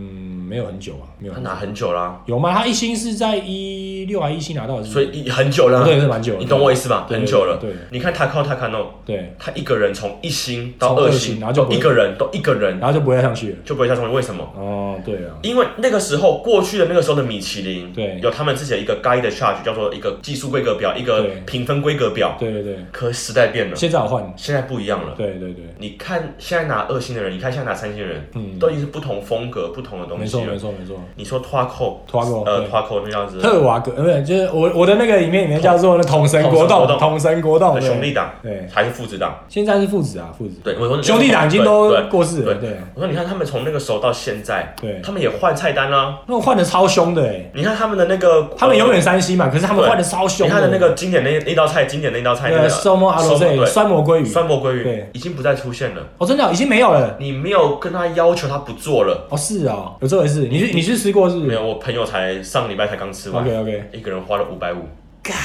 Speaker 1: 没有很久啊，没有
Speaker 2: 他
Speaker 1: 很久
Speaker 2: 拿很久啦，
Speaker 1: 有吗？他一星是在一六还一七拿到的是不
Speaker 2: 所
Speaker 1: 是，
Speaker 2: 以一很久了，
Speaker 1: 对是蛮久的
Speaker 2: 你懂我意思吧？
Speaker 1: 对
Speaker 2: 很久了。
Speaker 1: 对对
Speaker 2: 你看他靠他看 o
Speaker 1: 对，
Speaker 2: 他一个人从一星到
Speaker 1: 从
Speaker 2: 二
Speaker 1: 二
Speaker 2: 星，
Speaker 1: 星然后就
Speaker 2: 都
Speaker 1: 不会
Speaker 2: 一个人都一个人
Speaker 1: 然后就不会再上去了。
Speaker 2: 就不会下重为什么？
Speaker 1: 哦，对啊，
Speaker 2: 因为那个时候过去的那个时候的米其林，
Speaker 1: 对
Speaker 2: 有他们自己的一个 guide charge，叫做一个技术规格表，一个
Speaker 1: 对
Speaker 2: 评分规格表。
Speaker 1: 对对对，
Speaker 2: 可时代变了，
Speaker 1: 现在我换，
Speaker 2: 现在不一样了。
Speaker 1: 对对对，
Speaker 2: 你看现在拿二星的人，你看现在拿三星的人，
Speaker 1: 嗯
Speaker 2: 都已经是不同风格、不同的东
Speaker 1: 没
Speaker 2: 西啊
Speaker 1: 错没
Speaker 2: 了。
Speaker 1: 错没错。
Speaker 2: 你说拖扣，
Speaker 1: 拖扣
Speaker 2: 呃，
Speaker 1: 对
Speaker 2: 拖扣那样子，
Speaker 1: 特瓦格，呃，不是，就是我我的那个影片里面叫做那统神国
Speaker 2: 统神国
Speaker 1: 栋，
Speaker 2: 栋
Speaker 1: 统神国栋
Speaker 2: 呃兄弟，党
Speaker 1: 对对
Speaker 2: 还是父子党？
Speaker 1: 现在是父子啊，父子，
Speaker 2: 对，我说
Speaker 1: 兄弟党已经都
Speaker 2: 对对
Speaker 1: 过世了，
Speaker 2: 对
Speaker 1: 对，
Speaker 2: 我说你看他们从那个时候到现在，
Speaker 1: 对
Speaker 2: 他们也换菜单啦、
Speaker 1: 那我换的超凶的哎，
Speaker 2: 你看他们的那个，
Speaker 1: 他们
Speaker 2: 呃
Speaker 1: 永远三星嘛，可是他们
Speaker 2: 对
Speaker 1: 换的超凶，
Speaker 2: 你看的那个经典那那道菜，经典那道菜，那
Speaker 1: 呃
Speaker 2: 个
Speaker 1: s o m o a r o
Speaker 2: 酸
Speaker 1: z
Speaker 2: 对
Speaker 1: 酸魔鲑鱼，
Speaker 2: 酸蘑鲑鱼
Speaker 1: 对
Speaker 2: 已经不再出现了。
Speaker 1: 哦，真的哦已经没有了，
Speaker 2: 你没有跟他要求他不做了，
Speaker 1: 哦是哦，有这回事，你去你去吃过是不
Speaker 2: 没
Speaker 1: 是
Speaker 2: 有，我朋友才上礼拜才刚吃完，
Speaker 1: ？OK OK，
Speaker 2: 一个人花了五百五。
Speaker 1: God，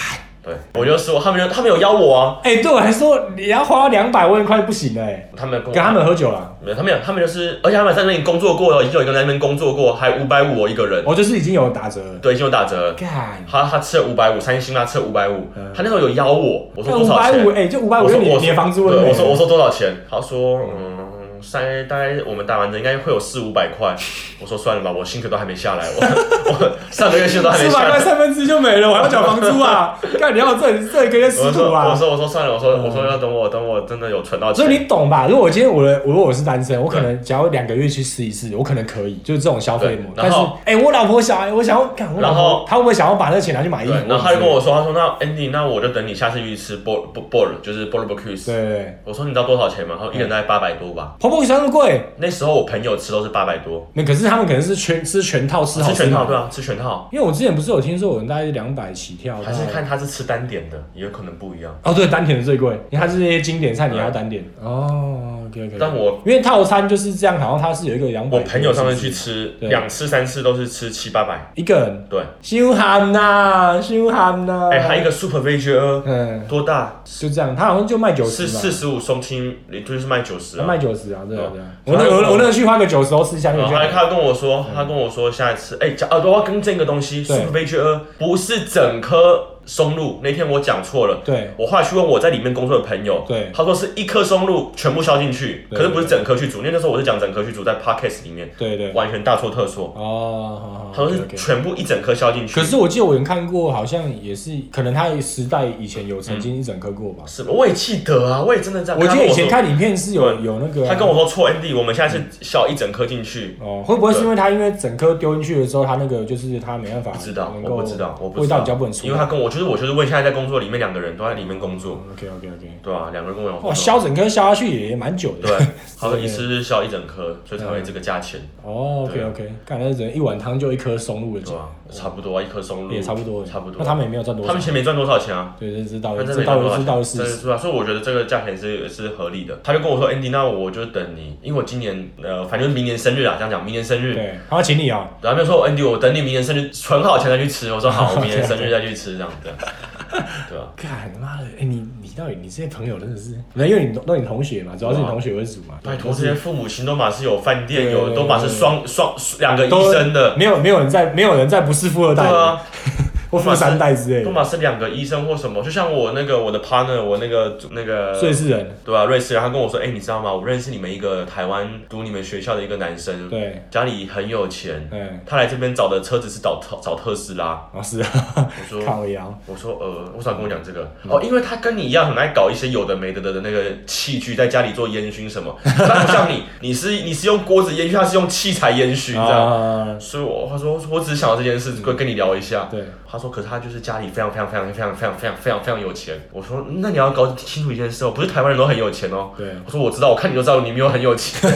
Speaker 2: 对，我就说他们就他们有邀我啊，
Speaker 1: 哎，对我来说你要花两百万块不行哎，
Speaker 2: 他们跟
Speaker 1: 跟
Speaker 2: 我
Speaker 1: 他们喝酒了，
Speaker 2: 没有，他们有，他们就是，而且他们在那里工作过哦了，已经有一个人在那边工作过，还五百五哦我一个人，
Speaker 1: 我就是已经有打折了
Speaker 2: 对，已经有打折了。
Speaker 1: ，God，
Speaker 2: 他他吃了五百五，三星啦吃了五百五，他那时候有邀我，我说
Speaker 1: 五
Speaker 2: 多少
Speaker 1: 百
Speaker 2: 钱？
Speaker 1: 嗯五哎，就五百五
Speaker 2: 我
Speaker 1: 就
Speaker 2: 说
Speaker 1: 你
Speaker 2: 我
Speaker 1: 你的房租了
Speaker 2: 对，
Speaker 1: 没，
Speaker 2: 我说我说多少钱？他说嗯，三大概我们打完折应该会有四五百 块。我说算了吧，我薪水都还没下来，我 我上个月薪水都还没
Speaker 1: 四
Speaker 2: 下
Speaker 1: 百块
Speaker 2: 来。
Speaker 1: 三分之一就没了，我还要缴房租 啊！干，你要这这一个月
Speaker 2: 我
Speaker 1: 吃
Speaker 2: 说
Speaker 1: 土
Speaker 2: 我
Speaker 1: 啊！
Speaker 2: 说我说算了，我说我说要等我等我真的有存到
Speaker 1: 所以
Speaker 2: 钱。
Speaker 1: 你懂吧？如果我今天我的，我如果我是单身，我可能只要两个月去试一次，我可能可以，就是这种消费模式。
Speaker 2: 对
Speaker 1: 但
Speaker 2: 然
Speaker 1: 是
Speaker 2: 后，
Speaker 1: 哎，我老婆小孩，我想要干，我老
Speaker 2: 然后
Speaker 1: 婆她会不会想要把那个钱拿去买衣
Speaker 2: 对
Speaker 1: 服？，
Speaker 2: 然后他就跟
Speaker 1: 我
Speaker 2: 我说，他说那 Andy，那我就等你下次去吃 b o r b o r 就是 b o r b e c u e
Speaker 1: 不知道，对嗯对对，
Speaker 2: 我说你知道多少钱吗？他说一人大概八百多吧。
Speaker 1: 婆婆想那么贵，
Speaker 2: 那时候我朋友吃都是八百多，
Speaker 1: 那可是他们可能是全吃全套吃好
Speaker 2: 吃全套对
Speaker 1: 嘛
Speaker 2: 啊，吃全套，
Speaker 1: 因为我之前不是有听说有人大概两百起跳，
Speaker 2: 还是
Speaker 1: 到
Speaker 2: 看他是吃单点的，也有可能不一样。
Speaker 1: 哦对，单点的最贵，因为它是那些经典菜，你还要单点哦。OK OK，
Speaker 2: 但我
Speaker 1: 因为套餐就是这样，好像它是有一个两百。
Speaker 2: 我朋友上次去吃
Speaker 1: 对
Speaker 2: 两次三次都是吃七八百，
Speaker 1: 一个人，
Speaker 2: 对，
Speaker 1: 修喊呐，修喊呐。
Speaker 2: 哎、还有一个 super veggie
Speaker 1: 嗯，
Speaker 2: 多大？
Speaker 1: 就这样，他好像就卖九
Speaker 2: 四
Speaker 1: 十吧
Speaker 2: 四，十五松青，就是卖九十
Speaker 1: 他
Speaker 2: 啊。
Speaker 1: 卖九十啊，对啊对啊。
Speaker 2: 对
Speaker 1: 我那我我那个去花个九十都吃下去，
Speaker 2: 然
Speaker 1: 我
Speaker 2: 后
Speaker 1: 觉
Speaker 2: 他
Speaker 1: 得
Speaker 2: 他跟我呃说，他跟我说下一次，哎、讲啊，我要更正一个东西
Speaker 1: 对
Speaker 2: ，super veggie 不是整颗松露，那天我讲错了。
Speaker 1: 对，
Speaker 2: 我后来去问我在里面工作的朋友，
Speaker 1: 对
Speaker 2: 他说是一颗松露全部削进去，
Speaker 1: 对
Speaker 2: 可是不是整颗去煮，因为那时候我是讲整颗去煮，在 podcast 里面
Speaker 1: 对对，
Speaker 2: 完全大错特错，
Speaker 1: 哦，好好，
Speaker 2: 他说是
Speaker 1: OK，OK
Speaker 2: 全部一整颗削进去。
Speaker 1: 可是我记得我有看过，好像也是，可能他时代以前有曾经一整颗过吧。
Speaker 2: 什么？我也记得啊，我也真的这样。
Speaker 1: 我记得以前
Speaker 2: 他跟我说
Speaker 1: 看影片是有有那个啊、
Speaker 2: 他跟我说错，Andy，我们现在是削一整颗进去，
Speaker 1: 哦，会不会是因为他因为整颗丢进去的时候，他那个就是他没办法，
Speaker 2: 不知道，
Speaker 1: 嗯能
Speaker 2: 我
Speaker 1: 够
Speaker 2: 不知道，我不知道，
Speaker 1: 味道比较不能出
Speaker 2: 因为他跟我就是我就是问现在在工作里面两个人都在里面工作，
Speaker 1: OK OK OK，
Speaker 2: 对啊，两个人跟我讲
Speaker 1: 哇，削整颗削下去也蛮久的。
Speaker 2: 对，他说一次是削一整颗，所以才会这个价钱，
Speaker 1: 哦，OK
Speaker 2: 对
Speaker 1: OK，看那人一碗汤就一颗松露的
Speaker 2: 对
Speaker 1: 钱，
Speaker 2: 吧？差不多啊，一颗松露
Speaker 1: 也差不多，
Speaker 2: 差不多。
Speaker 1: 那他们也没有赚多
Speaker 2: 他
Speaker 1: 少
Speaker 2: 们，钱没赚多少钱啊？
Speaker 1: 对，这知
Speaker 2: 他
Speaker 1: 道，
Speaker 2: 们真
Speaker 1: 这
Speaker 2: 的没赚
Speaker 1: 道
Speaker 2: 多少
Speaker 1: 是
Speaker 2: 钱
Speaker 1: 知道
Speaker 2: 真的
Speaker 1: 是，
Speaker 2: 是啊，所以我觉得这个价钱是是合理的。他就跟我说，Andy，那我就等你，因为我今年呃，反正明年生日啊，这样讲，明年生日，
Speaker 1: 对，他要请你哦，
Speaker 2: 然后他就说，Andy，我等你明年生日存好钱再去吃。我说 好，我明年生日再去吃，这样子，对吧？
Speaker 1: 干妈的，哎、你你到底你这些朋友真的是，没有因为你都你同学嘛，主要是你同学为主嘛，
Speaker 2: 拜托，这些父母亲都马是有饭店，
Speaker 1: 对
Speaker 2: 有都马是双双两个医
Speaker 1: 都
Speaker 2: 生的，
Speaker 1: 没有没有人在没有人在不是富二
Speaker 2: 对
Speaker 1: 代，
Speaker 2: 啊，
Speaker 1: 或富三代之类
Speaker 2: 都
Speaker 1: 的，
Speaker 2: 马是两个医生或什么。就像我那个我的 partner，我那个那个
Speaker 1: 瑞士人，
Speaker 2: 对啊，瑞士人，他跟我说，哎、你知道吗？我认识你们一个台湾读你们学校的一个男生，
Speaker 1: 对，
Speaker 2: 家里很有钱，
Speaker 1: 嗯，
Speaker 2: 他来这边找的车子是找特找特斯拉。
Speaker 1: 啊是啊，
Speaker 2: 我说。
Speaker 1: 靠腰，
Speaker 2: 我说呃，为啥跟我讲这个？
Speaker 1: 嗯
Speaker 2: 哦，因为他跟你一样很爱搞一些有的没的的那个器具，在家里做烟熏什么。 他不像你，你是你是用锅子烟熏，他是用器材烟熏这样。
Speaker 1: 啊，嗯
Speaker 2: 所以我他说我只是想到这件事，跟跟你聊一下。
Speaker 1: 对，
Speaker 2: 他说，可是他就是家里非常非常非常非常非常非常非常非常有钱。我说，那你要搞清楚一件事哦，不是台湾人都很有钱哦。
Speaker 1: 对
Speaker 2: 我说我知道，我看你就知道你没有很 有钱。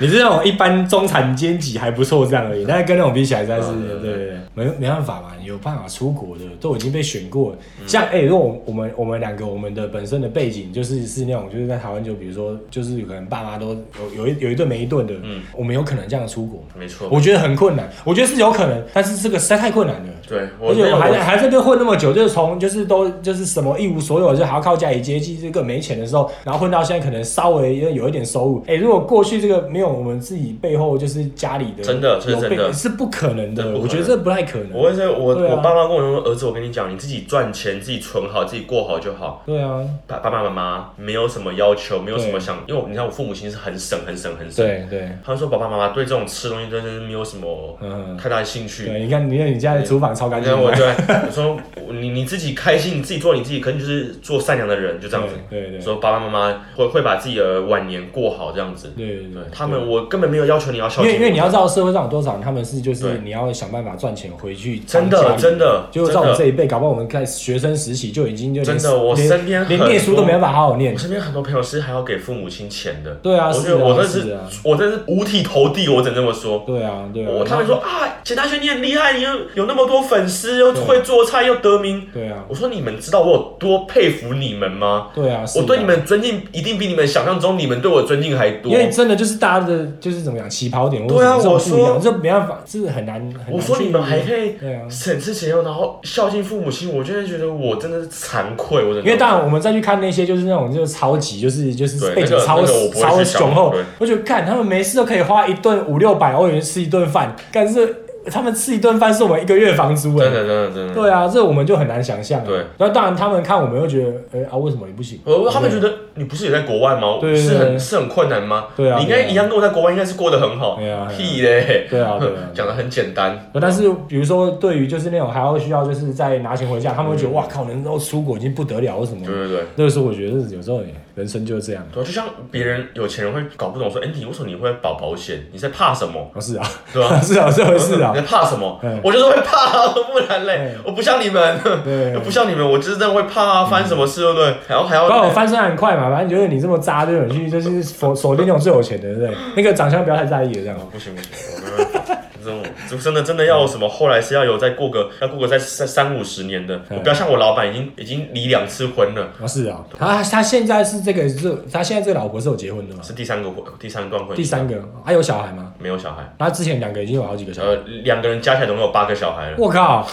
Speaker 1: 你是那种一般中产阶级还不错这样而已，但是跟那种比起来，实在是、
Speaker 2: 嗯
Speaker 1: 对对对，没没办法嘛，有办法出国的都已经被选过了。像哎、如果我们我们两个我们的本身的背景就是是那种就是在台湾就比如说就是可能爸妈都有有一有一顿没一顿的，嗯，我们有可能这样出国吗？
Speaker 2: 没错，
Speaker 1: 我觉得很困难，我觉得是有可能，但是这个实在太困难了。
Speaker 2: 对我
Speaker 1: 而且
Speaker 2: 没有
Speaker 1: 我还
Speaker 2: 我
Speaker 1: 还在这边混那么久，就是从就是都就是什么一无所有，就还要靠家里接济，这个没钱的时候，然后混到现在可能稍微有有一点收入。哎、如果过去这个没有我们自己背后就是家里的
Speaker 2: 真的这是
Speaker 1: 有背
Speaker 2: 真的
Speaker 1: 是不可能的，
Speaker 2: 这不可能
Speaker 1: 我觉得这不太可能。
Speaker 2: 我会说，我、
Speaker 1: 对啊
Speaker 2: 我爸妈跟我说，儿子，我跟你讲，你自己赚钱，自己存好，自己过好就好。
Speaker 1: 对啊，
Speaker 2: 爸爸爸妈妈没有什么要求，没有什么
Speaker 1: 对
Speaker 2: 想，因为我你看我父母亲是很省很省很省。
Speaker 1: 对对，
Speaker 2: 他们说爸爸妈妈对这种吃东西真的是没有什么
Speaker 1: 嗯，
Speaker 2: 太大的兴趣。
Speaker 1: 对，你看，你看你家的厨房超干
Speaker 2: 你
Speaker 1: 净
Speaker 2: 看我
Speaker 1: 的，
Speaker 2: 对，我说你你自己开心，你自己做你自己，可能就是做善良的人，就这样子。
Speaker 1: 对对对
Speaker 2: 所以爸爸妈妈会会把自己的晚年过好，这样子。
Speaker 1: 对对
Speaker 2: 对他们，我根本没有要求你要孝
Speaker 1: 因为
Speaker 2: 敬我，
Speaker 1: 因为你要知道社会上有多少人，他们是就是
Speaker 2: 对
Speaker 1: 你要想办法赚钱回去
Speaker 2: 真
Speaker 1: 当家
Speaker 2: 的
Speaker 1: 里
Speaker 2: 真的
Speaker 1: 就
Speaker 2: 真
Speaker 1: 在我们这
Speaker 2: 的
Speaker 1: 一辈，搞不好我们在学生时期就已经就连
Speaker 2: 真的，我
Speaker 1: 连
Speaker 2: 身边
Speaker 1: 连
Speaker 2: 很
Speaker 1: 念书都
Speaker 2: 多
Speaker 1: 没办法好好念
Speaker 2: 我。身边很多朋友是还要给父母亲钱的。
Speaker 1: 对啊，
Speaker 2: 我觉
Speaker 1: 是啊，
Speaker 2: 得我真的
Speaker 1: 是
Speaker 2: 是
Speaker 1: 啊，
Speaker 2: 我真的是五体投地，我只能这么说。
Speaker 1: 对啊，对
Speaker 2: 我
Speaker 1: 啊，
Speaker 2: 他们说啊，简大轩你很厉害，你又有那么多粉丝，又
Speaker 1: 对啊
Speaker 2: 会做菜，又得名。
Speaker 1: 对啊，
Speaker 2: 我说你们知道我有多佩服你们吗？
Speaker 1: 对啊，是啊
Speaker 2: 我哦对你，们尊敬一定比你们想象中你们对我尊敬还多
Speaker 1: 因。为真的就是大家的，就是怎么讲起跑点，
Speaker 2: 对啊
Speaker 1: 或者是这种不一样
Speaker 2: 我说
Speaker 1: 这没办法，这是很难。很难
Speaker 2: 我说
Speaker 1: 去
Speaker 2: 你们还可以
Speaker 1: 对啊。
Speaker 2: 省吃俭用，然后孝敬父母亲，我就会觉得我真的是惭愧，我真的。
Speaker 1: 因为当然，我们再去看那些就是那种就是超级就是就是
Speaker 2: 对
Speaker 1: 背景
Speaker 2: 那个
Speaker 1: 超
Speaker 2: 那个我不会
Speaker 1: 超
Speaker 2: 去想
Speaker 1: 雄厚
Speaker 2: 对，
Speaker 1: 我觉得看他们没事都可以花一顿五六百欧元吃一顿饭，但是他们吃一顿饭是我们一个月房租
Speaker 2: 真
Speaker 1: 哎。
Speaker 2: 的真的真的。
Speaker 1: 对啊，这我们就很难想象啊。
Speaker 2: 对
Speaker 1: 那当然他们看我们又觉得，哎啊，为什么你不行？
Speaker 2: 我他们觉得你不是也在国外吗？
Speaker 1: 对对
Speaker 2: 是
Speaker 1: 对
Speaker 2: 很是很困难吗？
Speaker 1: 对啊
Speaker 2: 你应该
Speaker 1: 对啊
Speaker 2: 一样跟我在国外应该是过得很好
Speaker 1: 对啊。对啊
Speaker 2: 屁嘞！
Speaker 1: 对啊，对啊。
Speaker 2: 讲的很简单，
Speaker 1: 呃但是，比如说，对于就是那种还要需要就是再拿钱回家，他们会觉得哇靠，能够出国已经不得了，为什么
Speaker 2: 对？对对。
Speaker 1: 那个时候我觉得有时候也人生就是这样。
Speaker 2: 对啊，就像别人有钱人会搞不懂说，哎、你为什么你会保保险？你在怕什么？
Speaker 1: 哦，是啊，？
Speaker 2: 对吧
Speaker 1: 是啊，是啊，是啊
Speaker 2: 你在，怕什么
Speaker 1: 嗯？
Speaker 2: 我就是会怕，不然嘞
Speaker 1: 嗯，
Speaker 2: 我不像你们。
Speaker 1: 对。嗯
Speaker 2: 不像你们，我就是真的会怕啊，翻什么事对不对？然后还
Speaker 1: 刚好
Speaker 2: 要
Speaker 1: 翻身很快嘛，反正觉得你这么渣，就有去就是锁锁定那种最有钱的，对不对？那个长相不要太在意了，这样。哦
Speaker 2: 哎不行不行，我没办法， 这种就真的真的要有什么，后来是要有再过个要过个再三三五十年的，
Speaker 1: 嗯
Speaker 2: 我不要像我老板已经已经离两次婚了，
Speaker 1: 哦，是啊，他他现在是这个是，他现在这个老婆是有结婚的嘛？
Speaker 2: 是第三个婚第三段婚姻，
Speaker 1: 第三个还有小孩吗？
Speaker 2: 没有小孩，
Speaker 1: 他之前两个已经有好几个小孩。
Speaker 2: 呃，两个人加起来总共有八个小孩了，
Speaker 1: 我靠，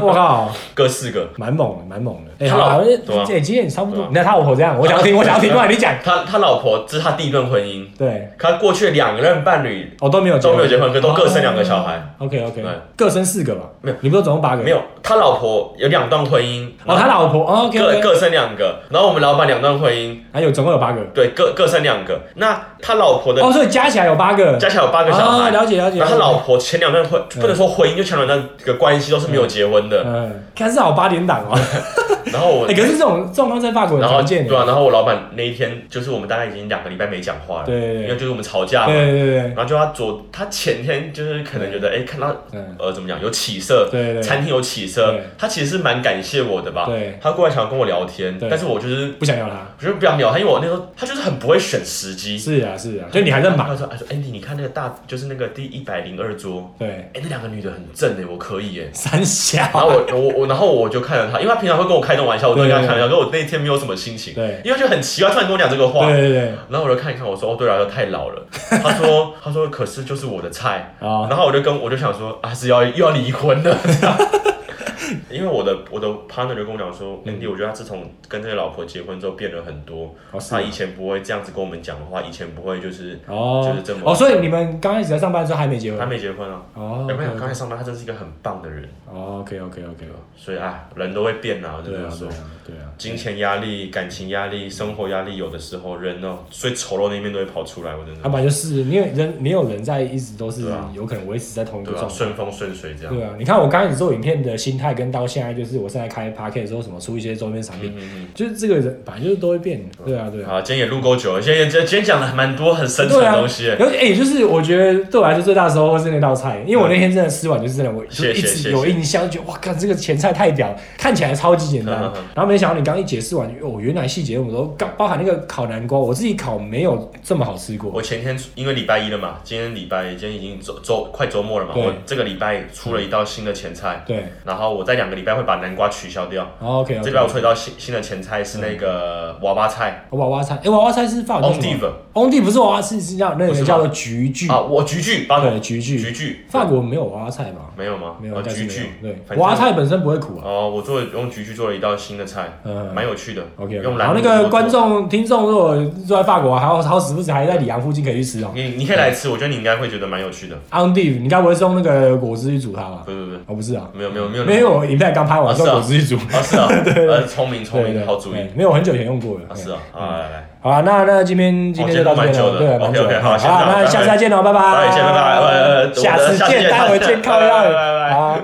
Speaker 1: 我靠，
Speaker 2: 各四个。
Speaker 1: 蛮猛的，蛮猛的。哎、
Speaker 2: 他
Speaker 1: 好
Speaker 2: 老
Speaker 1: 好，
Speaker 2: 对啊
Speaker 1: 这今天也差不
Speaker 2: 对
Speaker 1: 多
Speaker 2: 啊。
Speaker 1: 你看他老婆这样，我想要听，我想要听，快点你讲。
Speaker 2: 他他老婆这是他第一段婚姻，
Speaker 1: 对，
Speaker 2: 他过去两任伴侣
Speaker 1: 我、哦、都没有
Speaker 2: 都没有结婚，可都各生两个小孩，
Speaker 1: OK OK，
Speaker 2: 对
Speaker 1: 各生四个吧？
Speaker 2: 没有，
Speaker 1: 你不是总共八个？
Speaker 2: 没有，他老婆有两段婚姻，
Speaker 1: 哦，他老婆哦 OK
Speaker 2: 各
Speaker 1: OK，
Speaker 2: 各生两个，然后我们老板两段婚姻，
Speaker 1: 还有总共有八个
Speaker 2: 对，各各生两个。那他老婆的
Speaker 1: 哦，所以加起来有八个，
Speaker 2: 加起来有八个小
Speaker 1: 哦
Speaker 2: 孩，
Speaker 1: 了解了解。
Speaker 2: 然后
Speaker 1: 了解
Speaker 2: 他老婆前两段婚不能说婚姻，就前两段个关系都是没有结婚的。
Speaker 1: 嗯，看是好八点档哦。
Speaker 2: 然后 我
Speaker 1: 哎，可是这种状况在法国很
Speaker 2: 然后
Speaker 1: 常见
Speaker 2: 对
Speaker 1: 的，
Speaker 2: 啊，然后我老板那一天就是我们大概已经两个礼拜没讲话了，
Speaker 1: 对对对
Speaker 2: 因为就是我们吵架嘛，
Speaker 1: 对对对
Speaker 2: 然后就他昨他前天就是可能觉得哎看到
Speaker 1: 嗯
Speaker 2: 呃怎么讲有起色，
Speaker 1: 对对
Speaker 2: 餐厅有起色
Speaker 1: 对，
Speaker 2: 他其实是蛮感谢我的吧，
Speaker 1: 对，
Speaker 2: 他过来想要跟我聊天，
Speaker 1: 对
Speaker 2: 但是我就是
Speaker 1: 不想要他。
Speaker 2: 我就是不想聊他，因为我那时候他就是很不会选时机，
Speaker 1: 是啊是啊，就你还在忙
Speaker 2: 他。说哎说 Andy 你看那个大就是那个第一百零二桌，
Speaker 1: 对，
Speaker 2: 哎那两个女的很正哎，我可 以哎。
Speaker 1: 三
Speaker 2: 然
Speaker 1: 小。
Speaker 2: 后我我我，然后我就看着他，因为他平常会跟我开这种玩笑，我都会跟他
Speaker 1: 对
Speaker 2: 开玩笑。可我那一天没有什么心情，
Speaker 1: 对
Speaker 2: 因为就很奇怪，突然跟我讲这个话
Speaker 1: 对，对对，
Speaker 2: 然后我就看一看，我说哦，对啊，太老了。他说他说可是就是我的菜，
Speaker 1: 哦
Speaker 2: 然后我就跟我就想说啊是要又要离婚了。 因为我的我的 partner 就跟我讲说，Andy，我觉得他
Speaker 1: 嗯
Speaker 2: 自从跟这个老婆结婚之后变了很多
Speaker 1: 哦，是吗
Speaker 2: 他以前不会这样子跟我们讲的话，以前不会就是
Speaker 1: 哦
Speaker 2: 就是这么
Speaker 1: 哦，所以你们刚开始在上班的时候还没结
Speaker 2: 还
Speaker 1: 婚。
Speaker 2: 没结婚啊。
Speaker 1: 哦
Speaker 2: 有没有刚才上班，他真是一个很棒的人，
Speaker 1: ，OK OK OK，
Speaker 2: 所以啊，人都会变啊，我就这
Speaker 1: 哦对
Speaker 2: 么
Speaker 1: 啊
Speaker 2: 说
Speaker 1: 对。啊对啊。
Speaker 2: 金钱压力、感情压力、生活压力，有的时候人哦，最丑陋那一面都会跑出来，我真
Speaker 1: 要
Speaker 2: 的。
Speaker 1: 啊不然就是因为人没有人在，一直都是
Speaker 2: 对啊
Speaker 1: 有可能维持在同一个
Speaker 2: 对
Speaker 1: 状
Speaker 2: 啊，
Speaker 1: 态。
Speaker 2: 顺风顺水这样。
Speaker 1: 对啊，你看我刚开始做影片的心态，跟到现在就是我现在开 p a r k 的时候，什么出一些周边产品，就是这个人本来就是都会变的。对啊，对啊，
Speaker 2: 嗯好，今天也录够久了，今天今天讲了蛮多很深层
Speaker 1: 对
Speaker 2: 的
Speaker 1: 啊
Speaker 2: 东西。
Speaker 1: 而且哎，就是我觉得对我来说最大的收获是那道菜，因为我那天真的吃完就是真的，我就
Speaker 2: 啊谢谢
Speaker 1: 一
Speaker 2: 谢
Speaker 1: 直
Speaker 2: 谢
Speaker 1: 有印象，就觉得哇靠，这个前菜太屌了，看起来超级简单
Speaker 2: 嗯嗯嗯。
Speaker 1: 然后没想到你刚一解释完，哦，原来细节我们都包含那个烤南瓜，我自己烤没有这么好吃过。
Speaker 2: 我前天因为礼拜一了嘛，今天礼拜今天已经周周快周末了嘛，
Speaker 1: 对
Speaker 2: 我这个礼拜出了一道新的前菜，
Speaker 1: 对哦
Speaker 2: 然后我在两个礼拜会把南瓜取消掉。
Speaker 1: ，OK，
Speaker 2: 这礼拜我出了一道新新的前菜是那
Speaker 1: 嗯
Speaker 2: 个娃娃菜
Speaker 1: 娃娃菜，哎，娃娃菜是法
Speaker 2: o
Speaker 1: 文叫
Speaker 2: n d
Speaker 1: 什
Speaker 2: i
Speaker 1: 么
Speaker 2: v
Speaker 1: 翁地不是娃娃，是是叫那
Speaker 2: 不是
Speaker 1: 个
Speaker 2: 吗
Speaker 1: 叫做菊苣
Speaker 2: 啊，，我菊苣，帮
Speaker 1: 对，菊苣，
Speaker 2: 菊苣，
Speaker 1: 法国没有娃娃菜吧？
Speaker 2: 没有吗？
Speaker 1: 哦没有，
Speaker 2: 啊
Speaker 1: 应该是
Speaker 2: 菊
Speaker 1: 没有
Speaker 2: 苣，。
Speaker 1: 对，
Speaker 2: 反正
Speaker 1: 娃娃菜本身不会苦啊。
Speaker 2: 哦，我做了用菊苣做了一道新的菜，
Speaker 1: 嗯
Speaker 2: 蛮有趣的。
Speaker 1: OK，
Speaker 2: 用
Speaker 1: 然
Speaker 2: 蓝
Speaker 1: 后
Speaker 2: 莓
Speaker 1: 那
Speaker 2: 做
Speaker 1: 个
Speaker 2: 的
Speaker 1: 观，众、听众，如果住在法国，还好好时不时还在里昂附近可以去吃哦。
Speaker 2: 你你可以来吃，我觉得你应该会觉得蛮有趣的。
Speaker 1: On Dave，你该不会是用那个果汁去煮它吧
Speaker 2: 不？不不，
Speaker 1: 哦，不是啊，
Speaker 2: 没有没有没有
Speaker 1: 没有，我影片刚拍完
Speaker 2: 啊是
Speaker 1: 用
Speaker 2: 啊
Speaker 1: 果汁去煮。
Speaker 2: 啊是啊，呃聪明聪
Speaker 1: 对
Speaker 2: 明，
Speaker 1: 对，
Speaker 2: 好主意
Speaker 1: 对，没有，我很久以前用过了。
Speaker 2: 啊
Speaker 1: 对
Speaker 2: 是啊，啊来来，
Speaker 1: 好啊，那那今天今
Speaker 2: 哦
Speaker 1: 天就到这边
Speaker 2: 今
Speaker 1: 了，
Speaker 2: 天录蛮久的
Speaker 1: 对，蛮久
Speaker 2: OK，OK，
Speaker 1: 的。
Speaker 2: 好
Speaker 1: 好
Speaker 2: 先这样
Speaker 1: 啊，那
Speaker 2: 拜拜
Speaker 1: 下次再见喽，拜拜。
Speaker 2: 拜见拜拜呃呃我的
Speaker 1: 下次
Speaker 2: 下次
Speaker 1: 见，
Speaker 2: 见
Speaker 1: 待会
Speaker 2: 下次
Speaker 1: 见，
Speaker 2: 见
Speaker 1: 靠腰
Speaker 2: 拜拜拜拜
Speaker 1: 好。